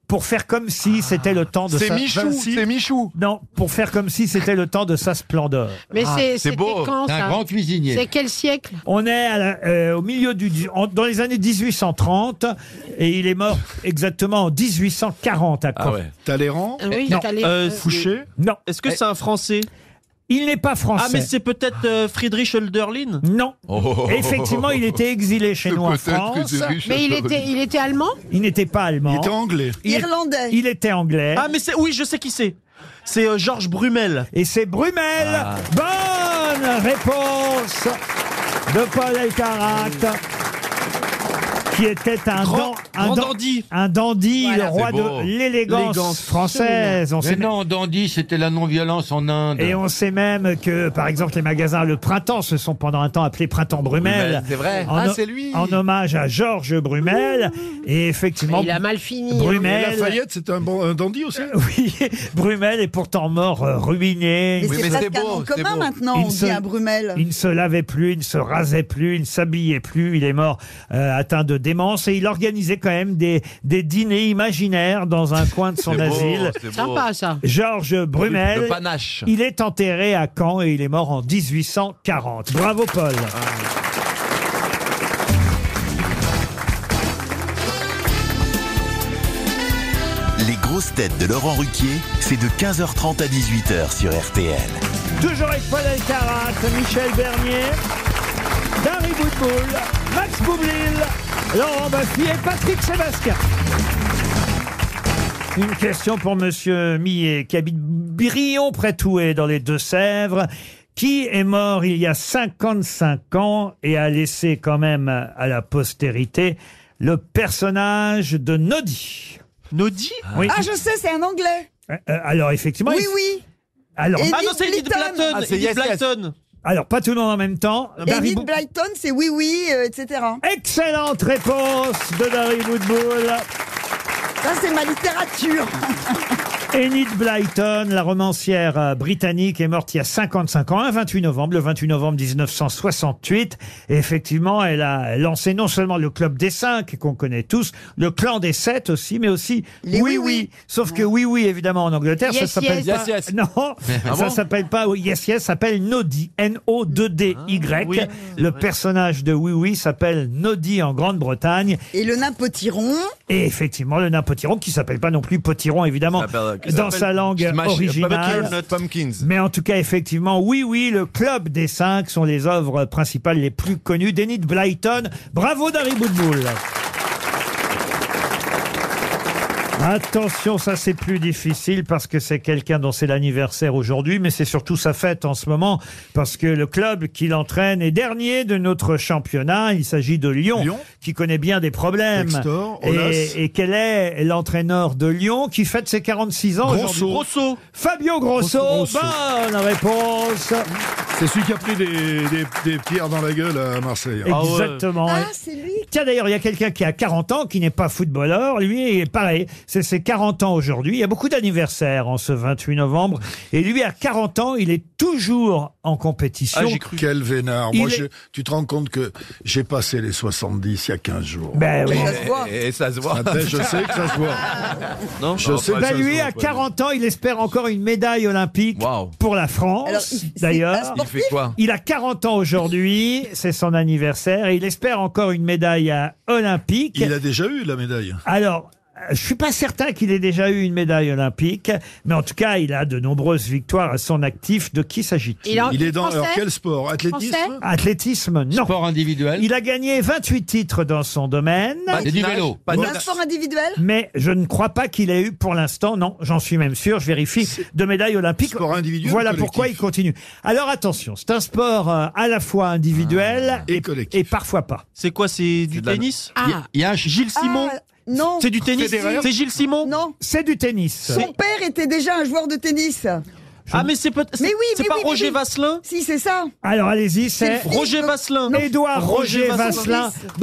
Speaker 2: pour faire comme si c'était le temps de
Speaker 14: C'est
Speaker 2: sa...
Speaker 14: Michou,
Speaker 2: Vinci.
Speaker 14: c'est Michou.
Speaker 2: Non, pour faire comme si c'était le temps de sa splendeur.
Speaker 8: Mais Ah,
Speaker 15: Ah,
Speaker 8: c'est c'était quand ça C'est quel siècle
Speaker 2: On est à la- euh, au milieu du dix- en- dans les années 1830 et il est mort exactement en 1840 à Caen.
Speaker 14: Ah ouais.
Speaker 3: Talleyrand
Speaker 8: Oui,
Speaker 2: Non.
Speaker 8: Talleyrand, Euh, euh, Fouché
Speaker 2: Non.
Speaker 15: Est-ce que c'est un Français
Speaker 2: Euh, Il n'est pas français.
Speaker 15: Ah, mais c'est peut-être euh, Friedrich Hölderlin
Speaker 2: Non.
Speaker 3: Oh.
Speaker 2: Effectivement, il était exilé chez nous en France.
Speaker 8: Mais il était, il était allemand
Speaker 2: Il n'était pas allemand.
Speaker 3: Il était anglais.
Speaker 2: Il-
Speaker 5: Irlandais.
Speaker 2: Il était anglais.
Speaker 15: Ah, mais c'est. Oui, je sais qui c'est. C'est euh, Georges Brumel.
Speaker 2: Et c'est Brumel.
Speaker 14: Ah.
Speaker 2: Bonne réponse de Paul Elkarat. Qui était un,
Speaker 15: Grand-
Speaker 2: dan- un
Speaker 15: grand
Speaker 2: dan-
Speaker 15: dandy.
Speaker 2: un dandy,
Speaker 15: Voilà.
Speaker 2: le roi
Speaker 15: C'est beau.
Speaker 2: de l'élégance
Speaker 15: L'élégance.
Speaker 2: française.
Speaker 4: Mais
Speaker 2: On sait
Speaker 4: non, Dandy, c'était la non-violence en Inde.
Speaker 2: Et on sait même que, par exemple, les magasins Le Printemps se sont pendant un temps appelés Printemps Brumel.
Speaker 14: Brumel, c'est vrai.
Speaker 2: En,
Speaker 14: Ah,
Speaker 2: ho-
Speaker 14: c'est lui.
Speaker 2: En hommage à Georges Brumel. Et effectivement,
Speaker 8: Il a mal fini. hein.
Speaker 2: Brumel.
Speaker 3: Lafayette, c'était un, bon, un dandy
Speaker 2: <laughs>
Speaker 3: aussi.
Speaker 2: oui, Brumel est pourtant mort euh, ruiné.
Speaker 5: Mais
Speaker 2: Il-
Speaker 5: c'est
Speaker 14: mais
Speaker 5: pas
Speaker 14: c'est
Speaker 5: le canon
Speaker 14: beau, c'est
Speaker 5: commun
Speaker 14: beau.
Speaker 5: maintenant,
Speaker 2: Une
Speaker 5: on dit
Speaker 2: seule-
Speaker 5: à Brumel.
Speaker 2: Il ne se lavait plus, il ne se rasait plus, il ne s'habillait plus. Il est mort euh, atteint de démence et il organisait quand même des, des dîners imaginaires dans un coin de son asile.
Speaker 8: Sympa ça.
Speaker 2: Georges Brumel.
Speaker 14: Le panache.
Speaker 2: Il est enterré à Caen et il est mort en 1840. Bravo Paul.
Speaker 14: Ah.
Speaker 1: Les grosses têtes de Laurent Ruquier, c'est de 15h30 à 18h sur RTL.
Speaker 2: Toujours avec Paul Alcarat, Michel Bernier, Dari Boutboul, Max Boublil, Laurent Baffy et Patrick Sébastien. Une question pour Monsieur Millet, qui habite Brion près Toué dans les Deux-Sèvres, qui est mort il y a 55 ans et a laissé quand même à la postérité le personnage de Noddy.
Speaker 15: Noddy
Speaker 2: Oui.
Speaker 5: Ah, je sais, c'est un anglais.
Speaker 2: Euh, euh, alors effectivement,
Speaker 5: Oui,
Speaker 2: il-
Speaker 5: oui.
Speaker 2: alors,
Speaker 5: Et-
Speaker 15: Ah non,
Speaker 5: Edith
Speaker 15: c'est Edith
Speaker 5: Blyton.
Speaker 15: Blyton
Speaker 14: Ah, c'est
Speaker 15: Edith
Speaker 14: yes, yes.
Speaker 15: Blyton.
Speaker 2: alors pas tout le monde en même temps. Dari
Speaker 5: Edith
Speaker 2: Euh, Bou-
Speaker 5: Blyton, c'est oui, oui, euh, etc.
Speaker 2: Excellente réponse de Dari Woodbull.
Speaker 5: Ça, c'est ma littérature.
Speaker 2: Enid Blyton, la romancière euh, britannique, est morte il y a 55 ans, un 28 novembre, le 28 novembre 1968. Et effectivement, elle a lancé non seulement le Club des Cinq, qu'on connaît tous, le Clan des Sept aussi, mais aussi
Speaker 5: Les Oui,
Speaker 2: Oui Oui.
Speaker 5: Oui.
Speaker 2: Sauf que Oui Oui, évidemment, en Angleterre,
Speaker 8: Yes,
Speaker 2: ça s'appelle
Speaker 8: yes.
Speaker 2: pas...
Speaker 15: Yes, yes.
Speaker 2: Non, ça
Speaker 15: bon
Speaker 2: s'appelle pas Yes Yes, ça s'appelle Noddy, N-O-D-D-Y.
Speaker 15: Ah, oui, c'est
Speaker 2: le
Speaker 15: vrai.
Speaker 2: personnage de Oui Oui s'appelle Noddy en Grande-Bretagne.
Speaker 5: Et le nain potiron.
Speaker 2: Et effectivement, le nain potiron, qui s'appelle pas non plus potiron, évidemment, dans sa langue
Speaker 14: Smash-
Speaker 2: originale.
Speaker 14: Butternut Pumpkins.
Speaker 2: Mais en tout cas, effectivement, oui, oui, le Club des Cinq sont les œuvres principales les plus connues d'Enid Blyton. Bravo, Dari Boudboul Attention, ça c'est plus difficile parce que c'est quelqu'un dont c'est l'anniversaire aujourd'hui, mais c'est surtout sa fête en ce moment parce que le club qui l'entraîne est dernier de notre championnat. Il s'agit de Lyon,
Speaker 3: Lyon.
Speaker 2: qui connaît bien des problèmes.
Speaker 3: Textor, Olas.
Speaker 2: et, et quel est l'entraîneur de Lyon qui fête ses 46 ans aujourd'hui
Speaker 3: Grosso.
Speaker 15: Grosso.
Speaker 2: Fabio Grosso,
Speaker 3: Grosso, Grosso.
Speaker 2: bonne réponse.
Speaker 3: C'est celui qui a pris des, des- des pierres dans la gueule à Marseille.
Speaker 15: Ah ouais.
Speaker 2: Exactement.
Speaker 5: Ah, c'est lui.
Speaker 2: Tiens, d'ailleurs, il y a quelqu'un qui a 40 ans, qui n'est pas footballeur. Lui, est pareil, c'est ses 40 ans aujourd'hui. Il y a beaucoup d'anniversaires en ce 28 novembre. Et lui, à 40 ans, il est toujours en compétition.
Speaker 3: Ah, Quel vénard.
Speaker 2: Il
Speaker 3: Moi,
Speaker 2: est-
Speaker 3: je- tu te rends compte que j'ai passé les 70 il y a 15 jours.
Speaker 2: Ben oui.
Speaker 14: Et ça se
Speaker 3: voit. Ah, ben,
Speaker 2: <laughs>
Speaker 3: je sais que ça se voit.
Speaker 14: Ah. Non,
Speaker 3: je sais que
Speaker 2: Bah,
Speaker 3: ça se
Speaker 2: lui,
Speaker 3: voit,
Speaker 2: à
Speaker 3: quoi.
Speaker 2: 40 ans, il espère encore une médaille olympique pour la
Speaker 5: Alors,
Speaker 2: France,
Speaker 5: il- c'est un
Speaker 2: d'ailleurs.
Speaker 5: sportif Il fait quoi
Speaker 2: Il a 40 ans aujourd'hui, c'est son anniversaire, et il espère encore une médaille euh, olympique.
Speaker 3: Il a déjà eu la médaille.
Speaker 2: Alors, euh, je suis pas certain qu'il ait déjà eu une médaille olympique, mais en tout cas, il a de nombreuses victoires à son actif. De qui s'agit-il
Speaker 3: Il en- Il est dans- alors, Français quel sport Athlétisme Français
Speaker 2: Athlétisme, non.
Speaker 4: Sport individuel
Speaker 2: Il a gagné 28 titres dans son domaine.
Speaker 4: C'est du vélo.
Speaker 5: Un sport individuel
Speaker 2: Mais je ne crois pas qu'il ait eu pour l'instant, non, j'en suis même sûr, je vérifie, de médaille olympique. voilà pourquoi il continue. Alors attention, c'est un sport euh, à la fois individuel et, et parfois pas.
Speaker 7: C'est quoi C'est du tennis
Speaker 5: Ah.
Speaker 7: Il y a- il y a un Gilles Simon
Speaker 5: Non.
Speaker 7: C'est du tennis C'est Gilles Simon
Speaker 5: Non.
Speaker 2: C'est du tennis.
Speaker 5: Son père était déjà un joueur de tennis.
Speaker 7: Ah, mais c'est peut-être.
Speaker 5: Mais oui,
Speaker 7: c'est
Speaker 5: mais
Speaker 7: pas
Speaker 5: oui, mais
Speaker 7: Roger
Speaker 5: oui.
Speaker 7: Vasselin
Speaker 5: Si, c'est ça.
Speaker 2: Alors allez-y,
Speaker 5: C'est
Speaker 2: c'est
Speaker 5: le fils Roger de- Vasselin. Non.
Speaker 2: Édouard Roger,
Speaker 5: Roger
Speaker 2: Vasselin.
Speaker 5: Vasselin.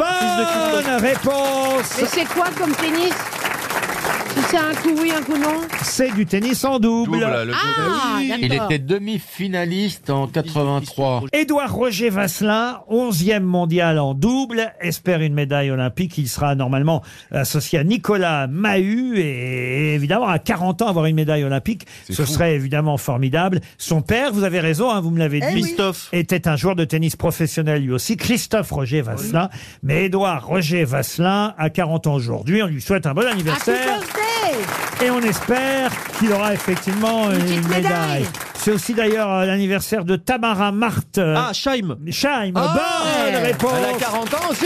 Speaker 2: Bonne réponse.
Speaker 8: Mais c'est quoi comme tennis Si c'est un coup oui, un coup non
Speaker 2: C'est du tennis en
Speaker 4: Double,
Speaker 2: double.
Speaker 4: le
Speaker 8: Ah, double.
Speaker 4: Il
Speaker 8: d'accord.
Speaker 4: était demi-finaliste en 83.
Speaker 2: Édouard Roger Vasselin, 11e mondial en double, espère une médaille olympique. Il sera normalement associé à Nicolas Mahut. Et évidemment, à 40 ans, avoir une médaille olympique, ce serait évidemment formidable. Son père, vous avez raison, hein, vous me l'avez
Speaker 7: Eh
Speaker 2: dit,
Speaker 7: oui. Christophe.
Speaker 2: était un joueur de tennis professionnel lui aussi, Christophe Roger Vasselin. Mais Édouard Roger Vasselin, à 40 ans aujourd'hui, on lui souhaite un bon anniversaire. Et on espère qu'il aura effectivement une,
Speaker 7: petite
Speaker 2: médaille.
Speaker 7: médaille.
Speaker 2: C'est aussi d'ailleurs euh, l'anniversaire de Tamara Marthe. euh,
Speaker 7: Ah, Scheim.
Speaker 2: Scheim,
Speaker 7: Ah,
Speaker 2: bonne réponse.
Speaker 7: elle a 40
Speaker 2: ans aussi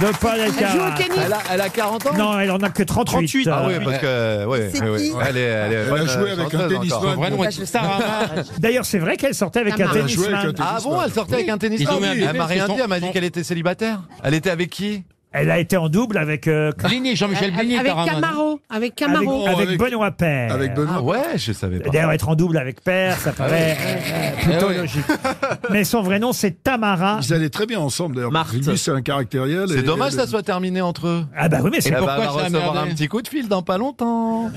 Speaker 2: De Paul
Speaker 7: Elle joue au
Speaker 2: Alcaraz.
Speaker 7: tennis Elle a-
Speaker 2: 40 ans Non, elle en a que 38.
Speaker 14: Ah oui,
Speaker 2: euh,
Speaker 14: parce que. Ouais,
Speaker 2: C'est
Speaker 14: ouais, ouais.
Speaker 2: qui
Speaker 14: Elle est, elle est
Speaker 3: Elle a
Speaker 14: bonne,
Speaker 3: joué
Speaker 14: euh,
Speaker 3: avec un
Speaker 14: chanteuse
Speaker 3: tennisman.
Speaker 14: encore.
Speaker 3: Vraiment,
Speaker 14: Ouais,
Speaker 3: elle-
Speaker 14: je- Sarah-
Speaker 2: <laughs> D'ailleurs, c'est vrai qu'elle sortait avec un
Speaker 14: Elle a joué avec
Speaker 2: tennisman.
Speaker 14: un Ah bon, elle sortait avec un tennisman. Elle m'a rien dit, elle m'a dit qu'elle était célibataire. Elle était avec qui
Speaker 2: Elle a été en double avec. euh,
Speaker 4: Blini, Jean-Michel
Speaker 8: Avec Camaro. Avec Camaro.
Speaker 2: Avec, avec Benoît Paire.
Speaker 14: Avec Benoît. Ah ouais, je savais pas. Ah
Speaker 2: D'ailleurs, être en double avec Père, ça paraît euh, plutôt
Speaker 3: ouais.
Speaker 2: logique. Mais son vrai nom, c'est Tamara.
Speaker 3: Ils allaient très bien ensemble, d'ailleurs. Lui, c'est un caractériel.
Speaker 14: C'est
Speaker 3: et-
Speaker 14: dommage que ça soit terminé entre eux.
Speaker 2: Ah bah oui, mais c'est
Speaker 14: Elle
Speaker 2: pourquoi
Speaker 14: va
Speaker 2: ça a
Speaker 14: recevoir
Speaker 2: merdé
Speaker 14: un petit coup de fil dans pas longtemps.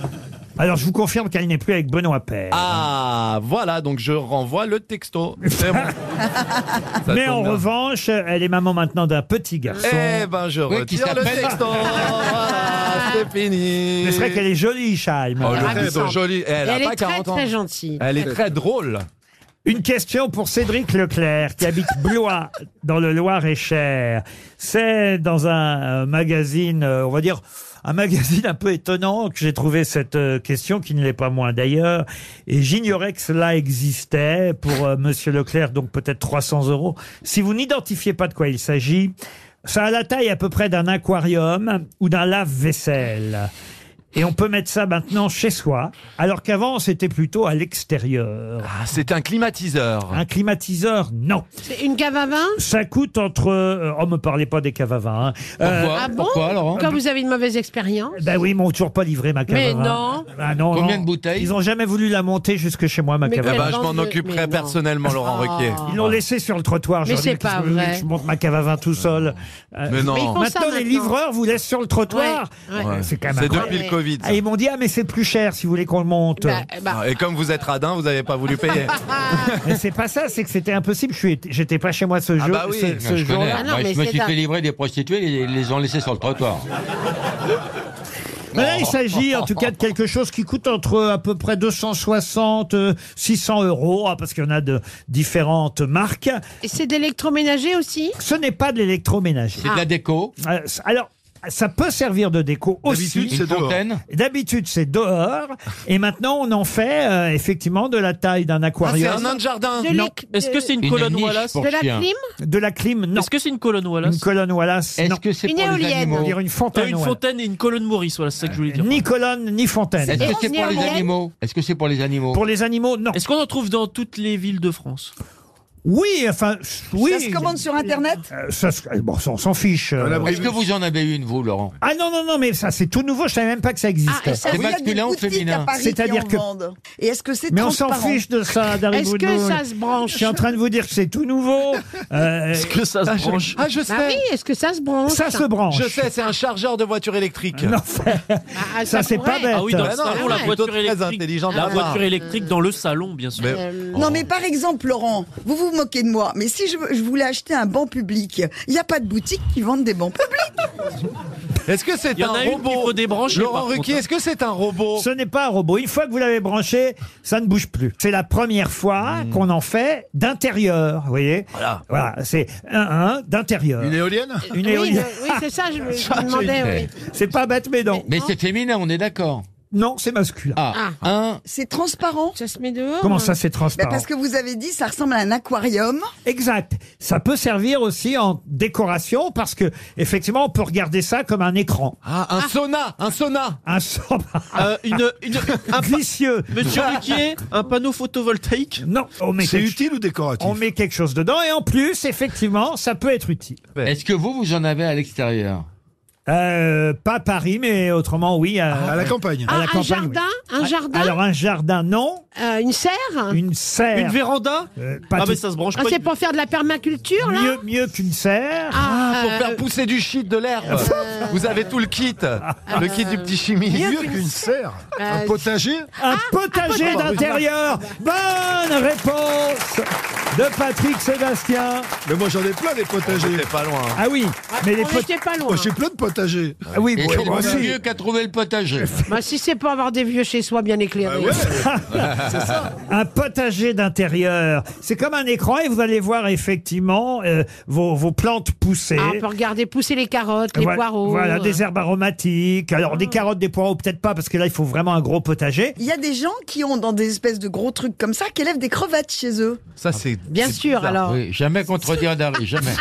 Speaker 2: Alors, je vous confirme qu'elle n'est plus avec Benoît Paire.
Speaker 14: Ah, voilà, donc je renvoie le texto. C'est
Speaker 2: <laughs>
Speaker 14: bon. Ça
Speaker 2: Mais
Speaker 14: tombe
Speaker 2: en
Speaker 14: bien.
Speaker 2: revanche, elle est maman maintenant d'un petit garçon.
Speaker 14: Eh ben, je retire le
Speaker 4: <laughs>
Speaker 14: texto. voilà, c'est fini.
Speaker 2: Mais c'est vrai qu'elle est jolie, Chaim.
Speaker 14: Eh
Speaker 8: Ah,
Speaker 14: Oh, le texto joli. Elle, a
Speaker 8: Elle
Speaker 14: pas
Speaker 8: est très,
Speaker 14: 40 ans.
Speaker 8: très gentille.
Speaker 14: Elle est très drôle.
Speaker 2: Une question pour Cédric Leclerc, qui habite Blois, dans le Loir-et-Cher. C'est dans un euh, magazine, euh, on va dire, un magazine un peu étonnant que j'ai trouvé cette euh, question, qui ne l'est pas moins d'ailleurs. Et j'ignorais que cela existait pour euh, Monsieur Leclerc, donc peut-être 300 euros. Si vous n'identifiez pas de quoi il s'agit, ça a la taille à peu près d'un aquarium ou d'un lave-vaisselle. Et on peut mettre ça maintenant chez soi, alors qu'avant c'était plutôt à l'extérieur.
Speaker 14: Ah, c'est un climatiseur.
Speaker 2: Un climatiseur, non.
Speaker 8: C'est une cave à vin
Speaker 2: Ça coûte entre... euh, Oh, me parlez pas des caves à vin. hein. Euh,
Speaker 8: Ah bon Quand vous avez une mauvaise expérience
Speaker 2: Ben oui, ils m'ont toujours pas livré ma cave
Speaker 8: Mais
Speaker 2: à vin.
Speaker 8: non.
Speaker 2: Ah non
Speaker 8: Combien
Speaker 2: de bouteilles Ils ont jamais voulu la monter jusque chez moi, ma
Speaker 8: Mais
Speaker 2: cave à
Speaker 8: quelle
Speaker 2: vin.
Speaker 14: Ah, je m'en occuperai personnellement,
Speaker 8: Oh.
Speaker 14: Laurent Ruquier.
Speaker 2: Ils l'ont laissé sur le trottoir.
Speaker 8: Mais
Speaker 2: aujourd'hui,
Speaker 8: c'est
Speaker 2: qu'est-ce
Speaker 8: pas
Speaker 2: que vous voulez
Speaker 8: vrai.
Speaker 2: que Je monte ma cave à vin tout seul. Euh,
Speaker 14: Mais non. Mais ils font
Speaker 2: Maintenant,
Speaker 14: ça
Speaker 2: les
Speaker 14: maintenant.
Speaker 2: livreurs vous laissent sur le trottoir.
Speaker 14: Ouais, ouais.
Speaker 2: Euh, C'est quand même
Speaker 14: C'est
Speaker 2: incroyable.
Speaker 14: depuis le Covid, ça.
Speaker 2: Ah, ils m'ont dit ah mais c'est plus cher si vous voulez qu'on le monte.
Speaker 8: Bah, eh ben.
Speaker 14: Ah, Et comme vous êtes radin, vous n'avez pas voulu
Speaker 8: <laughs>
Speaker 14: payer.
Speaker 2: <laughs> Mais c'est pas ça, c'est que c'était impossible. Je suis- j'étais pas chez moi
Speaker 4: Ah
Speaker 2: ce jour.
Speaker 14: bah oui,
Speaker 2: ce- ce
Speaker 4: je <laughs> connais.
Speaker 8: Ah,
Speaker 2: jour-là.
Speaker 4: Bah, je me suis fait livrer des prostituées et ils les ont laissés sur le trottoir.
Speaker 2: Mais là, il s'agit en tout cas de quelque chose qui coûte entre à peu près 260, euh, 600 euros, ah, parce qu'il y en a de différentes marques.
Speaker 8: Et c'est d'électroménager aussi
Speaker 2: Ce n'est pas de l'électroménager. Euh,
Speaker 8: C'est de la Ah.
Speaker 4: déco
Speaker 2: Alors, ça peut servir de déco aussi.
Speaker 4: D'habitude, c'est Une dehors. fontaine
Speaker 2: D'habitude, c'est dehors. Et maintenant, on en fait euh, effectivement de la taille d'un aquarium.
Speaker 14: Ah, c'est un nain de jardin. De
Speaker 2: Non.
Speaker 14: l'éc- Est-ce que c'est une Une colonne niche Wallace pour De la chien. clim
Speaker 2: De la clim, non. Est-ce que c'est une colonne Wallace Une colonne Wallace, Est-ce
Speaker 7: que c'est Une pour les éolienne. animaux
Speaker 2: On dirait une fontaine.
Speaker 7: Euh, une
Speaker 2: Wallace.
Speaker 7: fontaine et une colonne Maurice, voilà, c'est ça que je voulais dire.
Speaker 2: Ni colonne, ni fontaine.
Speaker 7: C'est
Speaker 4: Est-ce que
Speaker 7: bon,
Speaker 4: c'est pour les
Speaker 7: néolithique.
Speaker 4: animaux Est-ce que c'est pour les animaux
Speaker 2: Pour les animaux, non.
Speaker 7: Est-ce qu'on en trouve dans toutes les villes de France
Speaker 2: Oui, enfin, oui.
Speaker 5: Ça se commande sur Internet
Speaker 2: Euh, ça se- bon, ça, on s'en fiche. euh.
Speaker 4: Est-ce que vous en avez une, vous, Laurent
Speaker 2: Ah non, non, non, mais ça, c'est tout nouveau. Je savais même pas que ça
Speaker 5: Ah,
Speaker 2: existait.
Speaker 5: et ça, oui, il y a des boutiques à Paris qui
Speaker 2: C'est-à-dire
Speaker 5: en
Speaker 2: que.
Speaker 5: vendent. Et est-ce que c'est
Speaker 2: Mais on s'en
Speaker 5: transparent
Speaker 2: fiche de ça, Darry
Speaker 5: Est-ce que
Speaker 2: Boudboul.
Speaker 5: ça se branche
Speaker 2: Je suis en train de vous dire que c'est tout nouveau. Euh,
Speaker 14: Est-ce que ça se Ah, je- branche ah, je sais.
Speaker 8: Ah oui, est-ce que ça se branche
Speaker 2: Ça se branche.
Speaker 14: Je sais, c'est un chargeur de voiture électrique.
Speaker 8: Ah,
Speaker 2: ça, c'est pas
Speaker 8: pourrait.
Speaker 2: bête.
Speaker 14: Ah oui, dans le
Speaker 2: Ah
Speaker 14: salon,
Speaker 2: ouais.
Speaker 14: la voiture Plutôt très électrique- intelligent de
Speaker 7: la
Speaker 14: la part.
Speaker 7: voiture électrique dans le salon, bien sûr.
Speaker 2: Oh.
Speaker 5: Non mais par exemple Laurent, vous vous moquez de moi, mais si je, je voulais acheter un banc public, il n'y a pas de boutique qui vendent des bancs publics.
Speaker 14: Est-ce que c'est
Speaker 7: Il y en
Speaker 14: un
Speaker 7: a une
Speaker 14: robot
Speaker 7: qu'il faut débrancher,
Speaker 14: Laurent
Speaker 7: par contre,
Speaker 14: Ruquier,
Speaker 7: hein.
Speaker 14: est-ce que c'est un robot
Speaker 2: Ce n'est pas un robot. Une fois que vous l'avez branché, ça ne bouge plus. C'est la première fois
Speaker 14: Hmm.
Speaker 2: qu'on en fait d'intérieur, vous voyez Voilà. c'est un, un d'intérieur. Une
Speaker 14: éolienne
Speaker 2: Une
Speaker 8: Oui,
Speaker 2: éolienne.
Speaker 8: je- oui, c'est ça, je me, je me demandais. oui.
Speaker 2: C'est pas bête, mais non.
Speaker 4: Mais c'est féminin, on est d'accord.
Speaker 2: Non, c'est masculin.
Speaker 4: Ah, un.
Speaker 5: C'est transparent.
Speaker 8: Ça se met dehors.
Speaker 2: Comment ça, c'est transparent
Speaker 5: Bah, Parce que vous avez dit ça ressemble à un aquarium.
Speaker 2: Exact. Ça peut servir aussi en décoration parce que effectivement, on peut regarder ça comme un écran.
Speaker 14: Ah, un sauna, un sauna.
Speaker 2: Un son-
Speaker 7: Euh, une, une, un pa-
Speaker 2: Vicieux.
Speaker 7: Monsieur Ruquier, un panneau photovoltaïque
Speaker 2: Non, on met quelque-
Speaker 14: ou décoratif
Speaker 2: On met quelque chose dedans et en plus, effectivement, ça peut être utile.
Speaker 4: Est-ce que vous, vous en avez à l'extérieur
Speaker 2: Euh, pas à Paris, mais autrement, oui. À, euh,
Speaker 3: À la campagne.
Speaker 2: À la
Speaker 8: Ah, un
Speaker 2: campagne,
Speaker 8: jardin
Speaker 2: oui.
Speaker 8: Un jardin
Speaker 2: Alors, un jardin, non.
Speaker 8: Euh, Une serre
Speaker 2: Une serre.
Speaker 7: Une véranda
Speaker 2: Euh, pas
Speaker 7: Ah,
Speaker 2: tout-
Speaker 7: mais ça se branche
Speaker 8: Ah,
Speaker 7: pas.
Speaker 8: C'est pour faire de la permaculture, là
Speaker 2: mieux, mieux qu'une serre.
Speaker 8: Ah,
Speaker 14: Pour
Speaker 8: euh, Ah,
Speaker 14: faire pousser du shit de l'herbe. Vous avez tout le kit. Le kit du petit chimiste.
Speaker 3: Mieux qu'une serre. Un
Speaker 8: Euh,
Speaker 3: potager
Speaker 2: Un potager
Speaker 8: Ah,
Speaker 3: potager.
Speaker 2: d'intérieur. Bonne réponse de Patrick Sébastien.
Speaker 3: Mais moi j'en ai plein des potagers.
Speaker 14: J'étais pas loin.
Speaker 2: Ah oui, mais les
Speaker 8: on
Speaker 2: pot-
Speaker 8: n'était pas loin.
Speaker 3: Moi j'ai plein de potagers.
Speaker 2: Ah oui,
Speaker 4: Et
Speaker 2: bon,
Speaker 4: c'est
Speaker 2: moi
Speaker 4: le
Speaker 2: aussi.
Speaker 4: mieux qu'à trouver le potager.
Speaker 8: Bah, si c'est pour avoir des vieux chez soi bien éclairés.
Speaker 14: Bah
Speaker 2: Un potager d'intérieur. C'est comme un écran et vous allez voir effectivement euh, vos, vos plantes pousser.
Speaker 8: Ah, on peut regarder pousser les carottes, les
Speaker 2: voilà,
Speaker 8: poireaux. Ah.
Speaker 2: voilà, des herbes aromatiques. Alors, des carottes, des poireaux, peut-être pas, parce que là, il faut vraiment un gros potager.
Speaker 5: Il y a des gens qui ont dans des espèces de gros trucs comme ça qui élèvent des crevettes chez eux.
Speaker 14: Ça, c'est.
Speaker 8: Bien
Speaker 14: c'est
Speaker 8: sûr,
Speaker 14: bizarre.
Speaker 8: alors.
Speaker 4: Oui, jamais contredire Dari, jamais.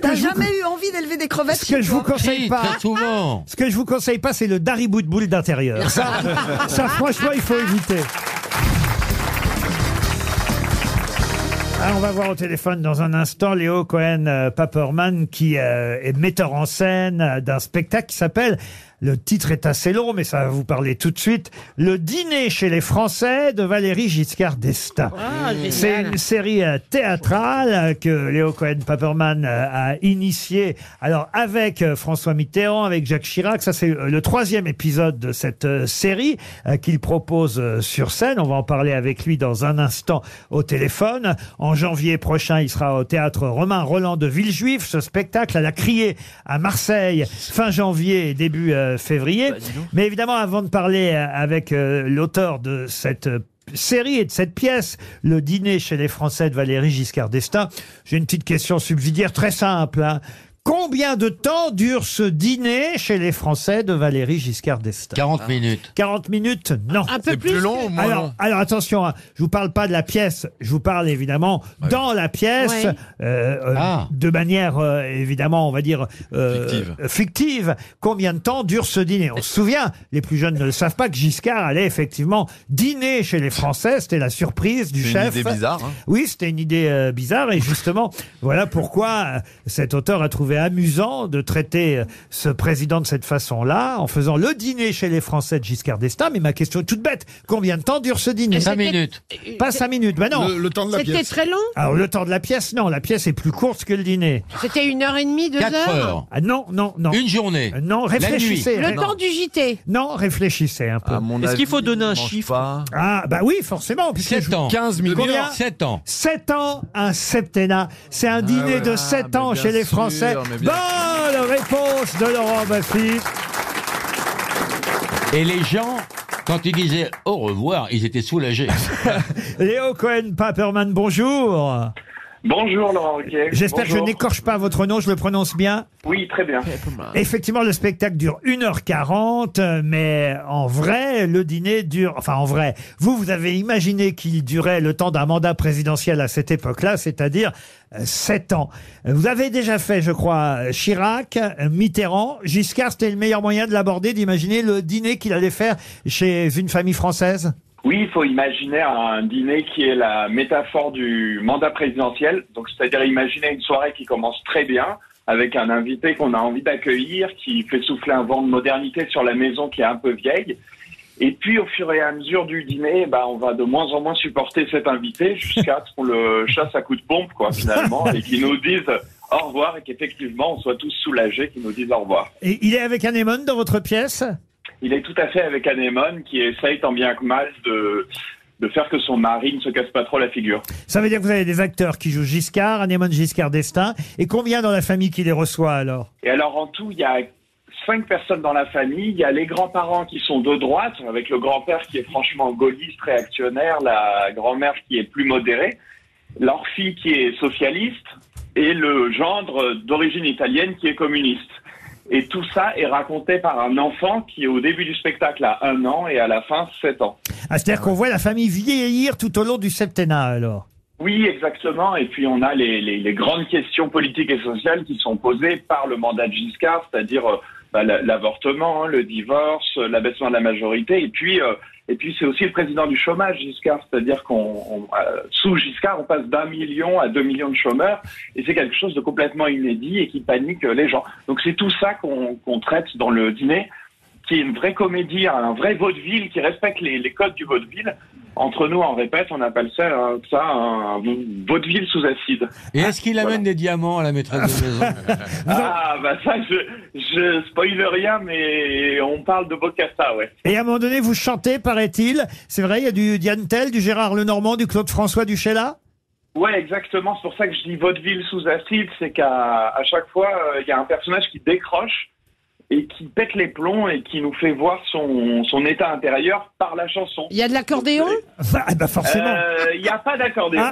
Speaker 5: T'as jamais eu envie d'élever des crevettes
Speaker 2: Ce
Speaker 5: chez
Speaker 2: que je vous
Speaker 5: toi
Speaker 2: conseille
Speaker 4: Si,
Speaker 2: pas,
Speaker 4: très souvent.
Speaker 2: ce que je vous conseille pas, c'est le daribout de boule d'intérieur.
Speaker 8: <laughs>
Speaker 2: Ça, ça, franchement, il faut éviter. Ah, on va voir au téléphone dans un instant Léo Cohen-Paperman qui euh, est metteur en scène euh, d'un spectacle qui s'appelle, le titre est assez long mais ça va vous parler tout de suite, Le dîner chez les Français de Valérie Giscard d'Estaing.
Speaker 8: Ah, génial.
Speaker 2: C'est une série euh, théâtrale euh, que Léo Cohen-Paperman euh, a initiée. Alors avec euh, François Mitterrand, avec Jacques Chirac, ça c'est euh, le troisième épisode de cette euh, série euh, qu'il propose euh, sur scène. On va en parler avec lui dans un instant au téléphone. En janvier prochain, il sera au théâtre Romain Roland de Villejuif. Ce spectacle à la criée à Marseille fin janvier et début euh, février. Mais évidemment, avant de parler euh, avec euh, l'auteur de cette euh, série et de cette pièce, Le dîner chez les Français de Valérie Giscard d'Estaing. J'ai une petite question subsidiaire très simple. hein. Combien de temps dure ce dîner chez les Français de Valérie Giscard d'Estaing
Speaker 4: 40 minutes.
Speaker 2: 40 minutes Non.
Speaker 8: Un peu
Speaker 14: C'est
Speaker 8: plus.
Speaker 14: plus long ou moins
Speaker 2: Alors,
Speaker 14: long
Speaker 2: alors attention, hein, je vous parle pas de la pièce, je vous parle évidemment dans la pièce,
Speaker 8: Ouais.
Speaker 2: euh, euh,
Speaker 4: Ah.
Speaker 2: de manière euh, évidemment, on va dire euh,
Speaker 14: Fictive.
Speaker 2: euh, fictive. Combien de temps dure ce dîner On se souvient, les plus jeunes ne le savent pas que Giscard allait effectivement dîner chez les Français. C'était la surprise du
Speaker 14: C'est une
Speaker 2: chef.
Speaker 14: idée bizarre. hein.
Speaker 2: Oui, c'était une idée euh, bizarre et justement, <laughs> voilà pourquoi euh, cet auteur a trouvé amusant de traiter euh, ce président de cette façon-là, en faisant le dîner chez les Français de Giscard d'Estaing. Mais ma question est toute bête, combien de temps dure ce dîner
Speaker 4: 5 minutes.
Speaker 2: Pas cinq minutes, ben non.
Speaker 3: euh, Le, le temps de la
Speaker 8: C'était
Speaker 3: pièce.
Speaker 8: très long
Speaker 2: Alors le temps de la pièce, non, la pièce est plus courte que le dîner.
Speaker 8: C'était une heure et demie, deux
Speaker 4: 4
Speaker 8: heures,
Speaker 4: heures.
Speaker 2: Ah non, non, non.
Speaker 4: Une journée.
Speaker 2: Euh, Non, réfléchissez.
Speaker 8: Le
Speaker 2: Ré-
Speaker 8: temps du JT.
Speaker 2: Non, réfléchissez un
Speaker 3: Ah,
Speaker 2: peu.
Speaker 14: À mon
Speaker 7: Est-ce qu'il
Speaker 14: avis,
Speaker 7: faut donner un
Speaker 14: il mange
Speaker 7: chiffre
Speaker 14: pas.
Speaker 2: Ah, bah oui, forcément. puisque je-
Speaker 4: 7 ans.
Speaker 14: 15 minutes.
Speaker 2: Combien
Speaker 4: 7 ans.
Speaker 2: 7 ans, un septennat. C'est un dîner
Speaker 14: ouais.
Speaker 2: de
Speaker 14: Ah,
Speaker 2: 7
Speaker 14: mais
Speaker 2: ans
Speaker 14: bien
Speaker 2: chez les
Speaker 14: sûr,
Speaker 2: Français.
Speaker 14: mais bien
Speaker 2: Bonne réponse de Laurent Baffy.
Speaker 14: <laughs>
Speaker 4: Et les gens, quand ils disaient au revoir, ils étaient
Speaker 2: <laughs>
Speaker 4: soulagés.
Speaker 2: Léo Cohen-Paperman, bonjour.
Speaker 12: Bonjour Laurent Ruquier.
Speaker 2: J'espère que je Eh,
Speaker 12: Bonjour.
Speaker 2: n'écorche pas votre nom, je le prononce bien.
Speaker 12: Oui, très bien.
Speaker 2: Effectivement, le spectacle dure 1h40, euh, mais en vrai, le dîner dure... Enfin, en vrai, vous, vous avez imaginé qu'il durait le temps d'un mandat présidentiel à cette époque-là, c'est-à-dire 7 ans. Euh, Vous avez déjà fait, je crois, euh, Chirac, euh, Mitterrand, Giscard, c'était le meilleur moyen de l'aborder, d'imaginer le dîner qu'il allait faire chez une famille française
Speaker 17: Oui, il faut imaginer un dîner qui est la métaphore du mandat présidentiel. Donc, c'est-à-dire imaginer une soirée qui commence très bien avec un invité qu'on a envie d'accueillir, qui fait souffler un vent de modernité sur la maison qui est un peu vieille. Et puis, au fur et à mesure du dîner, bah, on va de moins en moins supporter cet invité jusqu'à ce qu'on le chasse à coups de pompe, quoi, finalement, et qu'il nous dise au revoir et qu'effectivement, on soit tous soulagés qu'ils nous disent au revoir.
Speaker 2: Et il est avec Anémone dans votre pièce
Speaker 17: Il est tout à fait avec Anémone qui essaye tant bien que mal de, de faire que son mari ne se casse pas trop la figure.
Speaker 2: Ça veut dire que vous avez des acteurs qui jouent Giscard, Anémone Giscard d'Estaing. Et combien dans la famille qui les reçoit alors
Speaker 17: Et alors, en tout, il y a cinq personnes dans la famille. Il y a les grands-parents qui sont de droite, avec le grand-père qui est franchement gaulliste, réactionnaire, la grand-mère qui est plus modérée, leur fille qui est socialiste et le gendre d'origine italienne qui est communiste. Et tout ça est raconté par un enfant qui, au début du spectacle, a un an et à la fin, sept ans.
Speaker 2: Ah, C'est-à-dire qu'on voit la famille vieillir tout au long du septennat alors
Speaker 17: Oui, exactement. Et puis on a les, les- les grandes questions politiques et sociales qui sont posées par le mandat de Giscard, c'est-à-dire euh, bah, la- l'avortement, hein, le divorce, euh, l'abaissement de la majorité. Et puis, euh, et puis c'est aussi le président du chômage, Giscard, c'est-à-dire qu'on on, euh, sous Giscard, on passe d'un million à deux millions de chômeurs, et c'est quelque chose de complètement inédit et qui panique euh, les gens. Donc c'est tout ça qu'on qu'on traite dans le dîner qui est une vraie comédie, un vrai vaudeville qui respecte les, les codes du vaudeville. Entre nous, en répète, on appelle ça, euh, ça un vaudeville sous acide.
Speaker 14: Ah,
Speaker 4: Et est-ce qu'il amène des diamants à la maîtresse de maison
Speaker 17: Ah, bah ça, je, je spoil rien, mais on parle de Bocassa, ouais.
Speaker 2: Et à un moment donné, vous chantez, paraît-il. C'est vrai, il y a du Diane Tell, du Gérard Lenormand, du Claude François, du Sheila
Speaker 17: Ouais, exactement. C'est pour ça que je dis vaudeville sous acide, c'est qu'à à chaque fois, euh, il y a un personnage qui décroche et qui pète les plombs et qui nous fait voir son, son état intérieur par la chanson.
Speaker 8: Il y a de l'accordéon
Speaker 2: Ah bah forcément.
Speaker 17: Euh, Il n'y a pas d'accordéon.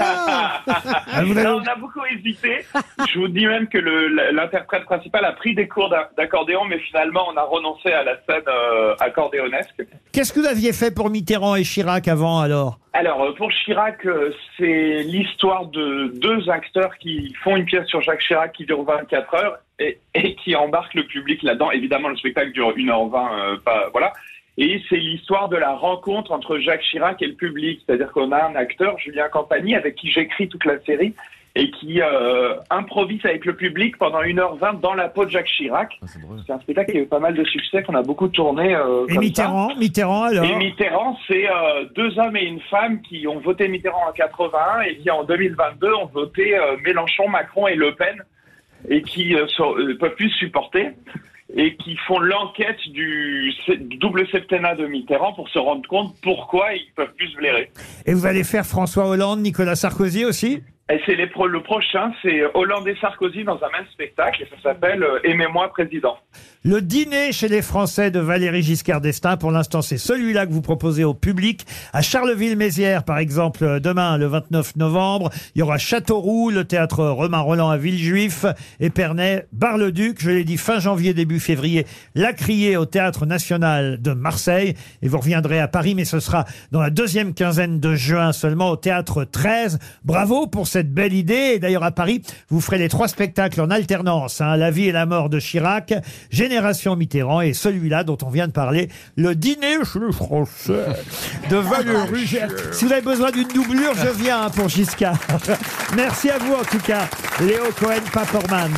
Speaker 2: Ah,
Speaker 17: <laughs>
Speaker 2: vous l'avez-
Speaker 17: Non, on a beaucoup hésité. Je vous dis même que le- l'interprète principal a pris des cours d'a- d'accordéon, mais finalement, on a renoncé à la scène euh, accordéonesque.
Speaker 2: Qu'est-ce que vous aviez fait pour Mitterrand et Chirac avant alors
Speaker 17: Alors, euh, pour Chirac, euh, c'est l'histoire de deux acteurs qui font une pièce sur Jacques Chirac qui dure 24 heures et, et qui embarquent le public là-dedans. Évidemment, le spectacle dure 1h20, euh, pas, voilà. Et c'est l'histoire de la rencontre entre Jacques Chirac et le public. C'est-à-dire qu'on a un acteur, Julien Campagny, avec qui j'écris toute la série et qui euh, improvise avec le public pendant 1h20 dans la peau de Jacques Chirac. Ah, c'est un spectacle qui a eu pas mal de succès, qu'on a beaucoup tourné. euh,
Speaker 2: Et
Speaker 17: comme ça.
Speaker 2: Mitterrand Mitterrand alors
Speaker 17: Et Mitterrand, c'est euh, deux hommes et une femme qui ont voté Mitterrand en 81 et qui en 2022 ont voté euh, Mélenchon, Macron et Le Pen et qui euh, so- euh, peuvent plus supporter et qui font l'enquête du, se- du double septennat de Mitterrand pour se rendre compte pourquoi ils peuvent plus se blairer.
Speaker 2: Et vous allez faire François Hollande, Nicolas Sarkozy aussi
Speaker 17: Et c'est les pro- le prochain, c'est Hollande et Sarkozy dans un même spectacle et ça s'appelle euh, Aimez-moi président.
Speaker 2: Le dîner chez les Français de Valérie Giscard d'Estaing, pour l'instant, c'est celui-là que vous proposez au public. À Charleville-Mézières, par exemple, euh, demain, le 29 novembre, il y aura Châteauroux, le théâtre Romain Roland à Villejuif, Épernay, Bar-le-Duc, je l'ai dit fin janvier, début février, La Criée au Théâtre National de Marseille. Et vous reviendrez à Paris, mais ce sera dans la deuxième quinzaine de juin seulement au Théâtre 13. Bravo pour cette belle idée. Et d'ailleurs, à Paris, vous ferez les trois spectacles en alternance. hein, la vie et la mort de Chirac, Génération Mitterrand et celui-là dont on vient de parler, le dîner chez les Français de Valérie Giscard. Si vous avez besoin d'une doublure, je viens hein, pour Giscard. <laughs> Merci à vous en tout cas, Léo Cohen-Paporman.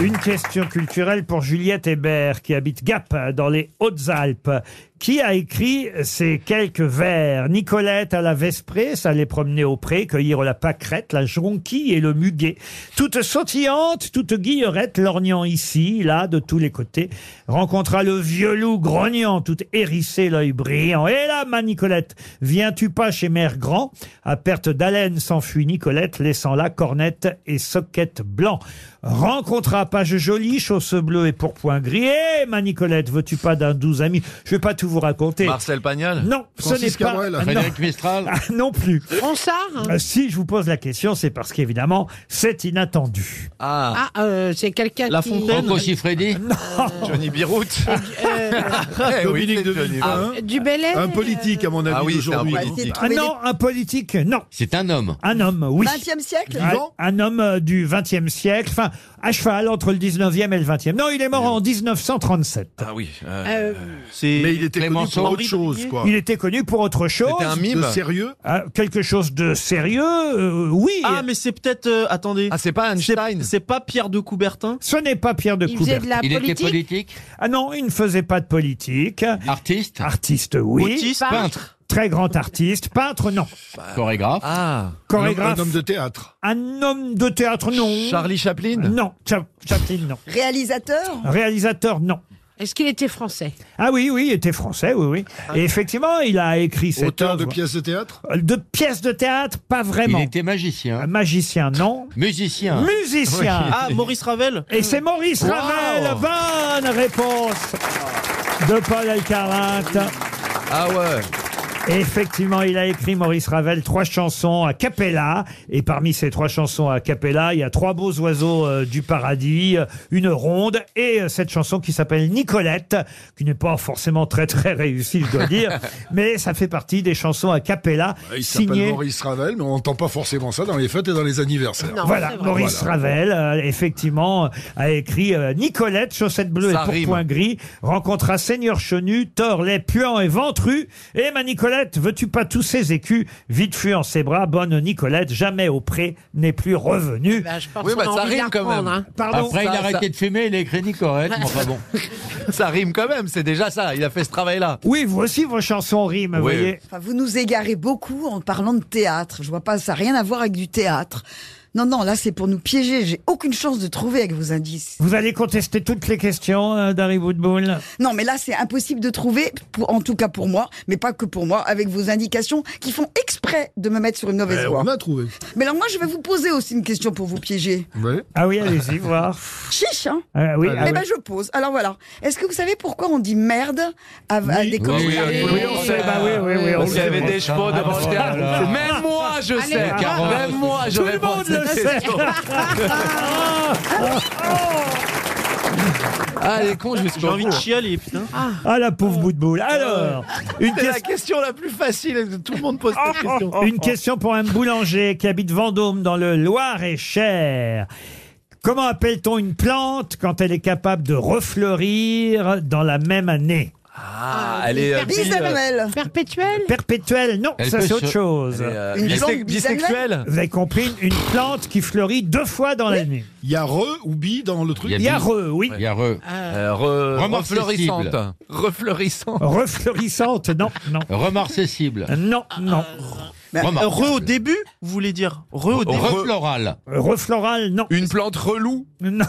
Speaker 2: Une question culturelle pour Juliette Hébert, qui habite Gap, dans les Hautes-Alpes. Qui a écrit ces quelques vers Nicolette à la Vesprée, s'allait promener au pré, cueillir la pâquerette, la jonquille et le muguet. Toute sautillante, toute guillerette, lorgnant ici, là, de tous les côtés, rencontra le vieux loup grognant, tout hérissé, l'œil brillant. Et là, ma Nicolette, viens-tu pas chez Mère Grand À perte d'haleine s'enfuit Nicolette, laissant là cornette et soquette blanc. Rencontra page jolie, chausse bleue et pourpoint gris. Eh, ma Nicolette, veux-tu pas d'un doux ami Je vais pas tout tout vous raconter.
Speaker 14: <laughs> Marcel Pagnol
Speaker 2: Non, ce n'est
Speaker 14: Francis
Speaker 2: pas.
Speaker 14: Cabrel
Speaker 2: non.
Speaker 14: Frédéric Mistral
Speaker 3: <laughs>
Speaker 2: Ah, <laughs> Non plus.
Speaker 8: Ronsard hein
Speaker 2: Euh, Si je vous pose la question, c'est parce qu'évidemment, c'est inattendu. Euh,
Speaker 8: Ah, euh, c'est quelqu'un qui...
Speaker 4: Freddy
Speaker 14: Johnny
Speaker 2: <laughs>
Speaker 14: Biroute
Speaker 3: Eh
Speaker 14: Eh
Speaker 3: Dominique de Villepin.
Speaker 8: Du Bellay
Speaker 3: Un politique, à mon avis,
Speaker 14: Ah oui, c'est un
Speaker 3: d'aujourd'hui.
Speaker 14: politique.
Speaker 2: Ah non, un politique, non.
Speaker 4: C'est un homme.
Speaker 2: Un homme, oui.
Speaker 5: 20e siècle
Speaker 2: Un, un homme euh, du 20e siècle, enfin, à cheval entre le 19e et le 20e. Non, il est mort en 1937.
Speaker 14: Ah oui.
Speaker 8: Euh,
Speaker 3: Mais il était connu pour autre chose, quoi.
Speaker 2: Il était connu pour autre chose.
Speaker 14: C'était un mime
Speaker 3: De sérieux
Speaker 2: Ah, quelque chose de sérieux, euh, oui.
Speaker 7: Ah, mais c'est peut-être. euh, attendez.
Speaker 14: Ah, c'est pas Einstein
Speaker 7: C'est- C'est pas Pierre de Coubertin
Speaker 2: Ce n'est pas Pierre de
Speaker 8: Il faisait
Speaker 2: Coubertin.
Speaker 8: de la
Speaker 4: Il était
Speaker 8: politique
Speaker 4: politique,
Speaker 2: Ah non, il ne faisait pas de politique.
Speaker 4: artiste,
Speaker 2: Artiste, oui.
Speaker 7: Autiste
Speaker 4: peintre,
Speaker 2: Très grand artiste. Peintre, non.
Speaker 4: chorégraphe.
Speaker 14: Ah
Speaker 2: Chorégraphe.
Speaker 3: Un homme de théâtre.
Speaker 2: Un homme de théâtre, non.
Speaker 14: Charlie Chaplin
Speaker 2: Non. Cha- Chaplin, non.
Speaker 5: Réalisateur
Speaker 2: Réalisateur, non.
Speaker 8: Est-ce qu'il était français
Speaker 2: Ah oui, oui, il était français, oui, oui. Et effectivement, il a écrit cette
Speaker 3: Auteur de
Speaker 2: œuvre.
Speaker 3: pièces de théâtre
Speaker 2: Euh, de pièces de théâtre, pas
Speaker 4: Il
Speaker 2: vraiment.
Speaker 4: était magicien,
Speaker 2: Un Magicien, non.
Speaker 4: musicien.
Speaker 2: Musicien.
Speaker 7: Ah, Maurice Ravel
Speaker 2: Et c'est Maurice Ravel. Bonne réponse de Paul Elkarat.
Speaker 14: Ah ouais
Speaker 2: Et effectivement, il a écrit Maurice Ravel trois chansons à cappella. Et parmi ces trois chansons à cappella, il y a trois beaux oiseaux euh, du paradis, euh, une ronde et euh, cette chanson qui s'appelle Nicolette, qui n'est pas forcément très très réussie, je
Speaker 3: <laughs>
Speaker 2: dois dire, mais ça fait partie des chansons à
Speaker 3: Ah,
Speaker 2: cappella
Speaker 3: Bah, Il s'appelle
Speaker 2: signées.
Speaker 3: Maurice Ravel, mais on n'entend pas forcément ça dans les fêtes et dans les anniversaires.
Speaker 8: Non,
Speaker 2: Voilà,
Speaker 8: c'est vrai.
Speaker 2: Maurice Ravel, euh, effectivement, euh, a écrit euh, Nicolette, chaussettes bleues
Speaker 14: Ça
Speaker 2: et
Speaker 14: rime.
Speaker 2: pourpoint gris, rencontra Seigneur Chenu, tord les puants et ventru. Eh, ma Nicolette, veux-tu pas tous ces écus Vite fut en ses bras, bonne Nicolette, jamais au pré n'est plus revenue.
Speaker 8: Bah, Je pense
Speaker 14: Oui,
Speaker 8: qu'on
Speaker 14: bah,
Speaker 8: a
Speaker 14: ça
Speaker 8: envie de
Speaker 14: rime
Speaker 8: la
Speaker 14: quand même.
Speaker 8: reprendre, hein.
Speaker 2: Pardon
Speaker 4: Après, il
Speaker 14: ça-
Speaker 4: a arrêté
Speaker 14: ça-
Speaker 4: de fumer, il a écrit Nicorette. mais enfin bon.
Speaker 14: Ça rime quand même, c'est déjà ça, il a fait ce travail-là.
Speaker 2: Oui, vous aussi, vos chansons riment, vous
Speaker 14: Oui.
Speaker 2: voyez.
Speaker 5: Enfin, vous nous égarez beaucoup en parlant de théâtre. Je vois pas, ça n'a rien à voir avec du théâtre. Non, non, là, c'est pour nous piéger. J'ai aucune chance de trouver avec vos indices.
Speaker 2: Vous allez contester toutes les questions euh, d'Harry Woodbull
Speaker 5: Non, mais là, c'est impossible de trouver, pour, en tout cas pour moi, mais pas que pour moi, avec vos indications qui font exprès de me mettre sur une mauvaise
Speaker 3: Eh,
Speaker 5: voie.
Speaker 3: on a trouvé.
Speaker 5: Mais alors, moi, je vais vous poser aussi une question pour vous piéger.
Speaker 3: Ouais.
Speaker 2: Ah oui, allez-y, voir.
Speaker 5: Chiche, hein
Speaker 2: Ah oui, ah
Speaker 5: Eh
Speaker 2: oui.
Speaker 5: ben, je pose. Alors voilà. Est-ce que vous savez pourquoi on dit merde à, à
Speaker 2: Oui.
Speaker 5: des
Speaker 4: Oui,
Speaker 5: comédiens
Speaker 4: oui, oui,
Speaker 2: Oui, on sait, bah oui, oui, oui, on
Speaker 14: Parce qu'il y
Speaker 2: sait.
Speaker 14: avait des chevaux devant le
Speaker 4: Ah, là,
Speaker 14: théâtre.
Speaker 4: là.
Speaker 14: Même moi, je
Speaker 8: Allez,
Speaker 14: sais.
Speaker 8: ah,
Speaker 4: ah,
Speaker 14: Même moi, je
Speaker 2: Tout le
Speaker 14: réponds à
Speaker 2: monde
Speaker 14: cette
Speaker 2: le sait.
Speaker 14: question. <laughs> Ah, les cons
Speaker 7: J'ai
Speaker 14: jusqu'au
Speaker 7: envie de
Speaker 14: bout.
Speaker 7: chialer, putain.
Speaker 2: Ah, la pauvre Woodbull.
Speaker 15: Oh.
Speaker 2: Alors, une
Speaker 14: C'est la
Speaker 2: question.
Speaker 14: question la plus facile. Tout le monde pose cette question.
Speaker 15: Oh.
Speaker 2: oh,
Speaker 14: Oh.
Speaker 2: Une question pour un boulanger qui habite Vendôme dans le Loir-et-Cher. Comment appelle-t-on une plante quand elle est capable de refleurir dans la même année
Speaker 14: Ah, elle est. euh, bi-
Speaker 5: Bisannuel.
Speaker 8: Perpétuel
Speaker 2: Perpétuelle Non,
Speaker 4: Elle
Speaker 2: ça
Speaker 4: peut
Speaker 2: c'est autre
Speaker 4: se-
Speaker 2: chose.
Speaker 14: elle est, euh,
Speaker 5: Une
Speaker 14: bisex-
Speaker 5: langue
Speaker 14: bisexuelle
Speaker 2: Vous avez compris, une une plante qui fleurit deux fois dans l'année.
Speaker 3: Il y a re ou bi dans le truc.
Speaker 4: Il y a-
Speaker 2: Yareux, oui.
Speaker 4: Il y a re-
Speaker 2: Ah.
Speaker 14: Euh, re-
Speaker 4: Remarquable.
Speaker 14: Refleurissante. Refleurissante.
Speaker 2: Refleurissante, non, non. Euh,
Speaker 4: Remarcessible.
Speaker 2: Non, non.
Speaker 4: Remarque.
Speaker 7: Euh, Re au début, vous voulez dire Re au début
Speaker 4: Refloral.
Speaker 2: Euh, Refloral, non.
Speaker 14: Une plante relou.
Speaker 15: <laughs>
Speaker 2: Non.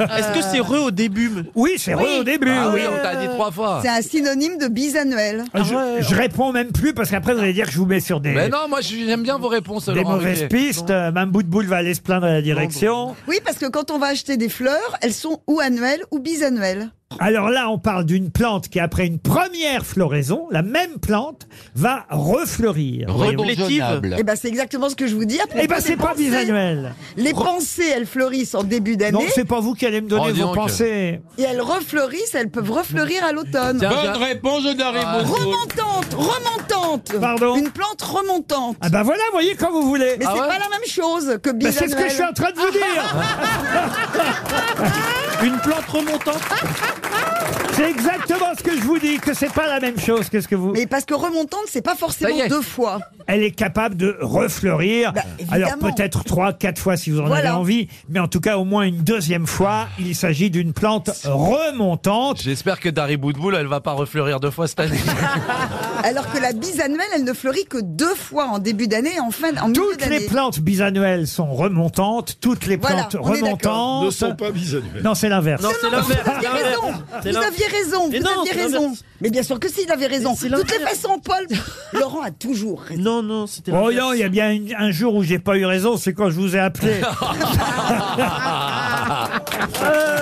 Speaker 7: Est-ce que c'est Re au début m-
Speaker 2: Oui, c'est re au début,
Speaker 14: Ah
Speaker 2: oui.
Speaker 14: oui, on t'a dit trois fois.
Speaker 5: C'est un synonyme de bisannuel.
Speaker 2: Ah, Je, je réponds même plus parce qu'après vous allez dire que je vous mets sur des,
Speaker 14: Mais non, moi j'aime bien vos réponses.
Speaker 2: des
Speaker 14: Laurent
Speaker 2: mauvaises
Speaker 14: Ruquier.
Speaker 2: pistes. Euh, Mme Boutboul va aller se plaindre à la direction.
Speaker 5: Oui, parce que quand on va acheter des fleurs, elles sont ou annuelles ou bisannuelles.
Speaker 2: Alors là, on parle d'une plante qui, après une première floraison, la même plante va refleurir. Voyons.
Speaker 4: Reblétive.
Speaker 5: Eh ben, c'est exactement ce que je vous dis. à propos
Speaker 2: Eh ben,
Speaker 5: des
Speaker 2: c'est pas
Speaker 5: pensées.
Speaker 2: bisannuel.
Speaker 5: Les pensées, elles fleurissent en début
Speaker 2: Non,
Speaker 5: d'année
Speaker 2: c'est pas vous qui allez me
Speaker 14: Oh,
Speaker 2: donner
Speaker 14: dis
Speaker 2: vos
Speaker 14: donc.
Speaker 2: pensées.
Speaker 5: et elles refleurissent, elles peuvent refleurir à l'automne.
Speaker 14: Tiens, j'ai-
Speaker 4: Bonne réponse d'Harry Bourgoul.
Speaker 5: Remontante, remontante.
Speaker 2: Ah. Pardon
Speaker 5: Une plante remontante.
Speaker 2: Ah ben voilà, voyez quand vous voulez.
Speaker 5: Mais
Speaker 14: Ah
Speaker 5: c'est
Speaker 14: ouais
Speaker 5: pas la même chose que
Speaker 2: Ben, c'est ce que je suis
Speaker 5: bisannuel.
Speaker 2: en train de
Speaker 5: <laughs>
Speaker 2: vous dire.
Speaker 7: Une plante remontante
Speaker 2: C'est exactement ce que je vous dis, que c'est pas la même chose que ce que vous.
Speaker 5: Mais parce que remontante, c'est pas
Speaker 14: Ça y
Speaker 5: forcément
Speaker 14: est.
Speaker 5: deux fois.
Speaker 2: Elle est capable de refleurir.
Speaker 5: Bah,
Speaker 2: Alors
Speaker 5: évidemment.
Speaker 2: peut-être trois, quatre fois si vous en
Speaker 5: Voilà.
Speaker 2: avez envie, mais en tout cas au moins une deuxième fois. Il s'agit d'une plante remontante.
Speaker 14: J'espère que Dari Boudboul, elle va pas refleurir deux fois cette année.
Speaker 5: Alors que la bisannuelle, elle ne fleurit que deux fois en début d'année et en fin en milieu
Speaker 2: Toutes les
Speaker 5: d'année.
Speaker 2: plantes bisannuelles sont remontantes, toutes les
Speaker 5: Voilà,
Speaker 2: plantes
Speaker 5: on est d'accord.
Speaker 3: Ne
Speaker 2: remontantes.
Speaker 3: sont pas bisannuels.
Speaker 2: Non, c'est l'inverse.
Speaker 7: Non, c'est l'inverse.
Speaker 5: Vous aviez raison,
Speaker 7: Ah C'est
Speaker 5: vous
Speaker 7: l'inverse.
Speaker 5: aviez raison,
Speaker 7: Mais
Speaker 5: vous
Speaker 7: non,
Speaker 5: aviez
Speaker 7: c'est
Speaker 5: raison.
Speaker 7: l'inverse.
Speaker 5: Mais bien sûr que si, il avait raison.
Speaker 7: Mais c'est
Speaker 5: De toutes les
Speaker 7: l'inverse.
Speaker 5: façons,
Speaker 7: <laughs>
Speaker 5: Paul, Laurent a toujours raison.
Speaker 7: Non, non, c'était
Speaker 2: Oh
Speaker 7: l'inverse.
Speaker 2: non, il y a bien une- un jour où j'ai pas eu raison, c'est quand je vous ai
Speaker 7: <laughs>
Speaker 2: appelé. Euh,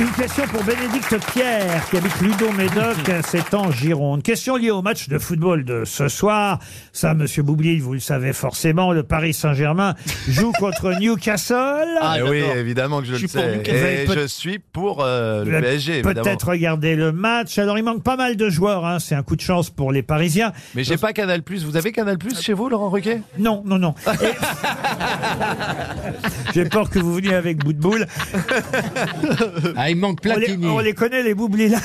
Speaker 2: Une question pour Bénédicte Pierre, qui habite Ludon-Médoc, c'est en Gironde. Question liée au match de football de ce soir. Ça, Monsieur Boublil, vous le savez forcément, le Paris Saint-Germain joue contre Newcastle.
Speaker 14: Ah, oui, évidemment que je,
Speaker 2: Je
Speaker 14: le
Speaker 2: suis pour
Speaker 14: sais.
Speaker 2: Newcastle.
Speaker 14: Et
Speaker 2: Vous avez
Speaker 14: je suis pour euh,
Speaker 2: Vous
Speaker 14: le
Speaker 2: avez
Speaker 14: PSG, évidemment.
Speaker 2: Peut-être regarder le match. Alors, il manque pas mal de joueurs. hein. C'est un coup de chance pour les Parisiens.
Speaker 14: Mais j'ai pas Canal Plus. Vous avez Canal Plus chez vous, Laurent Ruquet
Speaker 2: Non,
Speaker 14: <laughs>
Speaker 2: non, non. Et- J'ai peur que vous veniez avec bout de boule.
Speaker 14: <laughs>
Speaker 4: Ah, il manque
Speaker 2: Platini. On les, connaît, les boublés là.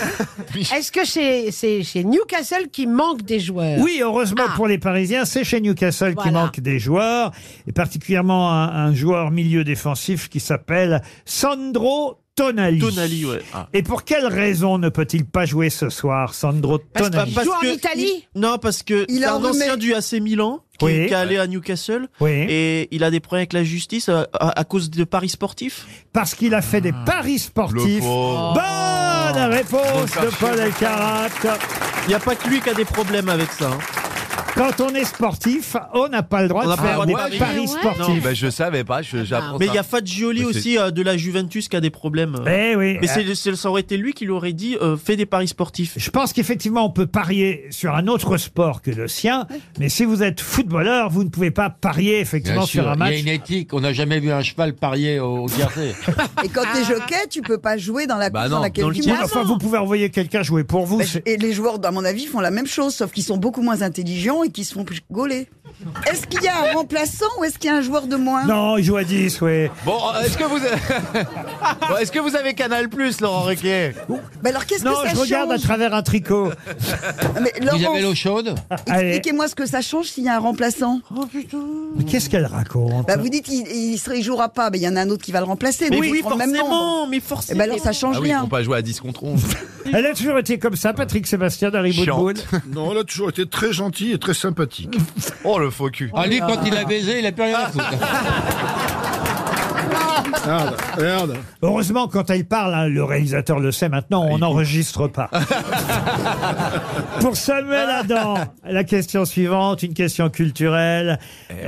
Speaker 8: Est-ce que c'est c'est chez Newcastle qui manque des joueurs
Speaker 2: Oui, heureusement
Speaker 8: Ah.
Speaker 2: pour les Parisiens, c'est chez Newcastle qui manque des joueurs, et particulièrement un, un joueur milieu défensif qui s'appelle Sandro Tonali.
Speaker 15: Tonali, ouais. Ah.
Speaker 2: Et pour quelle raison ne peut-il pas jouer ce soir, Sandro Tonali
Speaker 15: Parce que- il- Non, parce que
Speaker 2: Il
Speaker 15: il
Speaker 2: a
Speaker 15: un
Speaker 2: enrhumé.
Speaker 15: ancien du AC Milan qui,
Speaker 2: Oui.
Speaker 15: qui est allé à Newcastle et il a des problèmes avec la justice à, à- à cause de paris sportifs.
Speaker 2: Parce qu'il a fait des
Speaker 14: Ah.
Speaker 2: paris sportifs. Bonne réponse de Paul Elkarat.
Speaker 15: Oh. Il n'y a pas que lui qui a des problèmes avec ça. hein.
Speaker 2: Quand on est sportif, on n'a pas le droit
Speaker 15: On n'a
Speaker 2: de
Speaker 15: pas
Speaker 2: faire
Speaker 15: le
Speaker 2: des
Speaker 15: droit de-
Speaker 2: paris
Speaker 15: Ouais.
Speaker 2: sportifs.
Speaker 15: Non.
Speaker 14: Ben, je savais pas. je- j'apprends
Speaker 15: Ah. Mais
Speaker 14: ça.
Speaker 15: il y a Fagioli
Speaker 14: Mais c'est-
Speaker 15: aussi euh, de la Juventus qui a des problèmes.
Speaker 2: Eh oui.
Speaker 15: Mais c'est- c'est- ça aurait été lui qui l'aurait dit euh, fais des paris sportifs.
Speaker 2: Je pense qu'effectivement, on peut parier sur un autre sport que le sien, mais si vous êtes footballeur, vous ne pouvez pas parier effectivement
Speaker 4: Bien sûr,
Speaker 2: sur un
Speaker 4: il y
Speaker 2: match.
Speaker 4: a une éthique. On n'a jamais vu un cheval parier au gardé.
Speaker 5: Et quand t'es jockey, tu peux pas jouer dans la
Speaker 14: Bah
Speaker 5: course dans laquelle tu
Speaker 2: Oui,
Speaker 5: vas.
Speaker 2: enfin, vous pouvez envoyer quelqu'un jouer pour vous.
Speaker 5: Bah,
Speaker 2: c'est-
Speaker 5: Et les joueurs, à mon avis, font la même chose, sauf qu'ils sont beaucoup moins intelligents et qu'ils se font gauler. Est-ce qu'il y a un remplaçant ou est-ce qu'il y a un joueur de moins
Speaker 2: Non, il joue à 10, oui.
Speaker 14: Bon, euh, est-ce que vous <laughs> Bon, est-ce que vous avez Canal Plus, Laurent Ruquier
Speaker 5: Bah alors qu'est-ce que
Speaker 2: Non,
Speaker 5: ça
Speaker 2: je regarde à
Speaker 5: change
Speaker 2: travers un tricot.
Speaker 5: Mais Laurent,
Speaker 4: chaude
Speaker 2: Allez.
Speaker 5: Expliquez-moi ce que ça change s'il y a un remplaçant.
Speaker 2: Oh, Mais Qu'est-ce qu'elle raconte
Speaker 5: Bah vous dites il, il, sera- il jouera pas, mais il y en a un autre qui va le remplacer.
Speaker 2: Mais
Speaker 5: donc
Speaker 2: oui,
Speaker 5: il prend le même
Speaker 2: forcément,
Speaker 5: nombre.
Speaker 15: mais forcément.
Speaker 5: Eh ben alors ça change
Speaker 14: Ah oui, ils
Speaker 5: rien.
Speaker 14: vont pas jouer à 10 contre 11.
Speaker 2: <laughs> Elle a toujours été comme ça, Patrick Sébastien d'Harry Boudboul.
Speaker 3: Non, elle a toujours été très gentille et très
Speaker 2: <laughs>
Speaker 3: sympathique.
Speaker 14: Oh, le faux cul.
Speaker 4: Ah, lui, quand il a baisé, il a plus rien à foutre.
Speaker 3: Merde, merde. Ah,
Speaker 2: Heureusement, quand elle parle, hein, le réalisateur le sait maintenant, on n'enregistre pas. <laughs> Pour Samuel Adam, la question suivante, une question culturelle.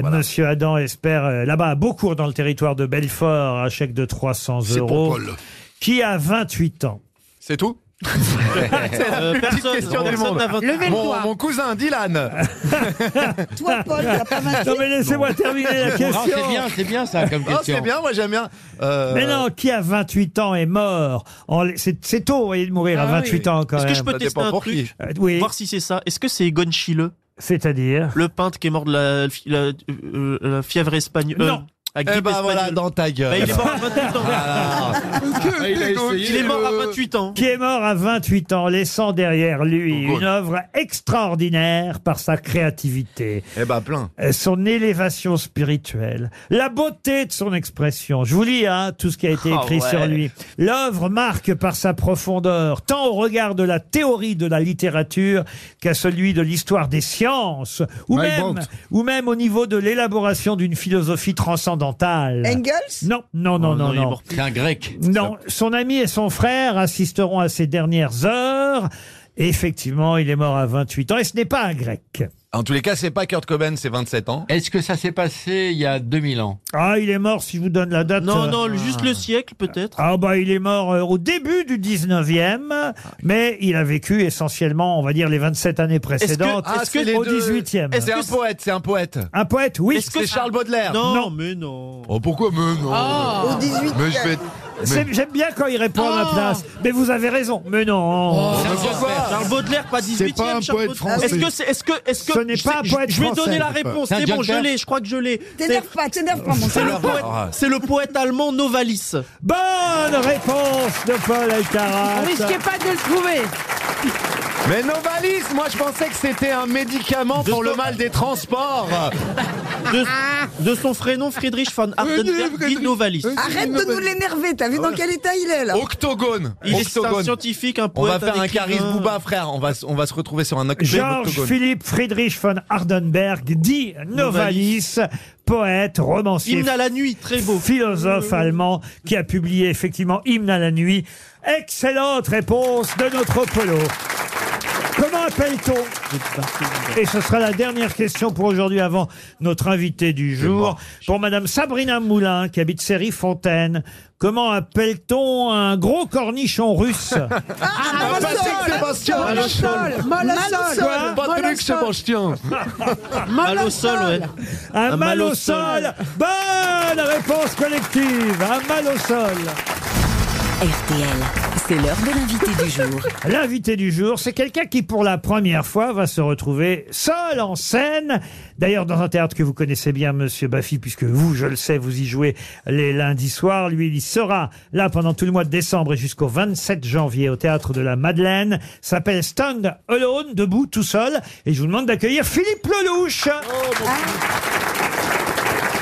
Speaker 2: Monsieur Adam espère, euh, là-bas, à Beaucourt, dans le territoire de Belfort, un chèque de 300
Speaker 3: C'est pour
Speaker 2: euros.
Speaker 3: Paul.
Speaker 2: Qui a 28 ans
Speaker 14: <laughs> C'est
Speaker 4: <laughs>
Speaker 14: tout C'est la
Speaker 2: Euh,
Speaker 14: plus petite
Speaker 2: personne-
Speaker 14: question du
Speaker 2: personne
Speaker 14: monde.
Speaker 2: n'a voté. Levez le
Speaker 14: Mon,
Speaker 2: doigt.
Speaker 14: mon cousin, Dylan.
Speaker 5: <laughs> Toi, Paul, t'as pas vingt-huit
Speaker 2: Non, mais laissez-moi terminer la
Speaker 4: Ah,
Speaker 2: question.
Speaker 4: c'est bien, c'est bien ça comme
Speaker 14: Oh,
Speaker 4: question.
Speaker 14: c'est bien, moi j'aime bien. Euh,
Speaker 2: Mais non, qui à 28 ans est mort en- C'est c'est tôt, vous voyez, de mourir à 28 ans
Speaker 15: Ah
Speaker 2: quand
Speaker 15: Est-ce
Speaker 2: même.
Speaker 15: que je peux tester un truc
Speaker 2: Euh, Oui.
Speaker 15: Voir si c'est ça. Est-ce que c'est Egon Schiele
Speaker 2: C'est-à-dire
Speaker 15: Le peintre qui est mort de la, la- euh, euh, la fièvre espagnole. euh,
Speaker 2: Non.
Speaker 15: La
Speaker 14: Eh
Speaker 15: grippe
Speaker 14: ben voilà,
Speaker 15: espagnole.
Speaker 14: dans ta gueule.
Speaker 15: Bah, il est mort à 28 ans.
Speaker 14: Ah, il a essayé euh,
Speaker 15: Il est mort à
Speaker 14: le-
Speaker 15: 28 ans.
Speaker 2: Qui est mort à 28 ans, laissant derrière
Speaker 14: Oh,
Speaker 2: lui une œuvre extraordinaire par sa créativité,
Speaker 14: Eh ben plein.
Speaker 2: euh, son élévation spirituelle, la beauté de son expression. Je vous lis hein, tout ce qui a été
Speaker 15: Ah
Speaker 2: écrit
Speaker 15: ouais.
Speaker 2: sur lui. L'œuvre marque par sa profondeur, tant au regard de la théorie de la littérature qu'à celui de l'histoire des sciences, ou
Speaker 3: Mike
Speaker 2: même,
Speaker 3: Brandt.
Speaker 2: ou même au niveau de l'élaboration d'une philosophie transcendantale.
Speaker 5: Engels
Speaker 2: Non, non,
Speaker 4: Oh
Speaker 2: non, non,
Speaker 15: Oh, non, il est
Speaker 2: non.
Speaker 15: mort
Speaker 4: C'est un grec.
Speaker 2: Non, son ami et son frère assisteront à ses dernières heures. Et effectivement, il est mort à 28 ans et ce n'est pas un grec.
Speaker 14: En tous les cas, c'est pas Kurt Cobain, c'est 27 ans.
Speaker 4: Est-ce que ça s'est passé il y a 2000 ans
Speaker 2: Ah, il est mort si je vous donne la date.
Speaker 15: Non,
Speaker 2: euh,
Speaker 15: non, juste le siècle peut-être.
Speaker 2: Ah bah il est mort euh, au début du 19e, mais il a vécu essentiellement, on va dire les 27 années précédentes
Speaker 14: Ah, c'est les
Speaker 2: au
Speaker 14: deux-
Speaker 2: 18e.
Speaker 14: C'est un poète, c'est un poète.
Speaker 2: Un poète, oui.
Speaker 14: C'est Charles Baudelaire.
Speaker 15: Non,
Speaker 2: Non.
Speaker 15: mais non.
Speaker 14: Oh, pourquoi mais non
Speaker 15: Ah.
Speaker 5: Au 18
Speaker 14: Mais je vais.
Speaker 2: C'est- J'aime bien quand il répond à ma place. Mais vous avez raison. Mais
Speaker 14: Oh,
Speaker 2: non.
Speaker 15: Oh, Charles Baudelaire, pas 18
Speaker 3: pas un poète français.
Speaker 15: Est-ce que c'est. Est-ce que. Est-ce que.
Speaker 2: Ce n'est
Speaker 15: je
Speaker 2: pas
Speaker 15: sais-
Speaker 2: un poète
Speaker 15: Je vais
Speaker 2: français.
Speaker 15: donner la réponse.
Speaker 4: C'est un
Speaker 15: C'est bon, je
Speaker 4: Joker
Speaker 15: l'ai, je crois que je l'ai. C'est
Speaker 5: T'énerve pas, t'énerve pas, mon
Speaker 15: c'est
Speaker 5: frère.
Speaker 15: le poète. C'est le poète allemand Novalis.
Speaker 2: Bonne réponse de Paul Alcarat.
Speaker 8: Vous risquez pas de le trouver.
Speaker 14: Mais Novalis, moi je pensais que c'était un médicament pour le mal des transports.
Speaker 15: De, de son prénom Friedrich von Hardenberg dit Novalis.
Speaker 5: Arrête de nous l'énerver,
Speaker 14: Ah
Speaker 5: t'as vu dans quel état il est là
Speaker 14: Octogone.
Speaker 15: Il est un
Speaker 14: Octogone.
Speaker 15: scientifique, un
Speaker 14: On
Speaker 15: poète.
Speaker 14: va faire un
Speaker 15: écrivain.
Speaker 14: charisme booba, frère. On va, s- on va se retrouver sur un octogone.
Speaker 2: Georges Philippe Friedrich von Hardenberg, dit Novalis, poète, romancier,
Speaker 15: Hymne à la nuit, très beau.
Speaker 2: philosophe allemand, qui a publié effectivement Hymne à la nuit. Excellente réponse de notre Polo. Comment appelle-t-on Et ce sera la dernière question pour aujourd'hui avant notre invité du jour. Pour Madame Sabrina Moulin, qui habite Série-Fontaine, comment appelle-t-on un gros cornichon russe
Speaker 6: <laughs> Ah, Patrick Sébastien Patrick Sébastien
Speaker 2: Mal au sol, ouais. Un, mal, au sol. Bonne réponse collective. Un mal au sol.
Speaker 9: RTL, c'est l'heure de l'invité du jour.
Speaker 2: <laughs> L'invité du jour, c'est quelqu'un qui, pour la première fois, va se retrouver seul en scène. D'ailleurs, dans un théâtre que vous connaissez bien, monsieur Baffy, puisque vous, je le sais, vous y jouez les lundis soirs. Lui, il sera là pendant tout le mois de décembre et jusqu'au 27 janvier au théâtre de la Madeleine. S'appelle Stand Alone, debout, tout seul. Et je vous demande d'accueillir Philippe Lelouch.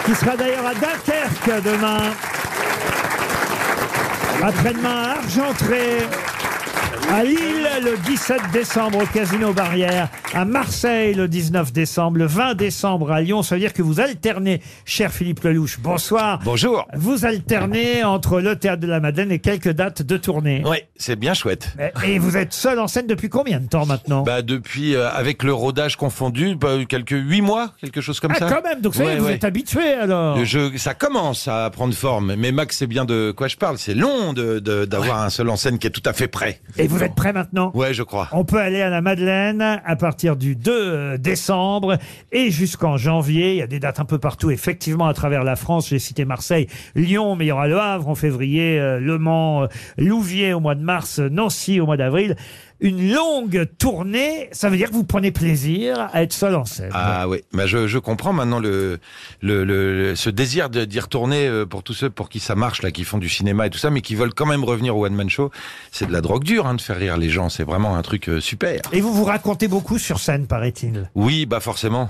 Speaker 2: qui sera d'ailleurs à Dunkerque demain. Après-demain à Argentré. À Lille le 17 décembre au Casino Barrière, à Marseille le 19 décembre, le 20 décembre à Lyon. Ça veut dire que vous alternez, cher Philippe Lelouch, bonsoir.
Speaker 18: Bonjour.
Speaker 2: Vous alternez entre le Théâtre de la Madeleine et quelques dates de tournée.
Speaker 18: Oui, c'est bien chouette.
Speaker 2: Et vous êtes seul en scène depuis combien de temps maintenant
Speaker 18: Bah depuis, euh, avec le rodage confondu, bah, quelques huit mois, quelque chose comme
Speaker 2: Ah
Speaker 18: ça.
Speaker 2: quand même, donc ça y est,
Speaker 18: Ouais,
Speaker 2: vous
Speaker 18: ouais.
Speaker 2: êtes habitué alors.
Speaker 18: Je- ça commence à prendre forme, mais Max sait bien de quoi je parle. C'est long de- de- d'avoir un seul en scène qui est tout à fait prêt.
Speaker 2: Et vous êtes prêt maintenant
Speaker 18: Ouais, je crois.
Speaker 2: On peut aller à la Madeleine à partir du 2 décembre et jusqu'en janvier. Il y a des dates un peu partout, effectivement, à travers la France. J'ai cité Marseille, Lyon, mais il y aura Le Havre en février, euh, Le Mans, euh, Louviers au mois de mars, euh, Nancy au mois d'avril. Une longue tournée, ça veut dire que vous prenez plaisir à être seul en scène.
Speaker 18: Ah oui, bah, je, je comprends maintenant le, le, le- le- ce désir de- d'y retourner euh, pour tous ceux pour qui ça marche là, qui font du cinéma et tout ça, mais qui veulent quand même revenir au one man show. C'est de la drogue dure hein, de faire rire les gens. C'est vraiment un truc euh, super.
Speaker 2: Et vous vous racontez beaucoup sur scène, paraît-il.
Speaker 18: Oui, bah forcément.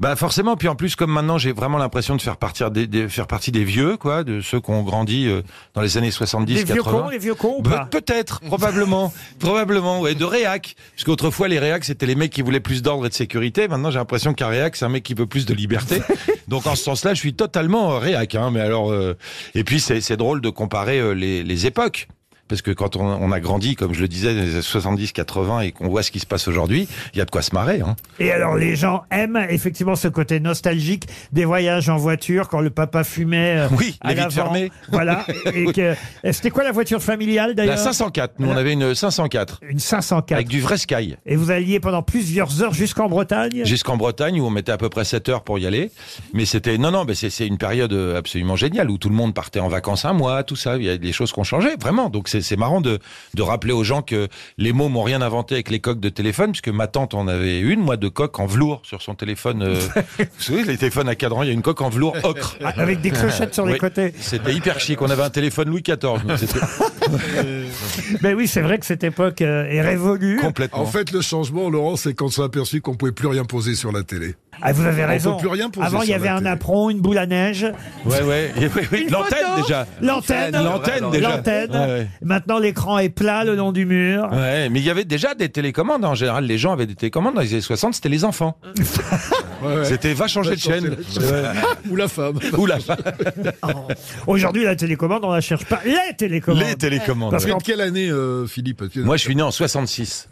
Speaker 18: Bah forcément, puis en plus comme maintenant j'ai vraiment l'impression de faire partir des, des- faire partie des vieux quoi, de ceux qui ont grandi euh, dans les années 70
Speaker 2: Les
Speaker 18: 80.
Speaker 2: vieux cons, les vieux cons ou
Speaker 18: Pe-
Speaker 2: pas
Speaker 18: Peut-être,
Speaker 2: <laughs>
Speaker 18: probablement, probablement ouais, de réac parce qu'autrefois les réacs c'était les mecs qui voulaient plus d'ordre et de sécurité, maintenant j'ai l'impression qu'un réac c'est un mec qui veut plus de
Speaker 2: <laughs>
Speaker 18: liberté. Donc en ce sens-là, je suis totalement euh, réac hein, mais alors euh, et puis c'est c'est drôle de comparer euh, les les époques. Parce que quand on, on a grandi, comme je le disais, dans les années 70, 80, et qu'on voit ce qui se passe aujourd'hui, il y a de quoi se marrer. Hein.
Speaker 2: Et alors, les gens aiment effectivement ce côté nostalgique des voyages en voiture quand le papa fumait. euh,
Speaker 18: Oui,
Speaker 2: à
Speaker 18: les vitres
Speaker 2: l'avant.
Speaker 18: fermées.
Speaker 2: Voilà. Et
Speaker 18: <laughs> Oui.
Speaker 2: que- et c'était quoi la voiture familiale d'ailleurs
Speaker 18: La 504. Nous, on avait une 504.
Speaker 2: Une 504.
Speaker 18: Avec du vrai Sky.
Speaker 2: Et vous alliez pendant plusieurs heures jusqu'en Bretagne <laughs>
Speaker 18: Jusqu'en Bretagne, où on mettait à peu près 7 heures pour y aller. Mais c'était, non, non, mais c'est c'est une période euh, absolument géniale où tout le monde partait en vacances un mois, tout ça. Il y a des choses qui ont changé, vraiment. Donc c'est c'est marrant de, de rappeler aux gens que les mots m'ont rien inventé avec les coques de téléphone, puisque ma tante en avait une, moi, de coque en velours sur son téléphone. euh, vous savez, les téléphones à cadran, il y a une coque en velours ocre.
Speaker 2: Ah, <laughs> avec des clochettes sur les côtés.
Speaker 18: C'était hyper chic. On avait un téléphone Louis XIV. mais
Speaker 2: <laughs>
Speaker 18: c'était-
Speaker 2: Mais Ben oui, c'est vrai que cette époque euh, est révolue.
Speaker 3: En fait, le changement, Laurent, c'est quand on s'est aperçu qu'on pouvait plus rien poser sur la télé.
Speaker 2: Ah, vous avez
Speaker 3: On
Speaker 2: raison.
Speaker 3: peut plus rien poser
Speaker 2: Avant, il y
Speaker 3: sur
Speaker 2: avait
Speaker 3: la
Speaker 2: un
Speaker 3: télé.
Speaker 2: apron, une boule à neige.
Speaker 18: Ouais, ouais. Oui, oui, L'antenne, déjà.
Speaker 2: L'antenne.
Speaker 18: L'antenne, déjà.
Speaker 2: L'antenne.
Speaker 18: Ouais, ouais.
Speaker 2: Maintenant, l'écran est plat le long du mur.
Speaker 18: Ouais, mais il y avait déjà des télécommandes. En général, les gens avaient des télécommandes dans les années 60, c'était les enfants. C'était va changer de chaîne.
Speaker 3: Ou la femme.
Speaker 18: <laughs> Ou la femme.
Speaker 2: Oh. Aujourd'hui, la télécommande, on la cherche pas. Les télécommandes.
Speaker 18: Les télécommandes.
Speaker 2: Parce
Speaker 18: ouais.
Speaker 2: qu'en
Speaker 3: Quelle année, euh, Philippe tu-
Speaker 18: Moi, je suis né en 66.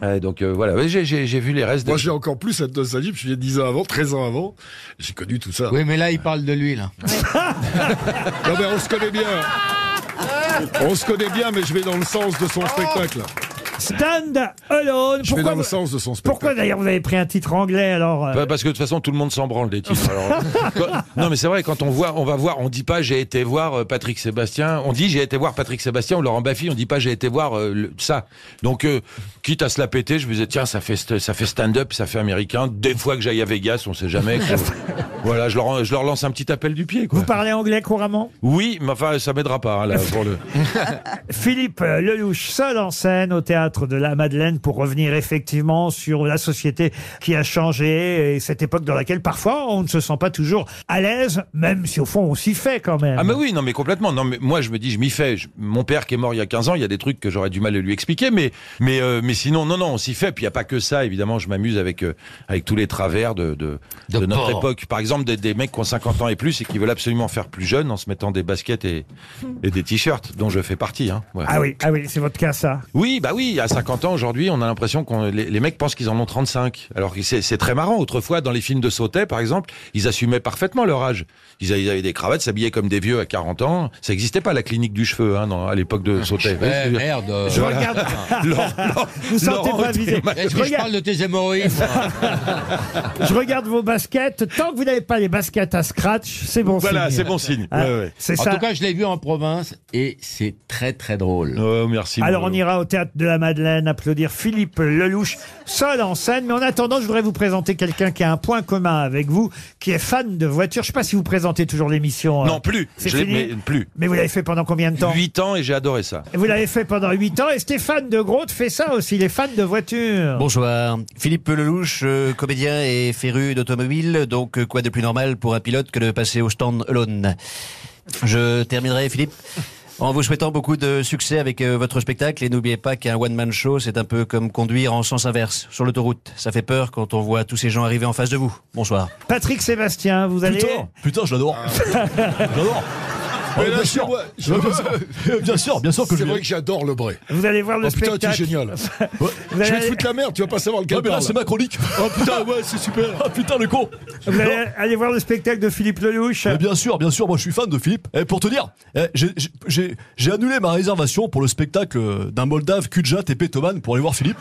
Speaker 18: Ouais, donc euh, voilà, Ouais, j'ai- j'ai j'ai vu les restes.
Speaker 3: Moi, j'ai encore plus cette nostalgie, puis je suis 10 ans avant, 13 ans avant. J'ai connu tout ça.
Speaker 19: Oui, mais là, il parle de hein. lui, là.
Speaker 3: <laughs> Non, mais on se connaît bien. On se connaît bien, mais je vais dans le sens de son spectacle.
Speaker 2: Stand Alone.
Speaker 3: Je vais dans
Speaker 2: Pourquoi,
Speaker 3: le
Speaker 2: vous-
Speaker 3: sens de son spectacle.
Speaker 2: pourquoi d'ailleurs vous avez pris un titre anglais alors euh,
Speaker 18: Bah, parce que de toute façon, tout le monde s'en branle des titres. alors. Quand- non, mais c'est vrai, quand on voit, on va voir, on dit pas j'ai été voir euh, Patrick Sébastien, on dit j'ai été voir Patrick Sébastien ou Laurent Baffy, on dit pas j'ai été voir euh, le- ça. Donc, euh, quitte à se la péter, je me disais, tiens, ça fait, st- ça fait stand-up, ça fait américain. Des fois que j'aille à Vegas, on sait jamais. que- voilà, je leur, je leur lance un petit appel du pied, quoi.
Speaker 2: Vous parlez anglais couramment
Speaker 18: Oui, mais enfin, ça m'aidera pas, hein, là, pour le.
Speaker 2: Philippe euh, Lelouch, seul en scène au théâtre de la Madeleine pour revenir effectivement sur la société qui a changé et cette époque dans laquelle parfois on ne se sent pas toujours à l'aise, même si au fond on s'y fait quand même.
Speaker 18: Ah mais oui, non mais complètement. Non mais moi je me dis je m'y fais. Je- mon père qui est mort il y a 15 ans, il y a des trucs que j'aurais du mal à lui expliquer mais mais euh, mais sinon non non, on s'y fait. Puis il y a pas que ça évidemment, je m'amuse avec euh, avec tous les travers de de, de notre
Speaker 19: port.
Speaker 18: époque. Par exemple exemple, des, des mecs qui ont 50 ans et plus et qui veulent absolument faire plus jeune en se mettant des baskets et, et des t-shirts, dont je fais partie. hein. Ouais.
Speaker 2: Ah oui, ah oui c'est votre cas, ça.
Speaker 18: Oui, bah oui, à 50 ans aujourd'hui, on a l'impression que les, les mecs pensent qu'ils en ont 35. Alors que c'est c'est très marrant. Autrefois, dans les films de Sautet, par exemple, ils assumaient parfaitement leur âge. Ils avaient, ils avaient des cravates, s'habillaient comme des vieux à 40 ans. Ça n'existait pas la clinique du cheveu hein, dans- à l'époque de Sautet.
Speaker 4: Eh, merde.
Speaker 18: Je <laughs> regarde.
Speaker 2: <laughs> Vous sentez
Speaker 18: Laurent
Speaker 2: pas visé.
Speaker 18: Thémage.
Speaker 4: Est-ce que Eh, je parle de tes hémorroïdes moi
Speaker 2: Je regarde vos baskets. Tant que vous n'avez pas les baskets à scratch, c'est bon signe.
Speaker 18: Voilà, c'est bon signe.
Speaker 2: Ah,
Speaker 18: Ouais, ouais.
Speaker 2: C'est
Speaker 4: En
Speaker 2: ça.
Speaker 4: tout cas, je l'ai vu en province et c'est très très drôle.
Speaker 18: merci.
Speaker 2: Alors on ira au théâtre de la Madeleine applaudir Philippe Lelouch, seul en scène. Mais en attendant, je voudrais vous présenter quelqu'un qui a un point commun avec vous, qui est fan de voitures. Je sais pas si vous présentez toujours l'émission. euh,
Speaker 18: Non, plus.
Speaker 2: C'est
Speaker 18: Je l'ai-
Speaker 2: fini.
Speaker 18: mais plus.
Speaker 2: Mais vous l'avez fait pendant combien de temps
Speaker 18: 8 ans et j'ai adoré ça.
Speaker 2: Vous l'avez fait pendant 8 ans et Stéphane de Groot fait ça aussi, les fans de voitures.
Speaker 19: Bonsoir, Philippe Lelouch, euh, comédien et féru d'automobile, donc euh, quoi de plus normal pour un pilote que de passer au stand alone Je terminerai, Philippe, en vous souhaitant beaucoup de succès avec euh, votre spectacle et n'oubliez pas qu'un one-man show, c'est un peu comme conduire en sens inverse sur l'autoroute. Ça fait peur quand on voit tous ces gens arriver en face de vous. Bonsoir.
Speaker 2: Patrick Sébastien, vous allez. <laughs>
Speaker 19: putain, je l'adore. J'adore. Oh,
Speaker 2: Mais là, c'est
Speaker 19: <laughs>
Speaker 2: moi, je-
Speaker 19: bien sûr, bien sûr que
Speaker 2: C'est
Speaker 19: je
Speaker 2: vrai que
Speaker 19: j'adore le Bray.
Speaker 2: Vous allez voir le
Speaker 19: Oh putain,
Speaker 2: spectacle.
Speaker 19: t'es
Speaker 2: <laughs>
Speaker 19: génial.
Speaker 2: Vous allez-
Speaker 19: Je vais te foutre la merde, tu vas pas savoir lequel.
Speaker 2: Ouais, mais là, c'est ma
Speaker 19: chronique. Oh putain, ouais, c'est super. Oh putain, le con.
Speaker 2: Vous allez aller voir le spectacle de Philippe Lelouch.
Speaker 19: Eh,
Speaker 4: Ah,
Speaker 19: bien sûr, bien sûr, moi je suis fan de Philippe. Et pour te dire, eh, j'ai- j'ai- j'ai j'ai annulé ma réservation pour le spectacle euh, d'un Moldave, Kudjat et Pétoman pour aller voir Philippe.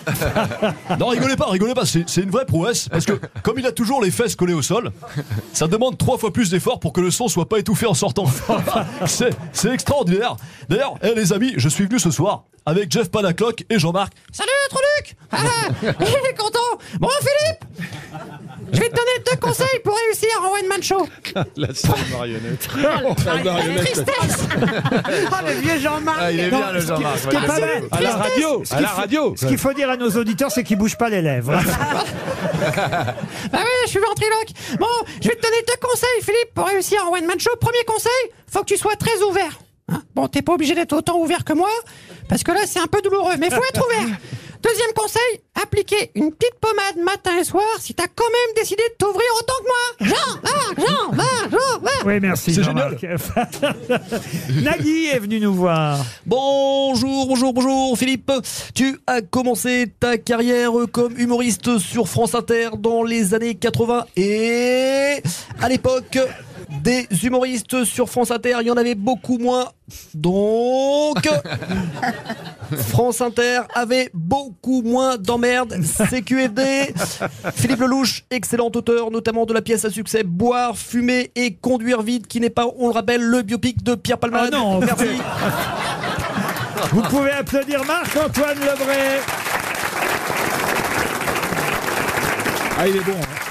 Speaker 19: non, rigolez pas, rigolez pas, c'est c'est une vraie prouesse parce que comme il a toujours les fesses collées au sol, ça demande trois fois plus d'efforts pour que le son soit pas étouffé en sortant. c'est c'est extraordinaire. D'ailleurs, eh, les amis, je suis venu ce soir avec Jeff Panaclock et Jean-Marc.
Speaker 20: <laughs> Salut, notre Luc Ah, Il est content Bon, Philippe Je vais te donner deux conseils pour réussir en one-man show.
Speaker 18: La seule
Speaker 21: <laughs>
Speaker 18: marionnette.
Speaker 20: Tristesse Ah, le vieux Jean-Marc
Speaker 18: Ah, il est bien, le
Speaker 2: ce qui-
Speaker 18: Jean-Marc,
Speaker 2: ce qui est
Speaker 18: ouais.
Speaker 2: pas
Speaker 18: Ah,
Speaker 2: mal.
Speaker 18: c'est À la tristesse. radio,
Speaker 2: Ce
Speaker 18: à
Speaker 2: qu'il
Speaker 18: la
Speaker 2: faut-
Speaker 18: radio. Ah,
Speaker 2: Ce qu'il faut dire à nos auditeurs, c'est qu'ils bougent pas les lèvres.
Speaker 20: Bah oui, je suis ventriloque Bon, je vais te donner deux conseils, Philippe, pour réussir en one-man show. Premier conseil, faut que tu sois très ouvert. Hein bon, t'es pas obligé d'être autant ouvert que moi, parce que là, c'est un peu douloureux, mais faut être ouvert Deuxième conseil, appliquer une petite pommade matin et soir si t'as quand même décidé de t'ouvrir autant que moi Jean, Marc, Jean, Marc, Jean, Marc
Speaker 2: Oui, merci.
Speaker 20: C'est
Speaker 2: Jean-Marc. <laughs> Nagui est venu nous voir.
Speaker 19: Bonjour, bonjour, bonjour Philippe. Tu as commencé ta carrière comme humoriste sur France Inter dans les années 80 et à l'époque des humoristes sur France Inter, il y en avait beaucoup moins. Donc France Inter avait beaucoup moins d'emmerdes.
Speaker 2: <laughs>
Speaker 19: CQFD. Philippe Lelouch, excellent auteur, notamment de la pièce à succès Boire, fumer et conduire vite, qui n'est pas, on le rappelle, le biopic de Pierre Palmade.
Speaker 2: Ah non,
Speaker 19: Merci.
Speaker 2: Vous pouvez applaudir Marc-Antoine Lebray. Ah, il est bon.
Speaker 18: hein.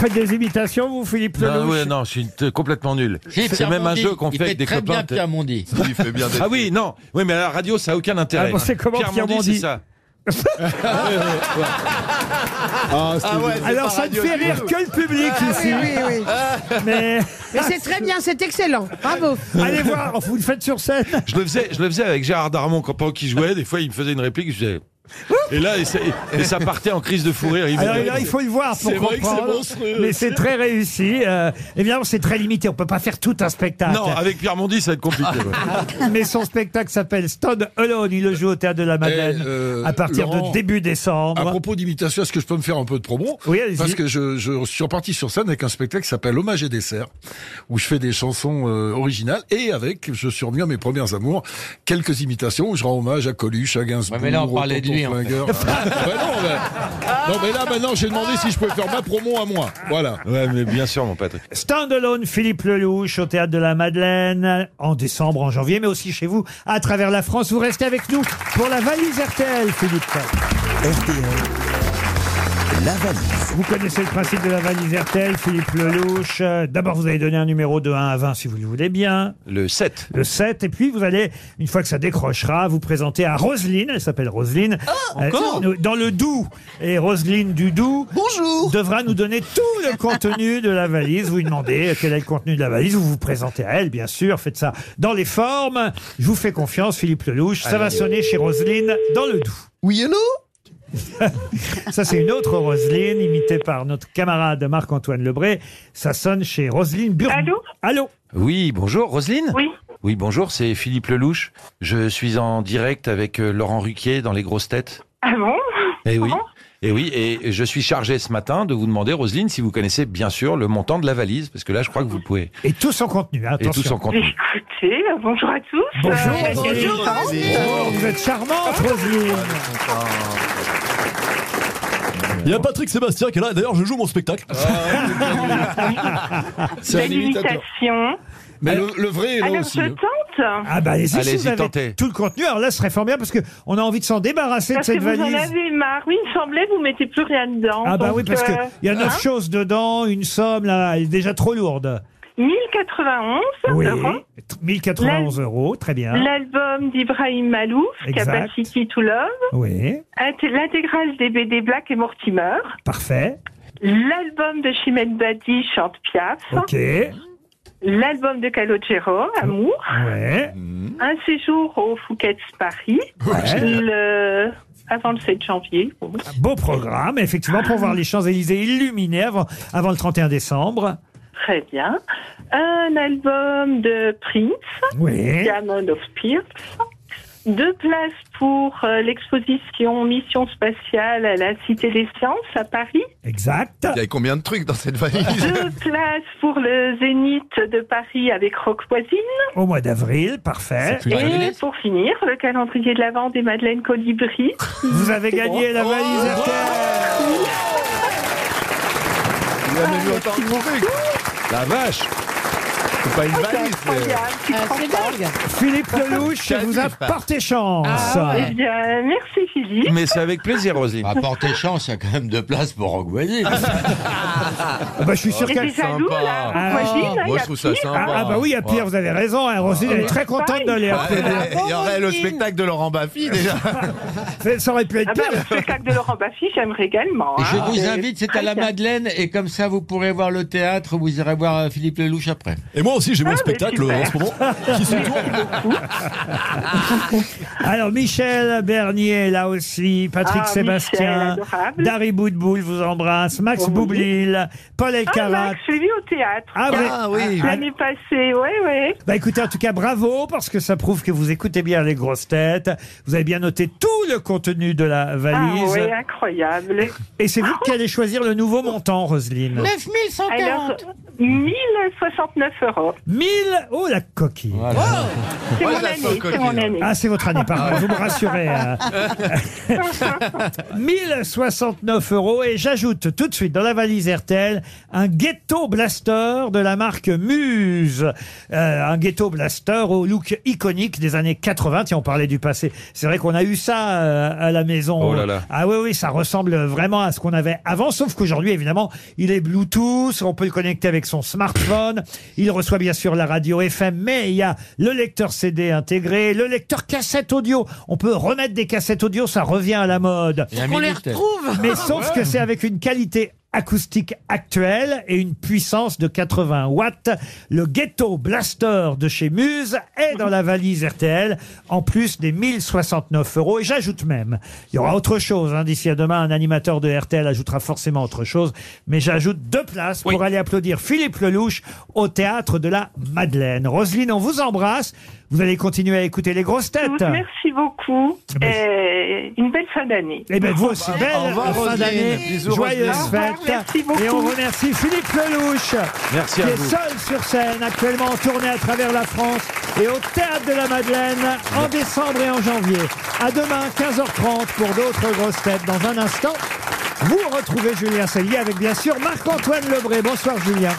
Speaker 2: Faites des imitations, vous, Philippe
Speaker 18: Non,
Speaker 2: Lelouch
Speaker 18: Ah, Bah ouais, non, je suis t- complètement nul.
Speaker 2: Si,
Speaker 18: C'est
Speaker 2: Pierre
Speaker 18: même un
Speaker 2: Mondi,
Speaker 18: jeu qu'on fait
Speaker 2: il fait
Speaker 18: avec des
Speaker 2: très
Speaker 18: copains.
Speaker 2: bien Pierre
Speaker 4: Mondi.
Speaker 18: Il fait bien <laughs> ah oui, non. Oui, mais à la radio, ça n'a aucun intérêt.
Speaker 2: Ah bon, c'est comment Pierre Mondi Ah,
Speaker 18: c'est ça. Ah
Speaker 2: Alors, ça ne fait rire que le public
Speaker 8: Ah
Speaker 2: ici. Mais
Speaker 8: Mais c'est très bien, c'est excellent. Bravo.
Speaker 2: allez voir, vous le faites sur scène.
Speaker 18: Je le faisais, je le faisais avec Gérard Darmon quand pendant qu'il jouait. Des fois, il me faisait une réplique, je faisais. Et là, et, ça- et ça partait en crise de fou rire.
Speaker 2: Alors
Speaker 18: me-
Speaker 2: là, Ah, il faut le voir pour
Speaker 18: C'est vrai que c'est
Speaker 2: comprendre.
Speaker 18: monstrueux.
Speaker 2: mais c'est très réussi. Euh, évidemment, c'est très limité. On peut pas faire tout un spectacle.
Speaker 18: Non, avec Pierre Mondi, ça va être compliqué. ouais.
Speaker 2: <laughs> Mais son spectacle s'appelle Stone Alone. Il le joue au théâtre de la Madeleine
Speaker 21: Eh, euh,
Speaker 2: à partir
Speaker 21: Laurent,
Speaker 2: de début décembre.
Speaker 21: À propos d'imitation, est-ce que je peux me faire un peu de promo
Speaker 2: Oui, allez-y.
Speaker 21: Parce que je, je suis reparti sur scène avec un spectacle qui s'appelle Hommage et dessert, où je fais des chansons euh, originales et avec, je suis revenu à mes premières amours, quelques imitations où je rends hommage à Coluche, à Gainsbourg.
Speaker 4: Ouais, mais là, on
Speaker 21: au
Speaker 4: parlait de
Speaker 21: tonton
Speaker 4: lui, hein. en fait.
Speaker 21: Flingueur.
Speaker 4: <laughs>
Speaker 21: Ah, bah non, bah- non, mais là, maintenant, j'ai demandé si je pouvais faire ma promo à moi. Voilà.
Speaker 18: Ouais, mais bien sûr, mon Patrick.
Speaker 2: Standalone Philippe Lelouch au théâtre de la Madeleine en décembre, en janvier, mais aussi chez vous à travers la France. Vous restez avec nous pour la valise RTL, Philippe. La valise. Vous connaissez le principe de la valise RTL, Philippe Lelouch. Euh, D'abord, vous allez donner un numéro de 1 à 20 si vous le voulez bien.
Speaker 18: Le 7.
Speaker 2: Le 7. Et puis, vous allez, une fois que ça décrochera, vous présenter à Roselyne. Elle s'appelle Roselyne. Euh,
Speaker 20: Oh, encore
Speaker 2: nous- Dans le Doubs. Et Roselyne du Doubs.
Speaker 20: Bonjour.
Speaker 2: Devra nous donner tout le contenu de la valise. Vous lui demandez quel est le contenu de la valise. Vous vous présentez à elle, bien sûr. Faites ça dans les formes. Je vous fais confiance, Philippe Lelouch. Ça
Speaker 6: Allez.
Speaker 2: va sonner chez Roselyne dans le Doubs.
Speaker 6: Oui, hello
Speaker 2: <laughs> Ça, c'est une autre Roselyne, imitée par notre camarade Marc-Antoine Lebré. Ça sonne chez Roselyne Ah. Burman. Allô Allô
Speaker 18: Oui, bonjour, Roselyne
Speaker 14: Oui.
Speaker 18: Oui, bonjour, c'est Philippe Lelouch. Je suis en direct avec euh, Laurent Ruquier dans Les Grosses Têtes.
Speaker 14: <laughs> Ah bon
Speaker 18: Eh oui. Et oui, et je suis chargé ce matin de vous demander, Roselyne, si vous connaissez bien sûr le montant de la valise, parce que là, je crois que vous pouvez.
Speaker 2: Et tout son contenu, hein,
Speaker 18: Et tout son contenu.
Speaker 14: Écoutez, euh, bonjour à tous.
Speaker 2: Bonjour,
Speaker 14: Euh,
Speaker 2: Roselyne.
Speaker 14: bonjour, hein.
Speaker 2: Oh, vous êtes charmante, Roselyne.
Speaker 10: Il y a Patrick Sébastien qui est là. D'ailleurs, je joue mon spectacle.
Speaker 3: Ah,
Speaker 14: C'est Belle imitation.
Speaker 22: Mais le, le vrai héros
Speaker 14: Alors,
Speaker 22: aussi.
Speaker 14: je
Speaker 22: hein.
Speaker 14: tente.
Speaker 2: Ah bah allez-y,
Speaker 22: Allez-y,
Speaker 2: si vous avez
Speaker 22: tentez.
Speaker 2: tout le contenu. Alors là, ce serait fort bien parce que on a envie de s'en débarrasser
Speaker 14: Parce
Speaker 2: de
Speaker 14: que
Speaker 2: cette
Speaker 14: vous en
Speaker 2: valise.
Speaker 14: avez marre. Oui, il me semblait, vous mettez plus rien dedans.
Speaker 2: Ah bah
Speaker 14: donc,
Speaker 2: oui, parce que
Speaker 14: euh,
Speaker 2: il y a neuf
Speaker 14: hein.
Speaker 2: choses dedans, une somme là, elle est déjà trop lourde.
Speaker 14: 1091
Speaker 2: Oui,
Speaker 14: euros.
Speaker 2: 1091 euros, très bien.
Speaker 14: L'album d'Ibrahim Malouf,
Speaker 2: Exact.
Speaker 14: Capacity to Love.
Speaker 2: Oui,
Speaker 14: Inté- L'intégrale des BD Black et Mortimer.
Speaker 2: parfait.
Speaker 14: L'album de Chimène Badi, Chante Piaf.
Speaker 2: Ok.
Speaker 14: L'album de Calogero, Amour.
Speaker 2: Ouais.
Speaker 22: Hmm.
Speaker 14: Un séjour au Fouquet's Paris.
Speaker 2: Mmh. Ouais.
Speaker 14: Le- Avant le 7 janvier.
Speaker 2: Beau programme, effectivement, pour voir les Champs-Élysées illuminés avant, avant le 31 décembre.
Speaker 14: Très bien. Un album de Prince,
Speaker 2: Oui.
Speaker 14: Diamond of Pierce. Deux places pour euh, l'exposition Mission spatiale à la Cité des Sciences à
Speaker 2: <laughs>
Speaker 14: Paris.
Speaker 2: Exact.
Speaker 3: Il y a combien de trucs dans cette valise
Speaker 14: Deux places pour le Zénith de Paris avec Rock Voisine.
Speaker 2: Au mois d'avril, parfait.
Speaker 14: Hein Et pour finir, le calendrier de la vente des Madeleine Colibri.
Speaker 2: Vous avez gagné la valise
Speaker 3: Il a même eu autant de trucs. La vache C'est pas une valise, mais...
Speaker 14: Ah, C'est dingue.
Speaker 2: Philippe Lelouch vous a porté chance.
Speaker 14: Eh bien, merci Philippe.
Speaker 18: Mais c'est avec plaisir, Roselyne.
Speaker 4: À porter chance, il y a quand même de place pour Rock Voisine.
Speaker 2: Ah bah, je suis sûr
Speaker 14: J'étais
Speaker 2: qu'elle
Speaker 14: jaloux, là.
Speaker 2: Ah,
Speaker 14: Voisine, hein,
Speaker 4: moi,
Speaker 14: il y a
Speaker 4: je trouve ça
Speaker 14: Pierre.
Speaker 4: sympa.
Speaker 2: Ah, ah bah oui, il y a Pierre, vous avez raison. hein, Roselyne, elle est très contente de les applaudir.
Speaker 3: Il y aurait le spectacle de Laurent Baffy,
Speaker 2: <laughs>
Speaker 3: déjà.
Speaker 2: Ça- Ça aurait pu être
Speaker 14: Ah bah, le
Speaker 2: pire.
Speaker 14: spectacle de Laurent Baffy, j'aimerais également.
Speaker 4: Je
Speaker 14: hein.
Speaker 4: vous
Speaker 14: Euh,
Speaker 4: invite, c'est à la Madeleine, et comme ça, vous pourrez voir le théâtre, vous irez voir euh, Philippe Lelouch après.
Speaker 10: Et moi aussi, j'ai
Speaker 14: Ah,
Speaker 10: mon
Speaker 14: mais
Speaker 10: spectacle
Speaker 14: super.
Speaker 10: en ce moment qui
Speaker 14: <laughs>
Speaker 10: se tourne.
Speaker 2: <laughs> Alors, Michel Bernier, là aussi. Patrick
Speaker 14: Ah,
Speaker 2: Sébastien.
Speaker 14: Michel, adorable.
Speaker 2: Dari Boudboul vous embrasse. Max
Speaker 14: Oui.
Speaker 2: Boublil. Paul
Speaker 14: Ah,
Speaker 2: Elkarat.
Speaker 14: Max, je l'ai vu au théâtre.
Speaker 2: Ah, vous-
Speaker 14: Ah,
Speaker 2: oui.
Speaker 14: L'année passée, ouais, ouais.
Speaker 2: Bah écoutez, en tout cas, bravo, parce que ça prouve que vous écoutez bien les grosses têtes. Vous avez bien noté tout le contenu de la
Speaker 14: Ah,
Speaker 2: valise.
Speaker 14: ouais, incroyable.
Speaker 2: Et c'est vous qui allez choisir le nouveau montant, Roselyne.
Speaker 23: 9140.
Speaker 14: Alors, 1069 euros.
Speaker 2: 1000 Oh, la coquille
Speaker 14: C'est
Speaker 3: Ouais,
Speaker 14: mon
Speaker 3: je la
Speaker 14: année,
Speaker 3: sens
Speaker 14: Oh, c'est
Speaker 3: coquine.
Speaker 14: mon année.
Speaker 2: Ah, c'est votre année, pardon, vous me
Speaker 14: <laughs>
Speaker 2: rassurez. hein. 1069 euros et j'ajoute tout de suite dans la valise RTL un ghetto blaster de la marque Muse. Euh, un ghetto blaster au look iconique des années 80. Tiens, on parlait du passé. C'est vrai qu'on a eu ça euh, à la maison.
Speaker 18: Oh là là.
Speaker 2: Ah oui, oui, ça ressemble vraiment à ce qu'on avait avant, sauf qu'aujourd'hui, évidemment, il est Bluetooth, on peut le connecter avec son smartphone, il reçoit bien sûr la radio FM, mais il y a le lecteur CD intégré, le lecteur cassette audio. On peut remettre des cassettes audio, ça revient à la mode.
Speaker 4: Et un
Speaker 8: On les
Speaker 4: Minitel.
Speaker 8: retrouve.
Speaker 2: Mais sauf que c'est avec une qualité acoustique actuelle et une puissance de 80 watts. Le Ghetto Blaster de chez Muse est dans la valise RTL, en plus des 1069 euros. Et j'ajoute même, il y aura autre chose. hein, D'ici à demain, un animateur de RTL ajoutera forcément autre chose. Mais j'ajoute deux places pour aller applaudir Philippe Lelouch au Théâtre de la Madeleine. Roselyne, on vous embrasse. Vous allez continuer à écouter les grosses têtes.
Speaker 14: Toutes, Merci beaucoup.
Speaker 2: Ben,
Speaker 14: Et une belle fin d'année.
Speaker 2: Eh bien, vous aussi, belle
Speaker 3: au revoir,
Speaker 2: fin
Speaker 3: Roselyne.
Speaker 2: d'année,
Speaker 3: Bisous,
Speaker 2: joyeuse
Speaker 14: Roselyne. Au revoir,
Speaker 2: fête.
Speaker 14: merci beaucoup.
Speaker 2: Et on remercie Philippe Lelouch,
Speaker 18: Merci
Speaker 2: qui
Speaker 18: à
Speaker 2: est
Speaker 18: vous.
Speaker 2: seul sur scène, actuellement en tournée à travers la France et au Théâtre de la Madeleine en décembre et en janvier. À demain, 15h30, pour d'autres grosses têtes. Dans un instant, vous retrouvez Julien Cellier avec, bien sûr, Marc-Antoine Lebré. Bonsoir, Julien.